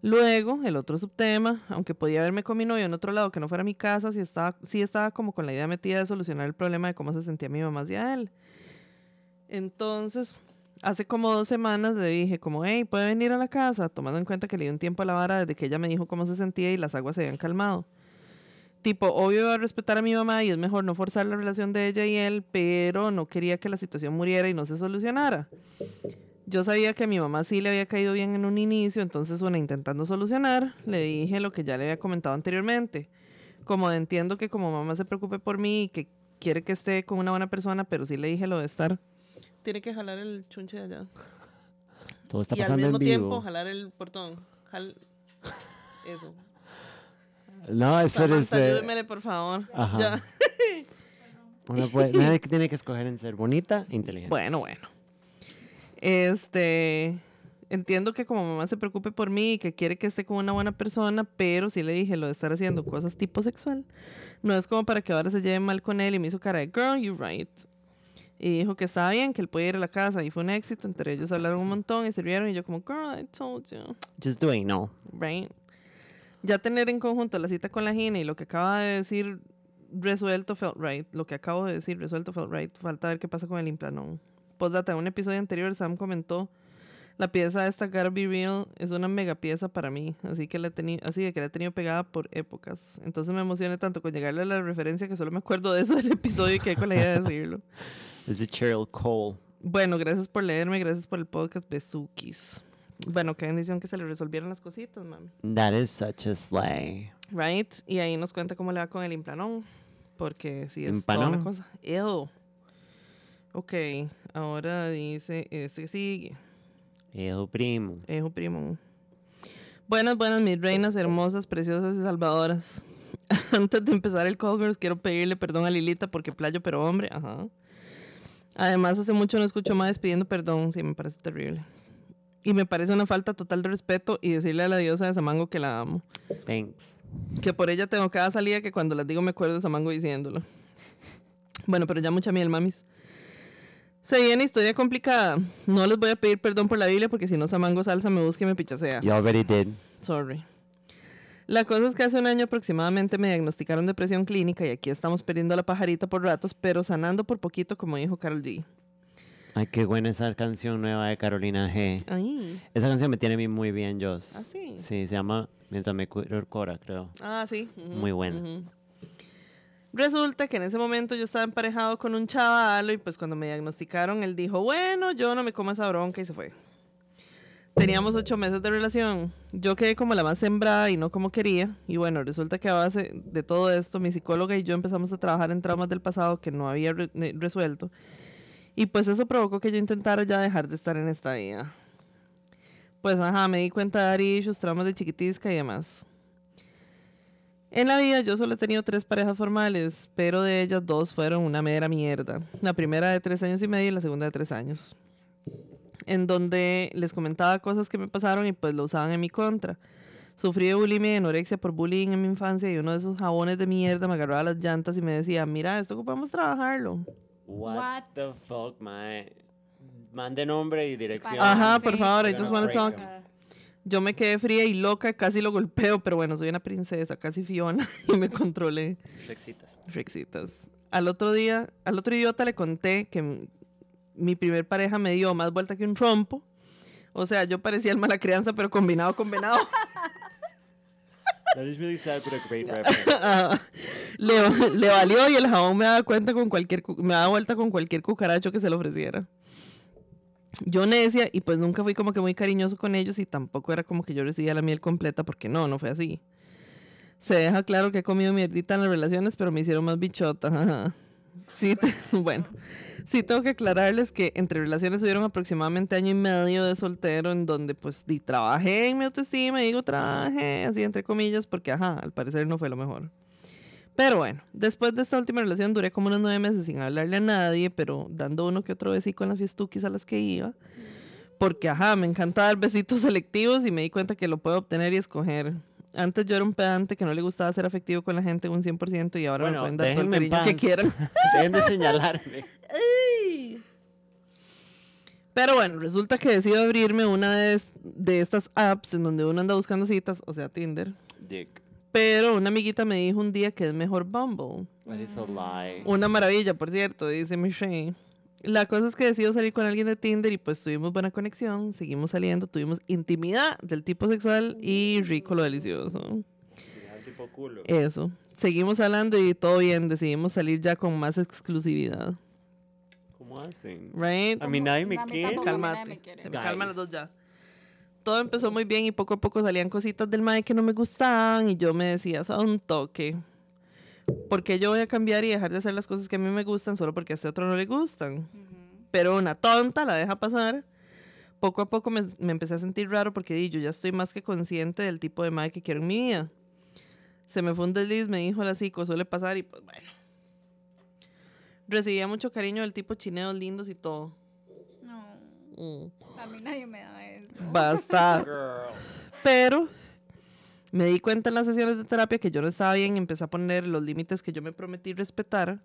S2: Luego, el otro subtema, aunque podía verme con mi novio en otro lado que no fuera mi casa, sí estaba, sí estaba como con la idea metida de solucionar el problema de cómo se sentía mi mamá hacia él. Entonces, hace como dos semanas le dije como, hey, ¿puede venir a la casa? Tomando en cuenta que le di un tiempo a la vara desde que ella me dijo cómo se sentía y las aguas se habían calmado. Tipo, obvio iba a respetar a mi mamá y es mejor no forzar la relación de ella y él, pero no quería que la situación muriera y no se solucionara. Yo sabía que a mi mamá sí le había caído bien en un inicio, entonces, bueno, intentando solucionar, le dije lo que ya le había comentado anteriormente. Como entiendo que como mamá se preocupe por mí y que quiere que esté con una buena persona, pero sí le dije lo de estar. Tiene que jalar el chunche de allá.
S1: Todo está
S2: y al
S1: pasando
S2: mismo
S1: en
S2: tiempo
S1: vivo.
S2: jalar el portón.
S1: [LAUGHS]
S2: Jal- Eso.
S1: No, eso es
S2: Samantha,
S1: eh,
S2: ayúdemele, por favor.
S1: Ajá.
S2: Ya. [LAUGHS]
S1: una puede- una que tiene que escoger en ser bonita e inteligente.
S2: Bueno, bueno. Este, entiendo que como mamá se preocupe por mí y que quiere que esté con una buena persona, pero sí le dije lo de estar haciendo cosas tipo sexual. No es como para que ahora se lleve mal con él y me hizo cara de girl, you right. Y dijo que estaba bien, que él podía ir a la casa y fue un éxito. Entre ellos hablaron un montón y se rieron y yo como, girl, I told you,
S1: Just doing no.
S2: right. Ya tener en conjunto la cita con la Gina y lo que acaba de decir resuelto felt right. Lo que acabo de decir resuelto felt right. Falta ver qué pasa con el implanón. Postdata, en un episodio anterior Sam comentó la pieza de esta Garby Real es una mega pieza para mí, así que la he tenido, así de que la he tenido pegada por épocas. Entonces me emocioné tanto con llegarle a la referencia que solo me acuerdo de eso del episodio y quedé con la idea de decirlo.
S1: Es de Cheryl Cole.
S2: Bueno, gracias por leerme, gracias por el podcast Besukis. Bueno, qué bendición que se le resolvieron las cositas, mami.
S1: That is such a slay.
S2: Right? Y ahí nos cuenta cómo le va con el implanón. Porque si es toda una
S1: Impanón.
S2: cosa. Ew. Ok, ahora dice este que sigue.
S1: Edo primo.
S2: Ejo primo. Buenas, buenas, mis reinas hermosas, preciosas y salvadoras. [LAUGHS] Antes de empezar el call, girls, quiero pedirle perdón a Lilita porque playo, pero hombre. Ajá. Además, hace mucho no escucho más pidiendo perdón. Sí, me parece terrible. Y me parece una falta total de respeto y decirle a la diosa de Samango que la amo.
S1: Thanks.
S2: Que por ella tengo cada salida que cuando las digo me acuerdo de Samango diciéndolo. [LAUGHS] Bueno, pero ya mucha miel, mamis. Se viene historia complicada. No les voy a pedir perdón por la Biblia porque si no Samango salsa me busca y me pichasea.
S1: You already did.
S2: Sorry. La cosa es que hace un año aproximadamente me diagnosticaron depresión clínica y aquí estamos perdiendo la pajarita por ratos, pero sanando por poquito, como dijo Carol G.
S1: Ay, qué buena esa canción nueva de Carolina G.
S2: Ay.
S1: Esa canción me tiene a mí muy bien, Joss.
S2: ¿Ah, sí?
S1: Sí, se llama Mientras me curo el Cora, creo.
S2: Ah, sí. ujú,
S1: Muy buena.
S2: ujú. Resulta que en ese momento yo estaba emparejado con un chaval y pues cuando me diagnosticaron él dijo, bueno, yo no me como esa bronca y se fue. Teníamos ocho meses de relación. Yo quedé como la más sembrada y no como quería. Y bueno, resulta que a base de todo esto, mi psicóloga y yo empezamos a trabajar en traumas del pasado que no había re- ne- resuelto. Y pues eso provocó que yo intentara ya dejar de estar en esta vida. Pues ajá, me di cuenta de dar issues, traumas de chiquitisca y demás. En la vida yo solo he tenido tres parejas formales, pero de ellas dos fueron una mera mierda. La primera de tres años y medio y la segunda de tres años. En donde les comentaba cosas que me pasaron y pues lo usaban en mi contra. Sufrí de bulimia y anorexia por bullying en mi infancia y uno de esos jabones de mierda me agarraba las llantas y me decía, mira, esto ocupamos trabajarlo.
S1: What,
S3: What?
S1: the fuck, mae. Mande nombre y dirección.
S2: Ajá,
S3: Sí.
S2: por favor, I
S1: We're
S2: just
S1: gonna
S2: wanna
S1: break
S2: talk.
S1: them.
S2: Yo me quedé fría y loca, casi lo golpeo, pero bueno, soy una princesa, casi Fiona, [LAUGHS] y me controlé.
S1: Rexitas.
S2: Rexitas. Al otro día, al otro idiota le conté que m- mi primer pareja me dio más vuelta que un trompo. O sea, yo parecía el mala crianza, pero combinado [LAUGHS] con venado.
S1: That is really sad, but a
S3: [LAUGHS]
S1: great reference.
S2: Ah, le, le valió y el jabón me daba cuenta con cualquier cu- me daba vuelta con cualquier cucaracho que se le ofreciera. Yo necia y pues nunca fui como que muy cariñoso con ellos y tampoco era como que yo recibía la miel completa porque no, no fue así. Se deja claro que he comido mierdita en las relaciones, pero me hicieron más bichota. [LAUGHS] ajá. Sí, te- [LAUGHS] bueno, sí tengo que aclararles que entre relaciones hubieron aproximadamente año y medio de soltero en donde pues di, trabajé en mi autoestima, y digo trabajé, así entre comillas, porque ajá, al parecer no fue lo mejor. Pero bueno, después de esta última relación duré como unos nueve meses sin hablarle a nadie, pero dando uno que otro besito en las fiestuquis a las que iba. Porque, ajá, me encanta dar besitos [LAUGHS] selectivos y me di cuenta que lo puedo obtener y escoger. Antes yo era un pedante que no le gustaba ser afectivo con la gente un 100% y ahora me
S1: Bueno,
S2: pueden dar todo el
S1: déjenme en
S2: cariño
S1: paz.
S2: que quieran.
S1: [LAUGHS] Déjenme señalarme.
S2: Pero bueno, resulta que decido abrirme una de, es- de estas apps en donde uno anda buscando citas, o sea, Tinder.
S1: Dick.
S2: Pero una amiguita me dijo un día que es mejor Bumble.
S1: That is a lie.
S2: Una maravilla, por cierto, dice Michelle. La cosa es que decido salir con alguien de Tinder y pues tuvimos buena conexión, seguimos saliendo, tuvimos intimidad del tipo sexual y rico lo delicioso.
S1: tipo culo.
S2: Eso. Seguimos hablando y todo bien, decidimos salir ya con más exclusividad.
S1: ¿Cómo hacen?
S2: Right?
S1: A mí nadie me
S3: A mí
S1: quiere.
S3: tampoco. nadie me
S2: Calmate.
S3: quiere.
S2: Se me
S1: Guys.
S2: calman las dos ya. Todo empezó muy bien y poco a poco salían cositas del mae que no me gustaban y yo me decía, son un toque. Porque yo voy a cambiar y dejar de hacer las cosas que a mí me gustan solo porque a este otro no le gustan?
S3: Ujú.
S2: pero una tonta la deja pasar. Poco a poco me, me empecé a sentir raro porque di, yo ya estoy más que consciente del tipo de madre que quiero en mi vida. Se me fue un desliz, me dijo la psico, suele pasar y pues bueno. Recibía mucho cariño del tipo chineos lindos y todo.
S3: No, a mí nadie me da eso.
S2: Basta.
S1: Girl.
S2: Pero me di cuenta en las sesiones de terapia que yo no estaba bien y empecé a poner los límites que yo me prometí respetar.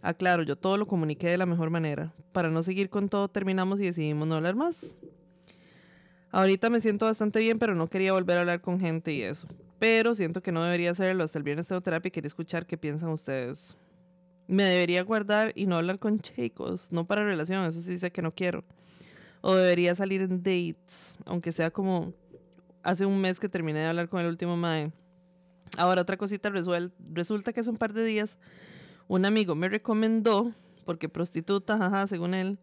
S2: Aclaro, yo todo lo comuniqué de la mejor manera. Para no seguir con todo, terminamos y decidimos no hablar más. Ahorita me siento bastante bien, pero no quería volver a hablar con gente y eso. Pero siento que no debería hacerlo. Hasta el viernes tengo terapia y quería escuchar qué piensan ustedes. Me debería guardar y no hablar con chicos, no para relación, eso sí dice que no quiero. O debería salir en dates, aunque sea como hace un mes que terminé de hablar con el último mae. Ahora otra cosita resuel- resulta que hace un par de días un amigo me recomendó porque prostituta, jaja, según él,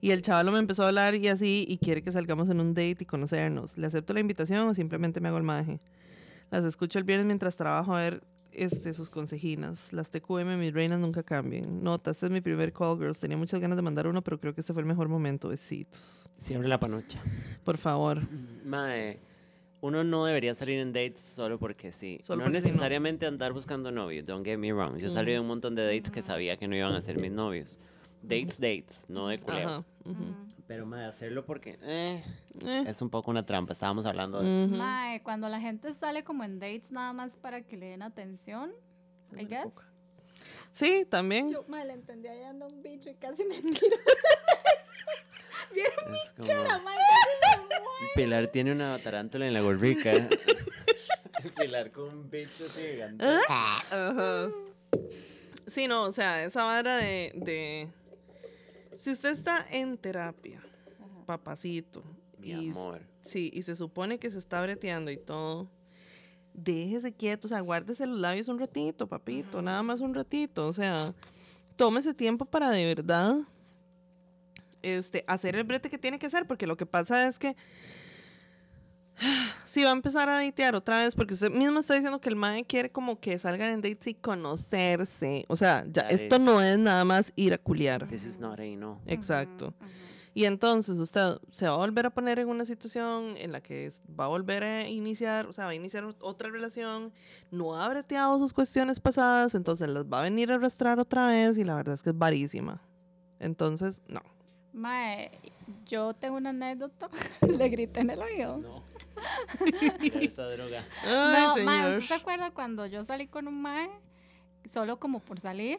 S2: y el chaval me empezó a hablar y así y quiere que salgamos en un date y conocernos. ¿Le acepto la invitación o simplemente me hago el maje? Las escucho el viernes mientras trabajo a ver este, sus consejinas. Las TQM, mis reinas, nunca cambien. Nota, este es mi primer call, girls. Tenía muchas ganas de mandar uno, pero creo que este fue el mejor momento. Besitos.
S1: Siempre la panocha.
S2: Por favor.
S1: Mm, Mae, uno no debería salir en dates solo porque sí.
S2: Solo
S1: no
S2: porque sí, no.
S1: necesariamente andar buscando novios, don't get me wrong. Yo salí de un montón de dates que sabía que no iban a ser mis novios. Dates, dates, no de culeo.
S2: Ajá. ujú.
S3: Ujú.
S1: Pero mae, hacerlo porque eh,
S2: Eh,
S1: es un poco una trampa. Estábamos hablando de eso.
S2: ujú.
S3: Mae, cuando la gente sale como en dates nada más para que le den atención, I guess.
S2: Sí, también.
S4: Yo mal entendí allá anda un bicho y casi me
S3: [LAUGHS]
S4: tiro. ¿Vieron?
S1: Es como,
S4: Mae, casi me muero.
S1: Pilar tiene una tarántula en la gorrica. [LAUGHS] Pilar con un bicho así gigante.
S2: Ah, Ajá. Sí, no, o sea, esa vara de, de, Si usted está en terapia, papacito,
S1: Mi
S2: y, s-
S1: amor.
S2: Sí, y se supone que se está breteando y todo. Déjese quieto, o sea, guárdese los labios un ratito, papito, nada más un ratito, o sea, tómese tiempo para de verdad este, hacer el brete que tiene que hacer, porque lo que pasa es que [SIGHS] si va a empezar a datear otra vez, porque usted mismo está diciendo que el mae quiere como que salgan en dates y conocerse, o sea, ya,
S1: That
S2: esto
S1: is-
S2: no es nada más ir a culiar.
S1: This is not a no.
S2: Exacto. Y entonces usted se va a volver a poner en una situación en la que es- va a volver a iniciar, o sea, va a iniciar ot- otra relación, no ha breteado sus cuestiones pasadas, entonces las va a venir a arrastrar otra vez y la verdad es que es varísima. Entonces, no.
S3: Mae, yo tengo
S4: [LAUGHS]
S3: una anécdota. Le grité en el oído.
S1: No. [LAUGHS] Esta droga.
S2: Ay,
S3: no, mae,
S2: señor.
S3: ¿usted se acuerda cuando yo salí con un mae? Solo como por salir.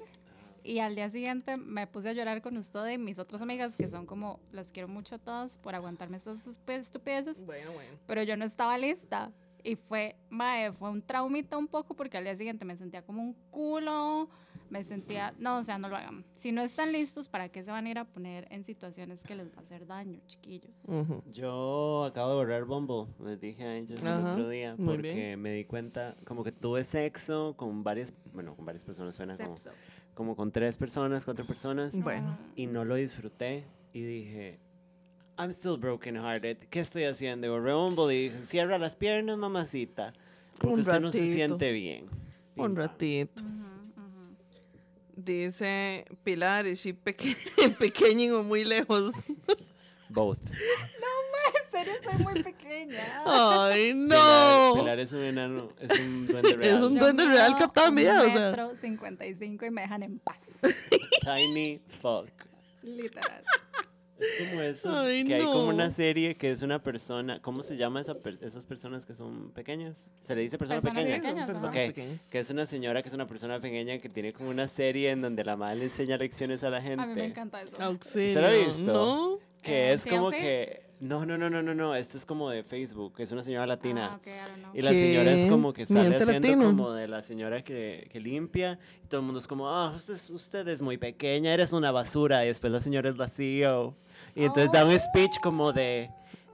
S3: Y al día siguiente me puse a llorar con usted y mis otras amigas, que son como, las quiero mucho a todas por aguantarme esas estup- estupideces.
S2: Bueno, bueno.
S3: pero yo no estaba lista. Y fue, mae, fue un traumita un poco porque al día siguiente me sentía como un culo, me sentía, no, o sea, no lo hagan. Si no están listos, ¿para qué se van a ir a poner en situaciones que les va a hacer daño, chiquillos?
S1: Mm,
S2: Ujú.
S1: Yo acabo de borrar Bumble, les dije a ellos el
S2: Ajá,
S1: otro día,
S2: muy
S1: porque
S2: bien.
S1: me di cuenta, como que tuve sexo con varias, bueno, con varias personas, suena como,
S5: Sepso.
S1: como con tres personas, cuatro personas,
S2: Bueno.
S1: y no lo disfruté, y dije, I'm still broken hearted, ¿qué estoy haciendo? Y borré Bumble y dije, cierra las piernas, mamacita, porque
S2: Un
S1: usted no se
S2: ratito.
S1: siente bien. Y
S2: Un
S1: no.
S2: ratito.
S3: Ujú, ujú.
S2: Dice Pilar, y pequeño [LAUGHS] pequeño o muy lejos.
S1: Both.
S5: En serio, soy muy
S1: [LAUGHS]
S5: pequeña.
S1: Ah,
S2: Ay,
S1: Pilar-
S2: no.
S1: Pilar es un enano, es un duende real.
S2: [LAUGHS] Es un
S3: Yo
S2: duende real
S3: mido
S2: captado en
S3: un
S2: video, o sea.
S3: metro 55 y me dejan
S1: [LAUGHS]
S3: en paz.
S1: tiny fuck.
S3: Literal.
S1: Es como esos
S2: Ay,
S1: que hay como
S2: no.
S1: una serie que es una persona. ¿Cómo se llama esa per- esas personas que son pequeñas? ¿Se le dice persona
S3: Personas
S1: pequeña?
S3: pequeñas. ajá.
S2: Personas
S1: Ok.
S2: pequeñas.
S1: Que es una señora que es una persona pequeña que tiene como una serie en donde la madre le enseña lecciones a la gente.
S3: A mí me encanta eso.
S2: Auxilio.
S1: ¿Se lo ha visto?
S2: No.
S1: Que
S3: Eh,
S1: es como
S3: TLC.
S1: que. No, no, no, no, no, no. Esto es como de Facebook. Es una señora latina.
S3: Ah, ok, I don't know.
S1: Y la señora es
S2: ¿Qué?
S1: como que sale
S2: Miente
S1: haciendo
S2: latino.
S1: como de la señora que, que limpia. Y todo el mundo es como, ah, usted, es- usted es muy pequeña, eres una basura. Y después la señora es vacío. Y entonces da
S2: Ah.
S1: un speech como de,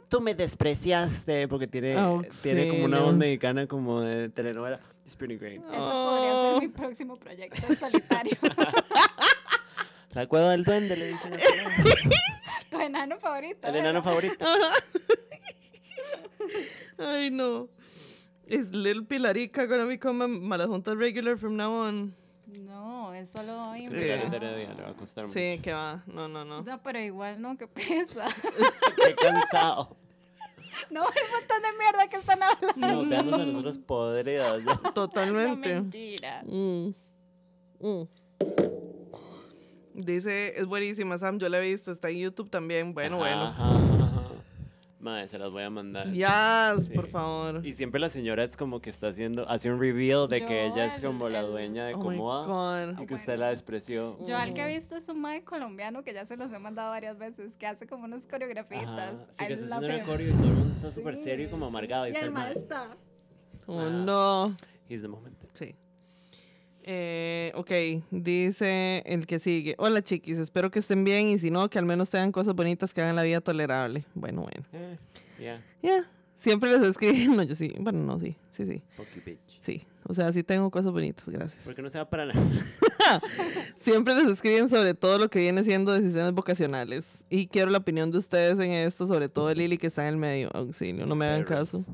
S1: tú me despreciaste. Porque tiene,
S2: Ah,
S1: tiene como una voz
S2: Auxilio.
S1: mexicana como de telenovela. It's pretty great.
S3: Eso podría
S2: Oh.
S3: ser mi próximo proyecto en
S1: [LAUGHS]
S3: solitario.
S1: La cueva del duende, le dicen.
S2: [LAUGHS]
S1: así.
S3: [LAUGHS] tu enano favorito.
S1: El enano favorito.
S2: Ay, no. Es Little Pilarica gonna become a Malajunta regular from now on.
S3: No, es solo hoy.
S1: Sí,
S3: ¿verdad?
S1: Pilar Heredia, le va a costar
S2: Sí,
S1: mucho.
S2: que va. No, no, no.
S3: No, pero igual no, que pesa.
S1: [LAUGHS] Qué cansado.
S3: [LAUGHS] No, hay un montón de mierda que están hablando.
S1: Nos veamos a nosotros podridos. ya.
S2: [LAUGHS]
S3: No,
S2: Totalmente.
S3: mentira.
S2: Mm. Mm. Dice, es buenísima, Sam, yo la he visto, está en YouTube también. Bueno, bueno.
S1: Ajá, ajá, ajá. Madre, se las voy a mandar.
S2: Yas,
S1: Sí.
S2: por favor.
S1: Y siempre la señora es como que está haciendo, hace un reveal de que
S3: Yo,
S1: ella es
S3: el-
S1: como la
S3: el-
S1: dueña de
S2: Oh my
S1: Comoa
S2: God.
S1: y que usted la despreció.
S3: Yo al que he visto es un mae colombiano que ya se los he mandado varias veces, que hace como unas coreografitas.
S1: Ajá. Sí,
S3: I
S1: que está
S3: love
S1: haciendo una
S3: him.
S1: coreo y todo el mundo está súper serio y como amargado. Y
S5: Y
S1: está
S5: el
S1: el
S5: mae
S1: man.
S5: está.
S2: Oh,
S1: Ajá.
S2: no.
S1: He's the moment.
S2: Sí. Eh, ok, dice el que sigue. Hola chiquis, espero que estén bien y si no, que al menos tengan cosas bonitas que hagan la vida tolerable. Bueno, bueno.
S1: Eh, yeah,
S2: Ya. Siempre les escriben. [LAUGHS] No, yo sí. Bueno, no, sí. Sí, sí.
S1: fuck you, bitch.
S2: Sí. O sea, sí tengo cosas bonitas, gracias.
S1: Porque no se va para la...
S2: Siempre les escriben sobre todo lo que viene siendo decisiones vocacionales. Y quiero la opinión de ustedes en esto, sobre todo Lili que está en el medio.
S1: [LAUGHS]
S2: Auxilio, no me hagan caso.
S3: [LAUGHS]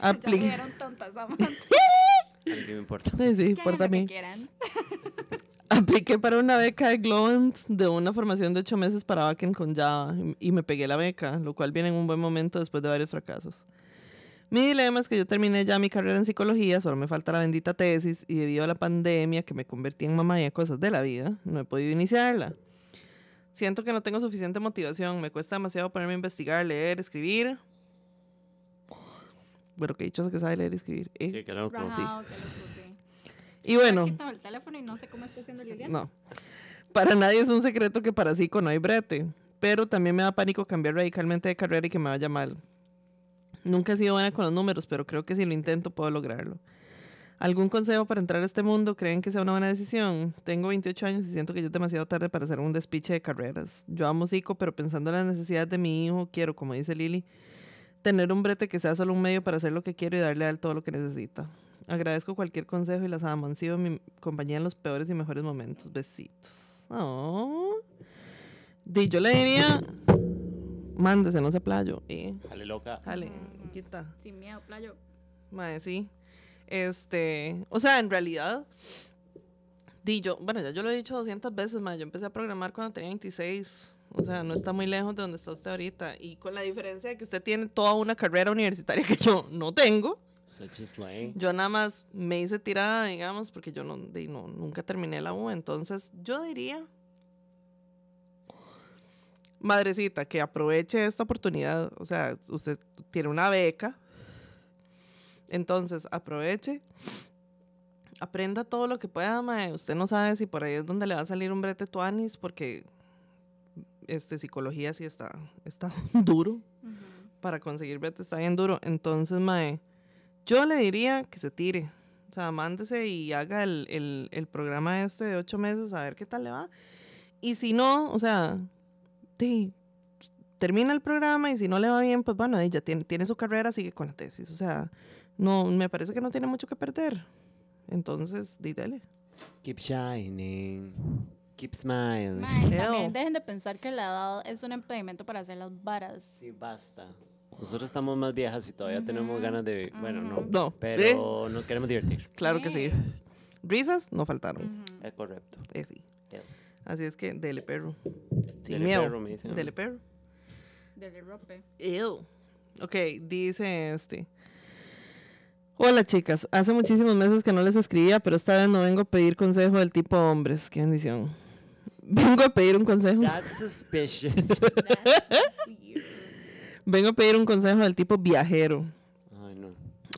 S3: Ya
S2: Apli-
S3: me vieron tontas, [LAUGHS] amante.
S1: A mí qué me importa.
S2: [LAUGHS] Sí, sí,
S3: Que hagan
S2: por
S3: lo que
S2: también.
S3: quieran.
S2: Apliqué para una beca de Glowant de una formación de ocho meses para Backend con Java y- y me pegué la beca, lo cual viene en un buen momento después de varios fracasos. Mi dilema es que yo terminé ya mi carrera en psicología, solo me falta la bendita tesis y debido a la pandemia que me convertí en mamá y a cosas de la vida, no he podido iniciarla. Siento que no tengo suficiente motivación, me cuesta demasiado ponerme a investigar, leer, escribir. Bueno, que dichosa que sabe leer y escribir. ¿eh?
S1: Sí, que loco.
S3: Rajao,
S1: Sí.
S3: que lo puse.
S2: Y bueno.
S3: Quitado el teléfono y no sé cómo está haciendo Liliana.
S2: No. Para nadie es un secreto que para psico no hay brete, pero también me da pánico cambiar radicalmente de carrera y que me vaya mal. Nunca he sido buena con los números, pero creo que si lo intento puedo lograrlo. ¿Algún consejo para entrar a este mundo? ¿Creen que sea una buena decisión? Tengo 28 años y siento que ya es demasiado tarde para hacer un despiche de carreras. Yo amo psico, pero pensando en la necesidad de mi hijo, quiero, como dice Lili, tener un brete que sea solo un medio para hacer lo que quiero y darle a él todo lo que necesita. Agradezco cualquier consejo y las amo. Han sido mi compañía en los peores y mejores momentos. Besitos. Oh. Di, yo le diría, mándese, no se playo. Y,
S1: Dale loca.
S2: dale,
S4: Ujú.
S2: quita.
S4: Sin miedo, playo.
S2: Mae, sí. Este, o sea, en realidad, di yo, bueno, ya yo lo he dicho 200 veces, mae, yo empecé a programar cuando tenía 26. O sea, no está muy lejos de donde está usted ahorita. Y con la diferencia de que usted tiene toda una carrera universitaria que yo no tengo.
S1: Such is lying.
S2: Yo nada más me hice tirada, digamos, porque yo no, di, no- nunca terminé la U. Entonces, yo diría, madrecita, que aproveche esta oportunidad. O sea, usted tiene una beca. Entonces, aproveche. Aprenda todo lo que pueda, mae. Usted no sabe si por ahí es donde le va a salir un brete tuanis, porque este, psicología sí está, está [LAUGHS] duro
S4: Ujú.
S2: para conseguir brete está bien duro. Entonces, mae, yo le diría que se tire. O sea, mándese y haga el, el- el programa este de ocho meses a ver qué tal le va. Y si no, o sea, di, termina el programa y si no le va bien, pues bueno, ella tiene, tiene su carrera, sigue con la tesis. O sea, no, me parece que no tiene mucho que perder. Entonces, di, dele.
S1: Keep shining. Keep smiling.
S4: Mae,
S2: [LAUGHS] Ew.
S4: también dejen de pensar que la edad es un impedimento para hacer las varas.
S1: Sí, basta. Nosotros estamos más viejas y todavía tenemos
S4: Ujú,
S1: ganas de... Bueno, no.
S4: ujú.
S2: No,
S1: Pero nos queremos divertir.
S2: [LAUGHS] Claro que sí.
S4: Sí.
S2: Risas no faltaron.
S4: Ujú.
S1: Es correcto.
S2: Eh, sí.
S1: Ew.
S2: Así es que, dele perro. Sin
S1: Dele
S2: miedo.
S1: perro, me dicen a mí.
S2: Dele perro.
S4: Dele
S2: [LAUGHS]
S4: rope.
S2: Ew. Ok, dice este. Hola chicas, hace muchísimos meses que no les escribía, pero esta vez no vengo a pedir consejo del tipo hombres. Qué bendición. [LAUGHS] Vengo a pedir un consejo.
S1: That's suspicious.
S4: That's weird.
S2: Vengo a pedir un consejo del tipo viajero.
S1: [LAUGHS] Ay, no.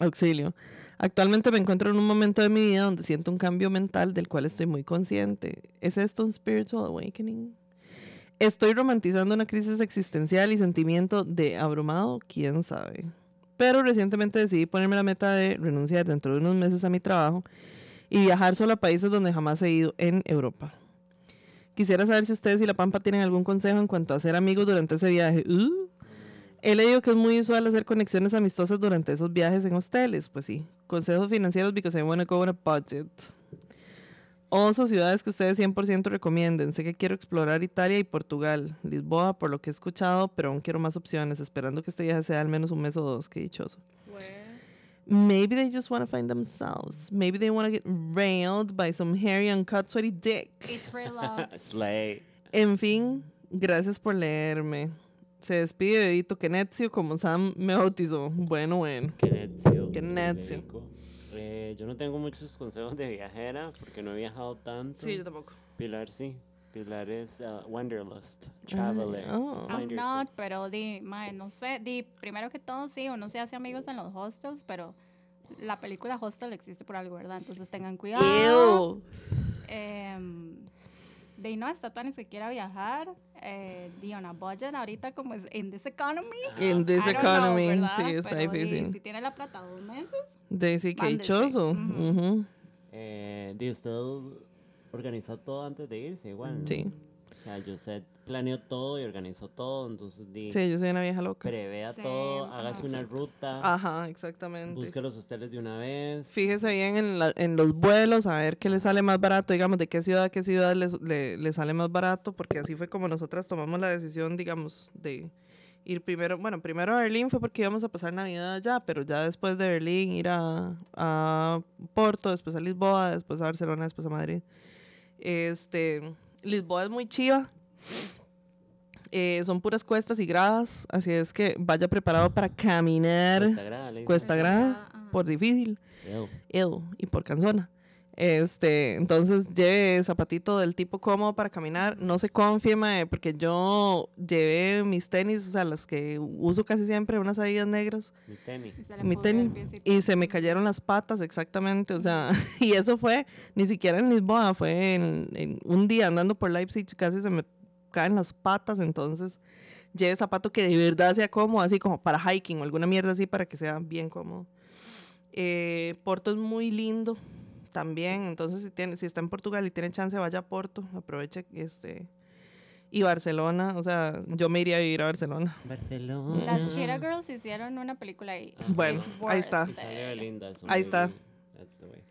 S2: Auxilio. Actualmente me encuentro en un momento de mi vida donde siento un cambio mental del cual estoy muy consciente. ¿Es esto un spiritual awakening? Estoy romantizando una crisis existencial y sentimiento de abrumado, quién sabe. Pero recientemente decidí ponerme la meta de renunciar dentro de unos meses a mi trabajo y viajar solo a países donde jamás he ido en Europa. Quisiera saber si ustedes y La Pampa tienen algún consejo en cuanto a ser amigos durante ese viaje. Uh. He leído que es muy usual hacer conexiones amistosas durante esos viajes en hosteles. Pues sí. Consejos financieros because I want to go on a budget. Oso, ciudades que ustedes 100% recomienden. Sé que quiero explorar Italia y Portugal. Lisboa, por lo que he escuchado, pero aún quiero más opciones, esperando que este viaje sea al menos un mes o dos. Qué dichoso.
S4: Where?
S2: Maybe they just want to find themselves. Maybe they want to get railed by some hairy, uncut, sweaty dick.
S4: April
S2: [LAUGHS]
S4: love.
S1: Slay.
S2: En fin, gracias por leerme. Se despide Bebito Kenezio como Sam me bautizó. Bueno, bueno.
S1: Qué necio.
S2: Qué necio.
S1: Federico. Eh, yo no tengo muchos consejos de viajera porque no he viajado tanto.
S2: tampoco.
S1: Pilar sí. Pilar es ah, Wanderlust. Traveler.
S2: oh.
S1: find
S4: I'm
S1: yourself.
S4: not, pero di, mae, no sé, di, primero que todo, sí, uno se hace amigos en los hostels, pero la película Hostel existe por algo, ¿verdad? Entonces tengan cuidado. Em, de no está tan ni siquiera viajar. Eh, di on a budget ahorita como es in this economy.
S2: In this
S4: I don't know,
S2: economy,
S4: ¿verdad?
S2: sí, está
S4: Pero di, si
S2: difícil.
S4: tiene la plata dos meses.
S2: Daisy, qué
S4: Mándese.
S2: dichoso.
S4: Ujú.
S2: Ujú,
S1: Eh, ¿de usted organizó todo antes de irse igual. ¿no?
S2: Sí.
S1: O sea, yo sé, planeó todo y organizó todo, entonces di,
S2: Sí, yo soy una vieja loca.
S1: prevea
S4: Sí,
S1: todo,
S4: ajá,
S1: hágase una
S4: exacto.
S1: ruta,
S2: Ajá, exactamente.
S1: busque los hosteles de una vez.
S2: Fíjese bien en, la- en los vuelos, a ver qué le sale más barato, digamos, de qué ciudad a qué ciudad les- le, le sale más barato, porque así fue como nosotras tomamos la decisión, digamos, de ir primero, bueno, primero a Berlín fue porque íbamos a pasar Navidad allá, pero ya después de Berlín ir a, a Porto, después a Lisboa, después a Barcelona, después a Madrid. Este, Lisboa es muy chiva. eh, son puras cuestas y gradas, así es que vaya preparado para
S1: Cuesta
S2: caminar,
S1: Grada, le dicen.
S2: cuesta grada,
S4: Ajá.
S2: por difícil.
S1: Ew.
S2: Ew, y por canzona. Este, entonces lleve zapatito del tipo cómodo para caminar. No se confíe, mae, porque yo llevé mis tenis, o sea, las que uso casi siempre, unas adidas negras,
S1: Mi tenis.
S4: y se le
S2: Mi
S4: pudrió el
S2: tenis.
S4: piecito.
S2: y se me cayeron las patas exactamente, o sea, [LAUGHS] y eso fue ni siquiera en Lisboa, fue en, en un día andando por Leipzig, casi se me caen las patas, entonces lleve zapato que de verdad sea cómodo, así como para hiking o alguna mierda así para que sea bien cómodo. Eh, Porto es muy lindo también, entonces si, tiene, si está en Portugal y tiene chance, vaya a Porto, aproveche este... Y Barcelona, o sea, yo me iría a vivir a Barcelona.
S1: Barcelona.
S3: Las Cheetah Girls hicieron una película ahí.
S1: Ah.
S2: Bueno,
S1: It's
S2: Mm. ahí
S3: worth
S2: está.
S1: Y sale Belinda, es un
S2: Ahí
S1: muy
S2: está.
S1: buen- that's the way.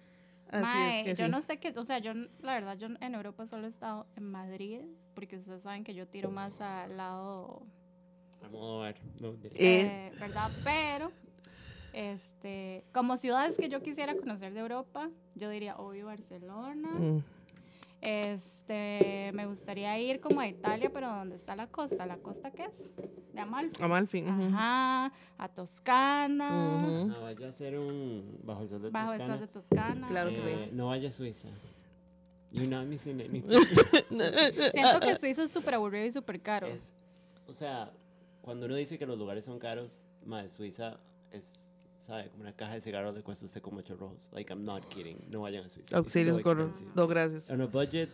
S2: Así
S3: Mae,
S2: es que
S3: yo
S2: sí.
S3: no sé qué, o sea, yo n- la verdad, yo en Europa solo he estado en Madrid, porque ustedes saben que yo tiro más al lado,
S1: Almodóvar, no, de-
S2: Eh.
S3: eh, ¿verdad? Pero, este, como ciudades que yo quisiera conocer de Europa, yo diría, obvio, Barcelona.
S2: Mm.
S3: Este, me gustaría ir como a Italia, pero donde está la costa? ¿La costa qué es? De Amalfi.
S2: Amalfi. ujú. [LAUGHS]
S3: Ajá, a Toscana,
S2: Ujú.
S1: Ah, vaya a ser un bajo el sol de
S3: bajo el
S1: Toscana.
S3: sol de Toscana.
S2: Claro que sí.
S1: Eh, No vaya a Suiza. You know me sin any-
S3: [LAUGHS] Siento que Suiza es súper aburrido y súper caro.
S1: Eh, Es- o sea, cuando uno dice que los lugares son caros, madre, Suiza es, ¿sabe? Como una caja de cigarros le cuesta a usted como ocho rojos. Like, I'm not kidding. No vayan a Suiza. It's
S2: Auxilios
S1: so
S2: gordo.
S1: expensive.
S2: No, gracias.
S1: On a budget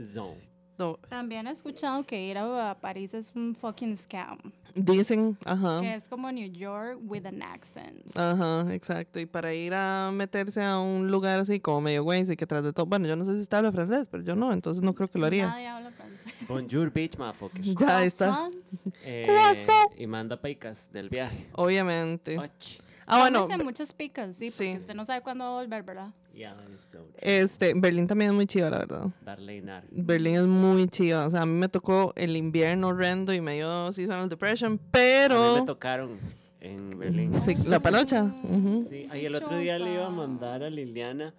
S1: zone.
S2: No,
S3: También he escuchado que ir a a París es un fucking scam.
S2: dicen, ajá.
S3: Que es como New York with an accent.
S2: Ah, Ajá, exacto. Y para ir a meterse a un lugar así como medio güey, y que tras de todo, bueno, yo no sé si usted habla francés, pero yo no, entonces no creo que lo haría.
S3: Nadie habla francés.
S1: Bonjour, bitch, motherfucker.
S2: [LAUGHS] Ya está,
S3: Croissant.
S1: Eh, y manda paicas del viaje.
S2: obviamente.
S1: Och.
S2: Ah, bueno,
S3: Tómense muchas picas, sí, porque
S2: sí.
S3: usted no sabe cuándo va a volver, ¿verdad?
S1: Yeah, that is so true.
S2: este, Berlín también es muy chiva, la verdad.
S1: Barleinar.
S2: Berlín es muy chiva, o sea, a mí me tocó el invierno horrendo y medio seasonal depression, pero...
S1: A mí me tocaron en Berlín.
S2: Sí, la panocha. ujú.
S1: Sí, ay, el otro día le iba a mandar a Liliana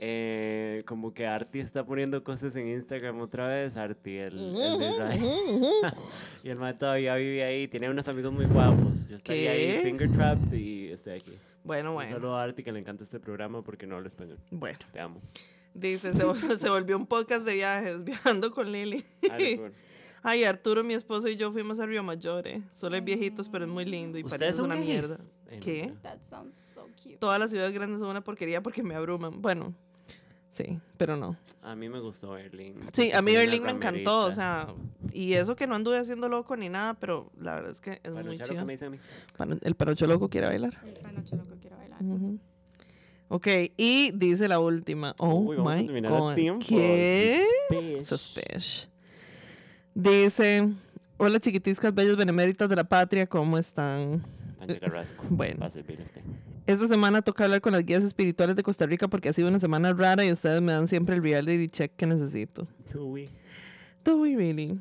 S1: eh, como que Arti está poniendo cosas en Instagram otra vez, Arti, el, el de Israel. [LAUGHS] y el man todavía vive ahí, tiene unos amigos muy guapos. Yo estoy
S2: ¿Qué?
S1: ahí, finger trapped, y estoy aquí.
S2: Bueno,
S1: Un
S2: bueno,
S1: saludo a Arti que le encanta este programa porque no habla español.
S2: bueno.
S1: Te
S2: [LAUGHS]
S1: amo.
S2: Dice, se, vol- [LAUGHS] se volvió un podcast de viajes, [LAUGHS] viajando con Lili.
S1: Hardcore.
S2: [LAUGHS] Ay, Arturo, mi esposo y yo fuimos a Río Maggiore. Solo es viejitos, pero es muy lindo y
S1: ¿Ustedes
S2: parece
S1: son
S2: una
S1: gays?
S2: mierda.
S1: Ay, no,
S2: ¿Qué?
S1: no.
S3: That sounds so cute.
S2: Todas las ciudades grandes son una porquería porque me abruman. Bueno, sí, pero no.
S1: A mí me gustó Berlín.
S2: Sí,
S1: porque
S2: a mí
S1: soy una
S2: Berlín me encantó, o
S1: ramerita.
S2: sea, y eso que no anduve haciendo loco ni nada, pero la verdad es que es
S1: Para
S2: muy
S1: luchar lo que
S2: chido.
S1: me dicen a mí.
S2: Pano- El panocho loco quiere bailar.
S3: El panocha loco quiero bailar.
S2: Ujú. Ok, y dice la última. Oh,
S1: Uy, vamos a
S2: my
S1: terminar
S2: God.
S1: a tiempo.
S2: ¿Qué?
S1: Suspish.
S2: Suspish. Dice, hola chiquitiscas, bellos beneméritas de la patria, ¿cómo están?
S1: Pancho Carrasco.
S2: Bueno.
S1: Va a servir este. usted.
S2: Esta semana toca hablar con las guías espirituales de Costa Rica porque ha sido una semana rara y ustedes me dan siempre el reality check que necesito.
S1: Tui.
S2: Do we really?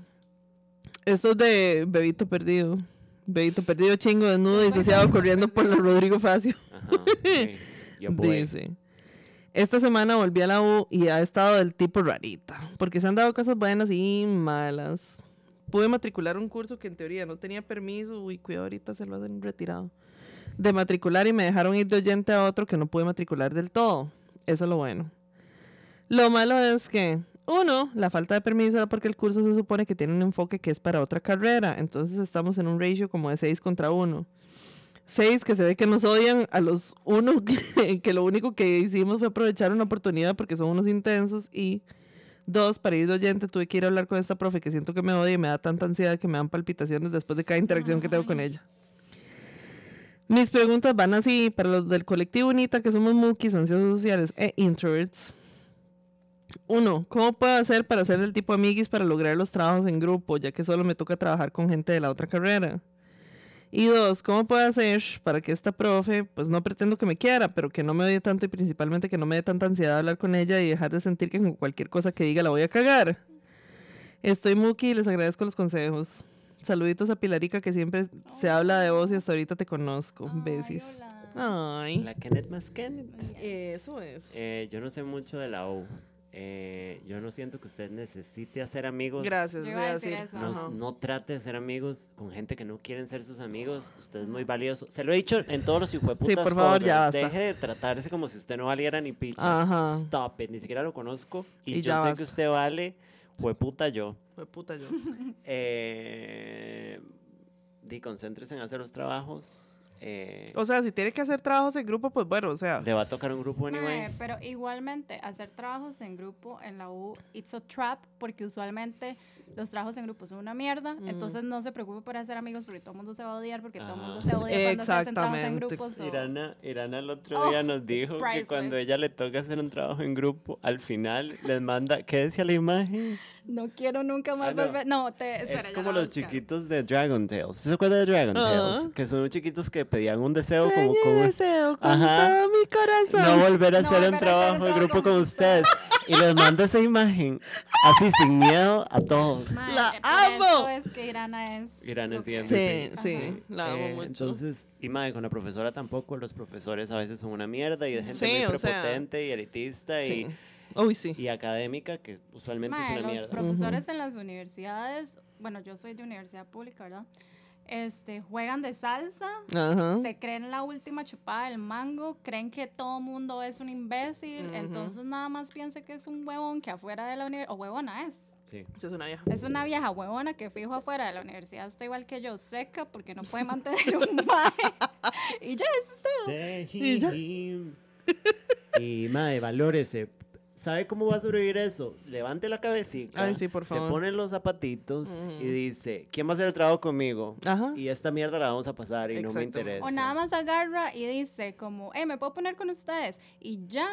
S2: Esto es de Bebito Perdido. Bebito Perdido, chingo, desnudo, disociado, corriendo por la Rodrigo Facio.
S1: Ajá.
S2: [LAUGHS]
S1: sí. Yo puedo.
S2: Dice. Esta semana volví a la U y ha estado del tipo rarita, porque se han dado cosas buenas y malas. Pude matricular un curso que en teoría no tenía permiso, uy, cuidado, ahorita se lo hacen retirado. De matricular y me dejaron ir de oyente a otro que no pude matricular del todo. Eso es lo bueno. Lo malo es que, uno, la falta de permiso era porque el curso se supone que tiene un enfoque que es para otra carrera, entonces estamos en un ratio como de 6 contra 1 seis que se ve que nos odian a los uno [LAUGHS] que, que lo único que hicimos fue aprovechar una oportunidad porque son unos intensos y dos para ir de oyente tuve que ir a hablar con esta profe que siento que me odia y me da tanta ansiedad que me dan palpitaciones después de cada interacción que tengo con ella mis preguntas van así para los del colectivo UNITA que somos muquis ansiosos sociales e introverts uno, ¿cómo puedo hacer para ser del tipo amiguis para lograr los trabajos en grupo, ya que solo me toca trabajar con gente de la otra carrera? Y dos, ¿cómo puedo hacer para que esta profe, pues no pretendo que me quiera, pero que no me odie tanto y principalmente que no me dé tanta ansiedad hablar con ella y dejar de sentir que con cualquier cosa que diga la voy a cagar? Estoy Muki y les agradezco los consejos. Saluditos a Pilarica que siempre se habla de vos y hasta ahorita te conozco.
S3: Ay,
S2: Besis. Ah,
S3: hola.
S2: Ay.
S1: La Kenneth más Kenneth.
S2: Eso es.
S1: Eh, yo no sé mucho de la U. Eh, yo no siento que usted necesite hacer amigos.
S2: Gracias. eso
S3: Yo iba a
S2: iba a
S3: decir
S2: decir.
S3: eso.
S1: No,
S2: Ajá.
S1: no trate de ser amigos con gente que no quieren ser sus amigos. Usted es muy valioso. Se lo he dicho en todos los hijueputas
S2: Sí, por favor, ya
S1: podcasts.
S2: basta.
S1: Deje de tratarse como si usted no valiera ni picha.
S2: Ajá.
S1: Stop it. Ni siquiera lo conozco. Y,
S2: Y
S1: yo
S2: ya
S1: sé que
S2: basta.
S1: usted vale. Jueputa yo.
S2: Fue puta yo.
S1: Eh, di, concéntrese en hacer los trabajos. Eh,
S2: O sea, si tiene que hacer trabajos en grupo, pues bueno, o sea.
S1: le va a tocar un grupo anyway.
S3: Mae, pero igualmente, hacer trabajos en grupo en la U, it's a trap, porque usualmente los trabajos en grupo son una mierda,
S2: Mm.
S3: entonces no se preocupe por hacer amigos porque todo el mundo se va a odiar, porque todo el mundo se odia cuando se hacen trabajos en
S2: Ah. Exactamente.
S3: grupos. o-
S1: Irana, Irana el otro día
S3: Oh,
S1: nos dijo que cuando
S3: priceless.
S1: ella le toca hacer un trabajo en grupo, al final les manda, ¿qué decía la imagen?
S3: No quiero nunca más
S1: Ah, no.
S3: volver. No, te, espera,
S1: es
S3: ya
S1: como
S3: la voy a
S1: los
S3: buscar.
S1: chiquitos de Dragon Tales. ¿Se acuerdan de Dragon Tales?
S2: Ajá.
S1: Que son chiquitos que pedían un deseo como,
S2: Sueño y
S1: como
S2: deseo con
S1: Ajá.
S2: todo mi
S1: no
S2: corazón.
S1: volver a hacer
S3: No volver a hacer
S1: un
S3: el
S1: trabajo en
S3: trabajo
S1: grupo
S3: con
S1: con ustedes. Y les manda esa imagen, así sin miedo a todos.
S3: Madre,
S2: La
S3: por eso
S2: amo.
S3: Es que Irana es.
S1: Irana
S3: lo
S1: es
S3: que
S1: bien.
S2: sí,
S3: Ajá.
S2: sí, la amo
S1: Eh,
S2: mucho.
S1: Entonces, y madre, con la profesora tampoco, los profesores a veces son una mierda y es gente
S2: Sí,
S1: muy
S2: o sea,
S1: prepotente y elitista y-
S2: sí. Uy, sí.
S1: y, académica que usualmente
S3: Mae,
S1: es una
S3: los
S1: mierda.
S3: profesores en las universidades, bueno, yo soy de universidad pública, ¿verdad? Este, juegan de salsa,
S2: Ajá.
S3: se creen la última chupada del mango, creen que todo mundo es un imbécil,
S2: Ujú.
S3: entonces nada más piensa que es un huevón que afuera de la universidad, o huevona es,
S1: Sí.
S2: Es una vieja.
S3: es una vieja huevona que fijo afuera de la universidad, está igual que yo, seca porque no puede mantener
S2: [LAUGHS]
S3: un mae. y ya eso es todo.
S2: Y ya. [LAUGHS]
S1: Sejim. Y madre, valórese. ¿Sabe cómo va a sobrevivir eso? Levante la cabecita.
S2: Ay, sí, por favor.
S1: Se pone los zapatitos
S2: Ujú.
S1: y dice, ¿quién va a hacer el trabajo conmigo?
S2: Ajá.
S1: Y esta mierda la vamos a pasar y no me
S2: Exacto.
S1: interesa.
S3: O nada más agarra y dice como, eh, ¿me puedo poner con ustedes? Y ya,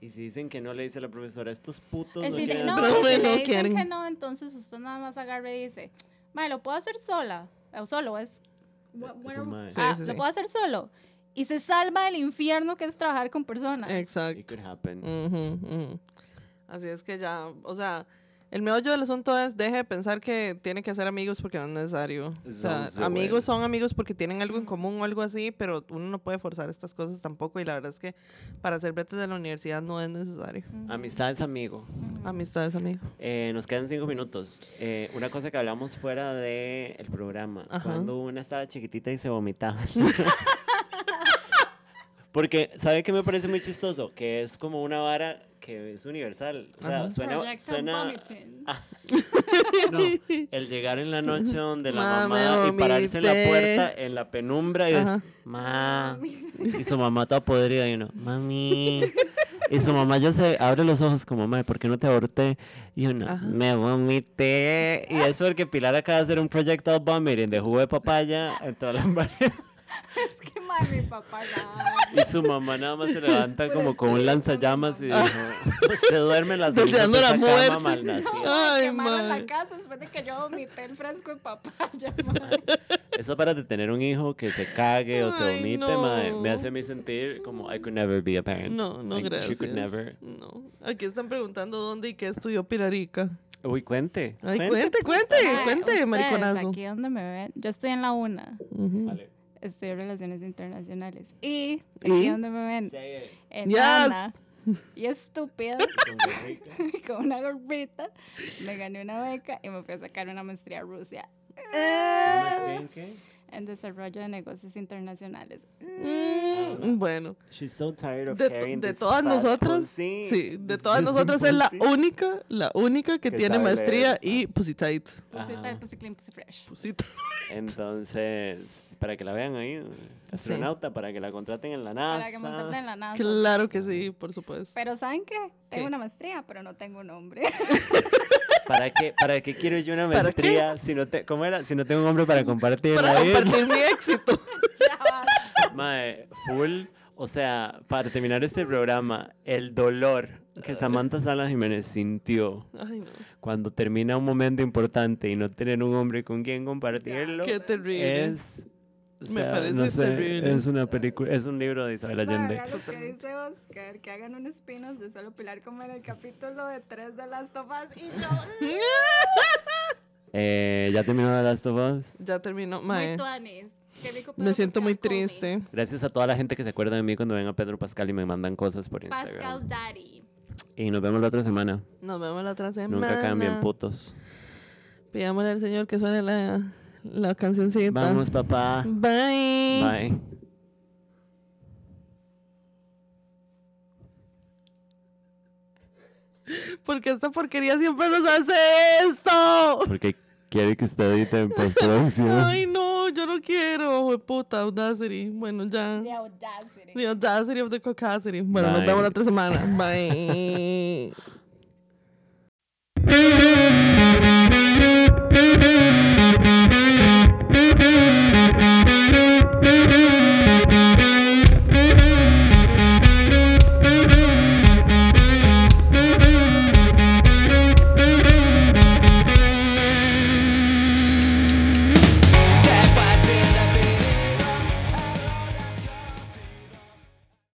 S1: Y si dicen que no le dice la profesora, estos putos
S3: Eh,
S1: no
S3: si le-
S1: quieren
S3: no,
S1: hacer
S2: Pero
S3: y si
S2: bueno,
S3: le dicen
S2: quieren.
S3: que no, entonces usted nada más agarra y dice, mae, lo puedo hacer sola, o solo, es,
S6: What- what
S1: eso,
S6: are-
S1: mae.
S2: Sí,
S3: ah,
S2: sí,
S3: lo
S2: sí.
S3: puedo hacer solo. Y se salva del infierno que es trabajar con personas.
S2: Exacto.
S1: It could happen.
S2: Mm. Ujú, ujú. Así es que ya, o sea, el meollo del asunto es deje de pensar que tiene que hacer amigos porque no es necesario. O sea,
S1: Sounds so
S2: amigos
S1: well.
S2: son amigos porque tienen algo en común o algo así, pero uno no puede forzar estas cosas tampoco y la verdad es que para ser vete de la universidad no es necesario.
S1: Amistad es amigo.
S2: Amistad es amigo.
S1: Eh, nos quedan cinco minutos. Eh, una cosa que hablamos fuera del el programa.
S2: Ajá.
S1: Cuando una estaba chiquitita y se vomitaba. [LAUGHS] Porque, ¿sabe qué me parece muy chistoso? Que es como una vara que es universal. O sea,
S2: Ajá.
S1: suena...
S3: Projected
S1: suena [LAUGHS]
S3: vomiting.
S1: no, el llegar en la noche donde la
S2: Ma, me
S1: mamá y pararse en la
S2: vomité.
S1: puerta, en la penumbra y es,
S2: Ajá.
S3: [LAUGHS]
S1: ma. Y su mamá toda podrida y uno, mami. Y su mamá ya se abre los ojos como, mamá, ¿por qué no te aborté? Y uno,
S2: Ajá.
S1: me vomité. Y eso porque Pilar acaba de hacer un projectile vomiting de jugo de papaya en toda la pared.
S3: Es que mae, mi papá [LAUGHS] la-
S1: Y su mamá nada más se levanta como con un lanzallamas y dijo, usted duerme en la salita
S2: Ah. Deseando
S1: de
S2: la
S1: esa cama
S2: muerte.
S1: malnacida".
S2: Ay,
S3: quemaron
S2: mae.
S3: la casa después de que yo vomité el fresco en [LAUGHS] papaya. mae.
S1: Eso para tener un hijo que se cague o se
S2: Ay,
S1: vomite, mae, me
S2: no.
S1: hace a mí sentir como I could never be a parent.
S2: No, no,
S1: Like,
S2: gracias.
S1: She could never.
S2: No. Aquí están preguntando dónde y qué estudió Pilarica.
S1: Uy, cuente.
S2: Ay,
S1: cuente. pues,
S2: cuente, cuente,
S3: Mae,
S2: cuente,
S3: ustedes,
S2: mariconazo.
S3: Aquí donde me ven, yo estoy en la una,
S2: Ujú.
S1: Vale.
S3: estudio relaciones internacionales. Y,
S2: ¿Y?
S3: aquí donde me ven,
S1: Say it.
S3: enana y estúpida
S1: Costa Rica.
S3: [LAUGHS] con una gorrita, me gané una beca y me fui a sacar una maestría a Rusia
S2: Ah.
S1: ¿No
S2: Eh,
S1: me creen que?
S3: en desarrollo de negocios internacionales.
S2: Mm, Bueno.
S1: She's so tired of
S2: de, to-
S1: carrying
S2: de
S1: this
S2: todas
S1: fat
S2: nosotras,
S1: pussy,
S2: sí, de
S1: this
S2: todas
S1: pussy
S2: nosotras es la
S1: pussy.
S2: única, la única que,
S1: Que
S2: tiene
S1: sabe
S2: maestría
S1: leer.
S2: y pusitite.
S3: Pussy
S1: Ajá.
S3: tight, pussy clean, pussy fresh.
S2: Pusita.
S1: Entonces, para que la vean ahí, astronauta, para que la contraten en la NASA.
S3: Para que me traten en la NASA.
S2: Ah, [LAUGHS] Claro que sí, por supuesto.
S3: Ah, Pero ¿saben qué? Tengo
S2: ¿Qué?
S3: una maestría, pero no tengo un [LAUGHS] hombre.
S1: [LAUGHS] ¿Para qué, para qué quiero yo una
S2: ¿Para qué?
S1: maestría si no te, cómo era? Si no tengo un hombre para compartir
S2: Para
S1: la vida.
S2: compartir mi éxito.
S1: [LAUGHS]
S2: [LAUGHS]
S1: Mae, full. O sea, para terminar este programa, el dolor que Samantha Salas Jiménez sintió
S2: Ay, no.
S1: cuando termina un momento importante y no tener un hombre con quien compartirlo
S2: Qué terrible.
S1: es. o
S2: Me
S1: sea,
S2: parece
S1: no sé,
S2: terrible.
S1: Es una película, es un libro de Isabel Allende.
S3: Hagan lo que dice Oscar, que hagan un spin-off de solo Pilar como en el capítulo de 3 de Las Tofas y
S2: [LAUGHS]
S3: yo...
S1: Eh, ya terminó The Last of Us.
S2: Ya terminó, mae.
S3: Muy tuanis. Qué rico
S2: Me
S3: Pedro
S2: siento muy
S3: Pascal, call me.
S2: triste.
S1: Gracias a toda la gente que se acuerda de mí cuando ven a Pedro Pascal y me mandan cosas por Instagram.
S3: Pascal Daddy.
S1: Y nos vemos la otra semana.
S2: Nos vemos la otra semana.
S1: Nunca cambien, putos.
S2: Pidámosle al Señor que suene la, la cancioncita.
S1: Vamos, papá.
S2: Bye.
S1: Bye.
S2: Porque esta porquería siempre nos hace esto.
S1: Porque quiere que usted edite en postproducción.
S2: [LAUGHS] Ay, no, yo no quiero, puta, Audacity. Bueno, ya.
S3: The Audacity.
S2: The Audacity of the Caucasity. Bueno, nos
S1: Bye.
S2: vemos la otra semana. Bye.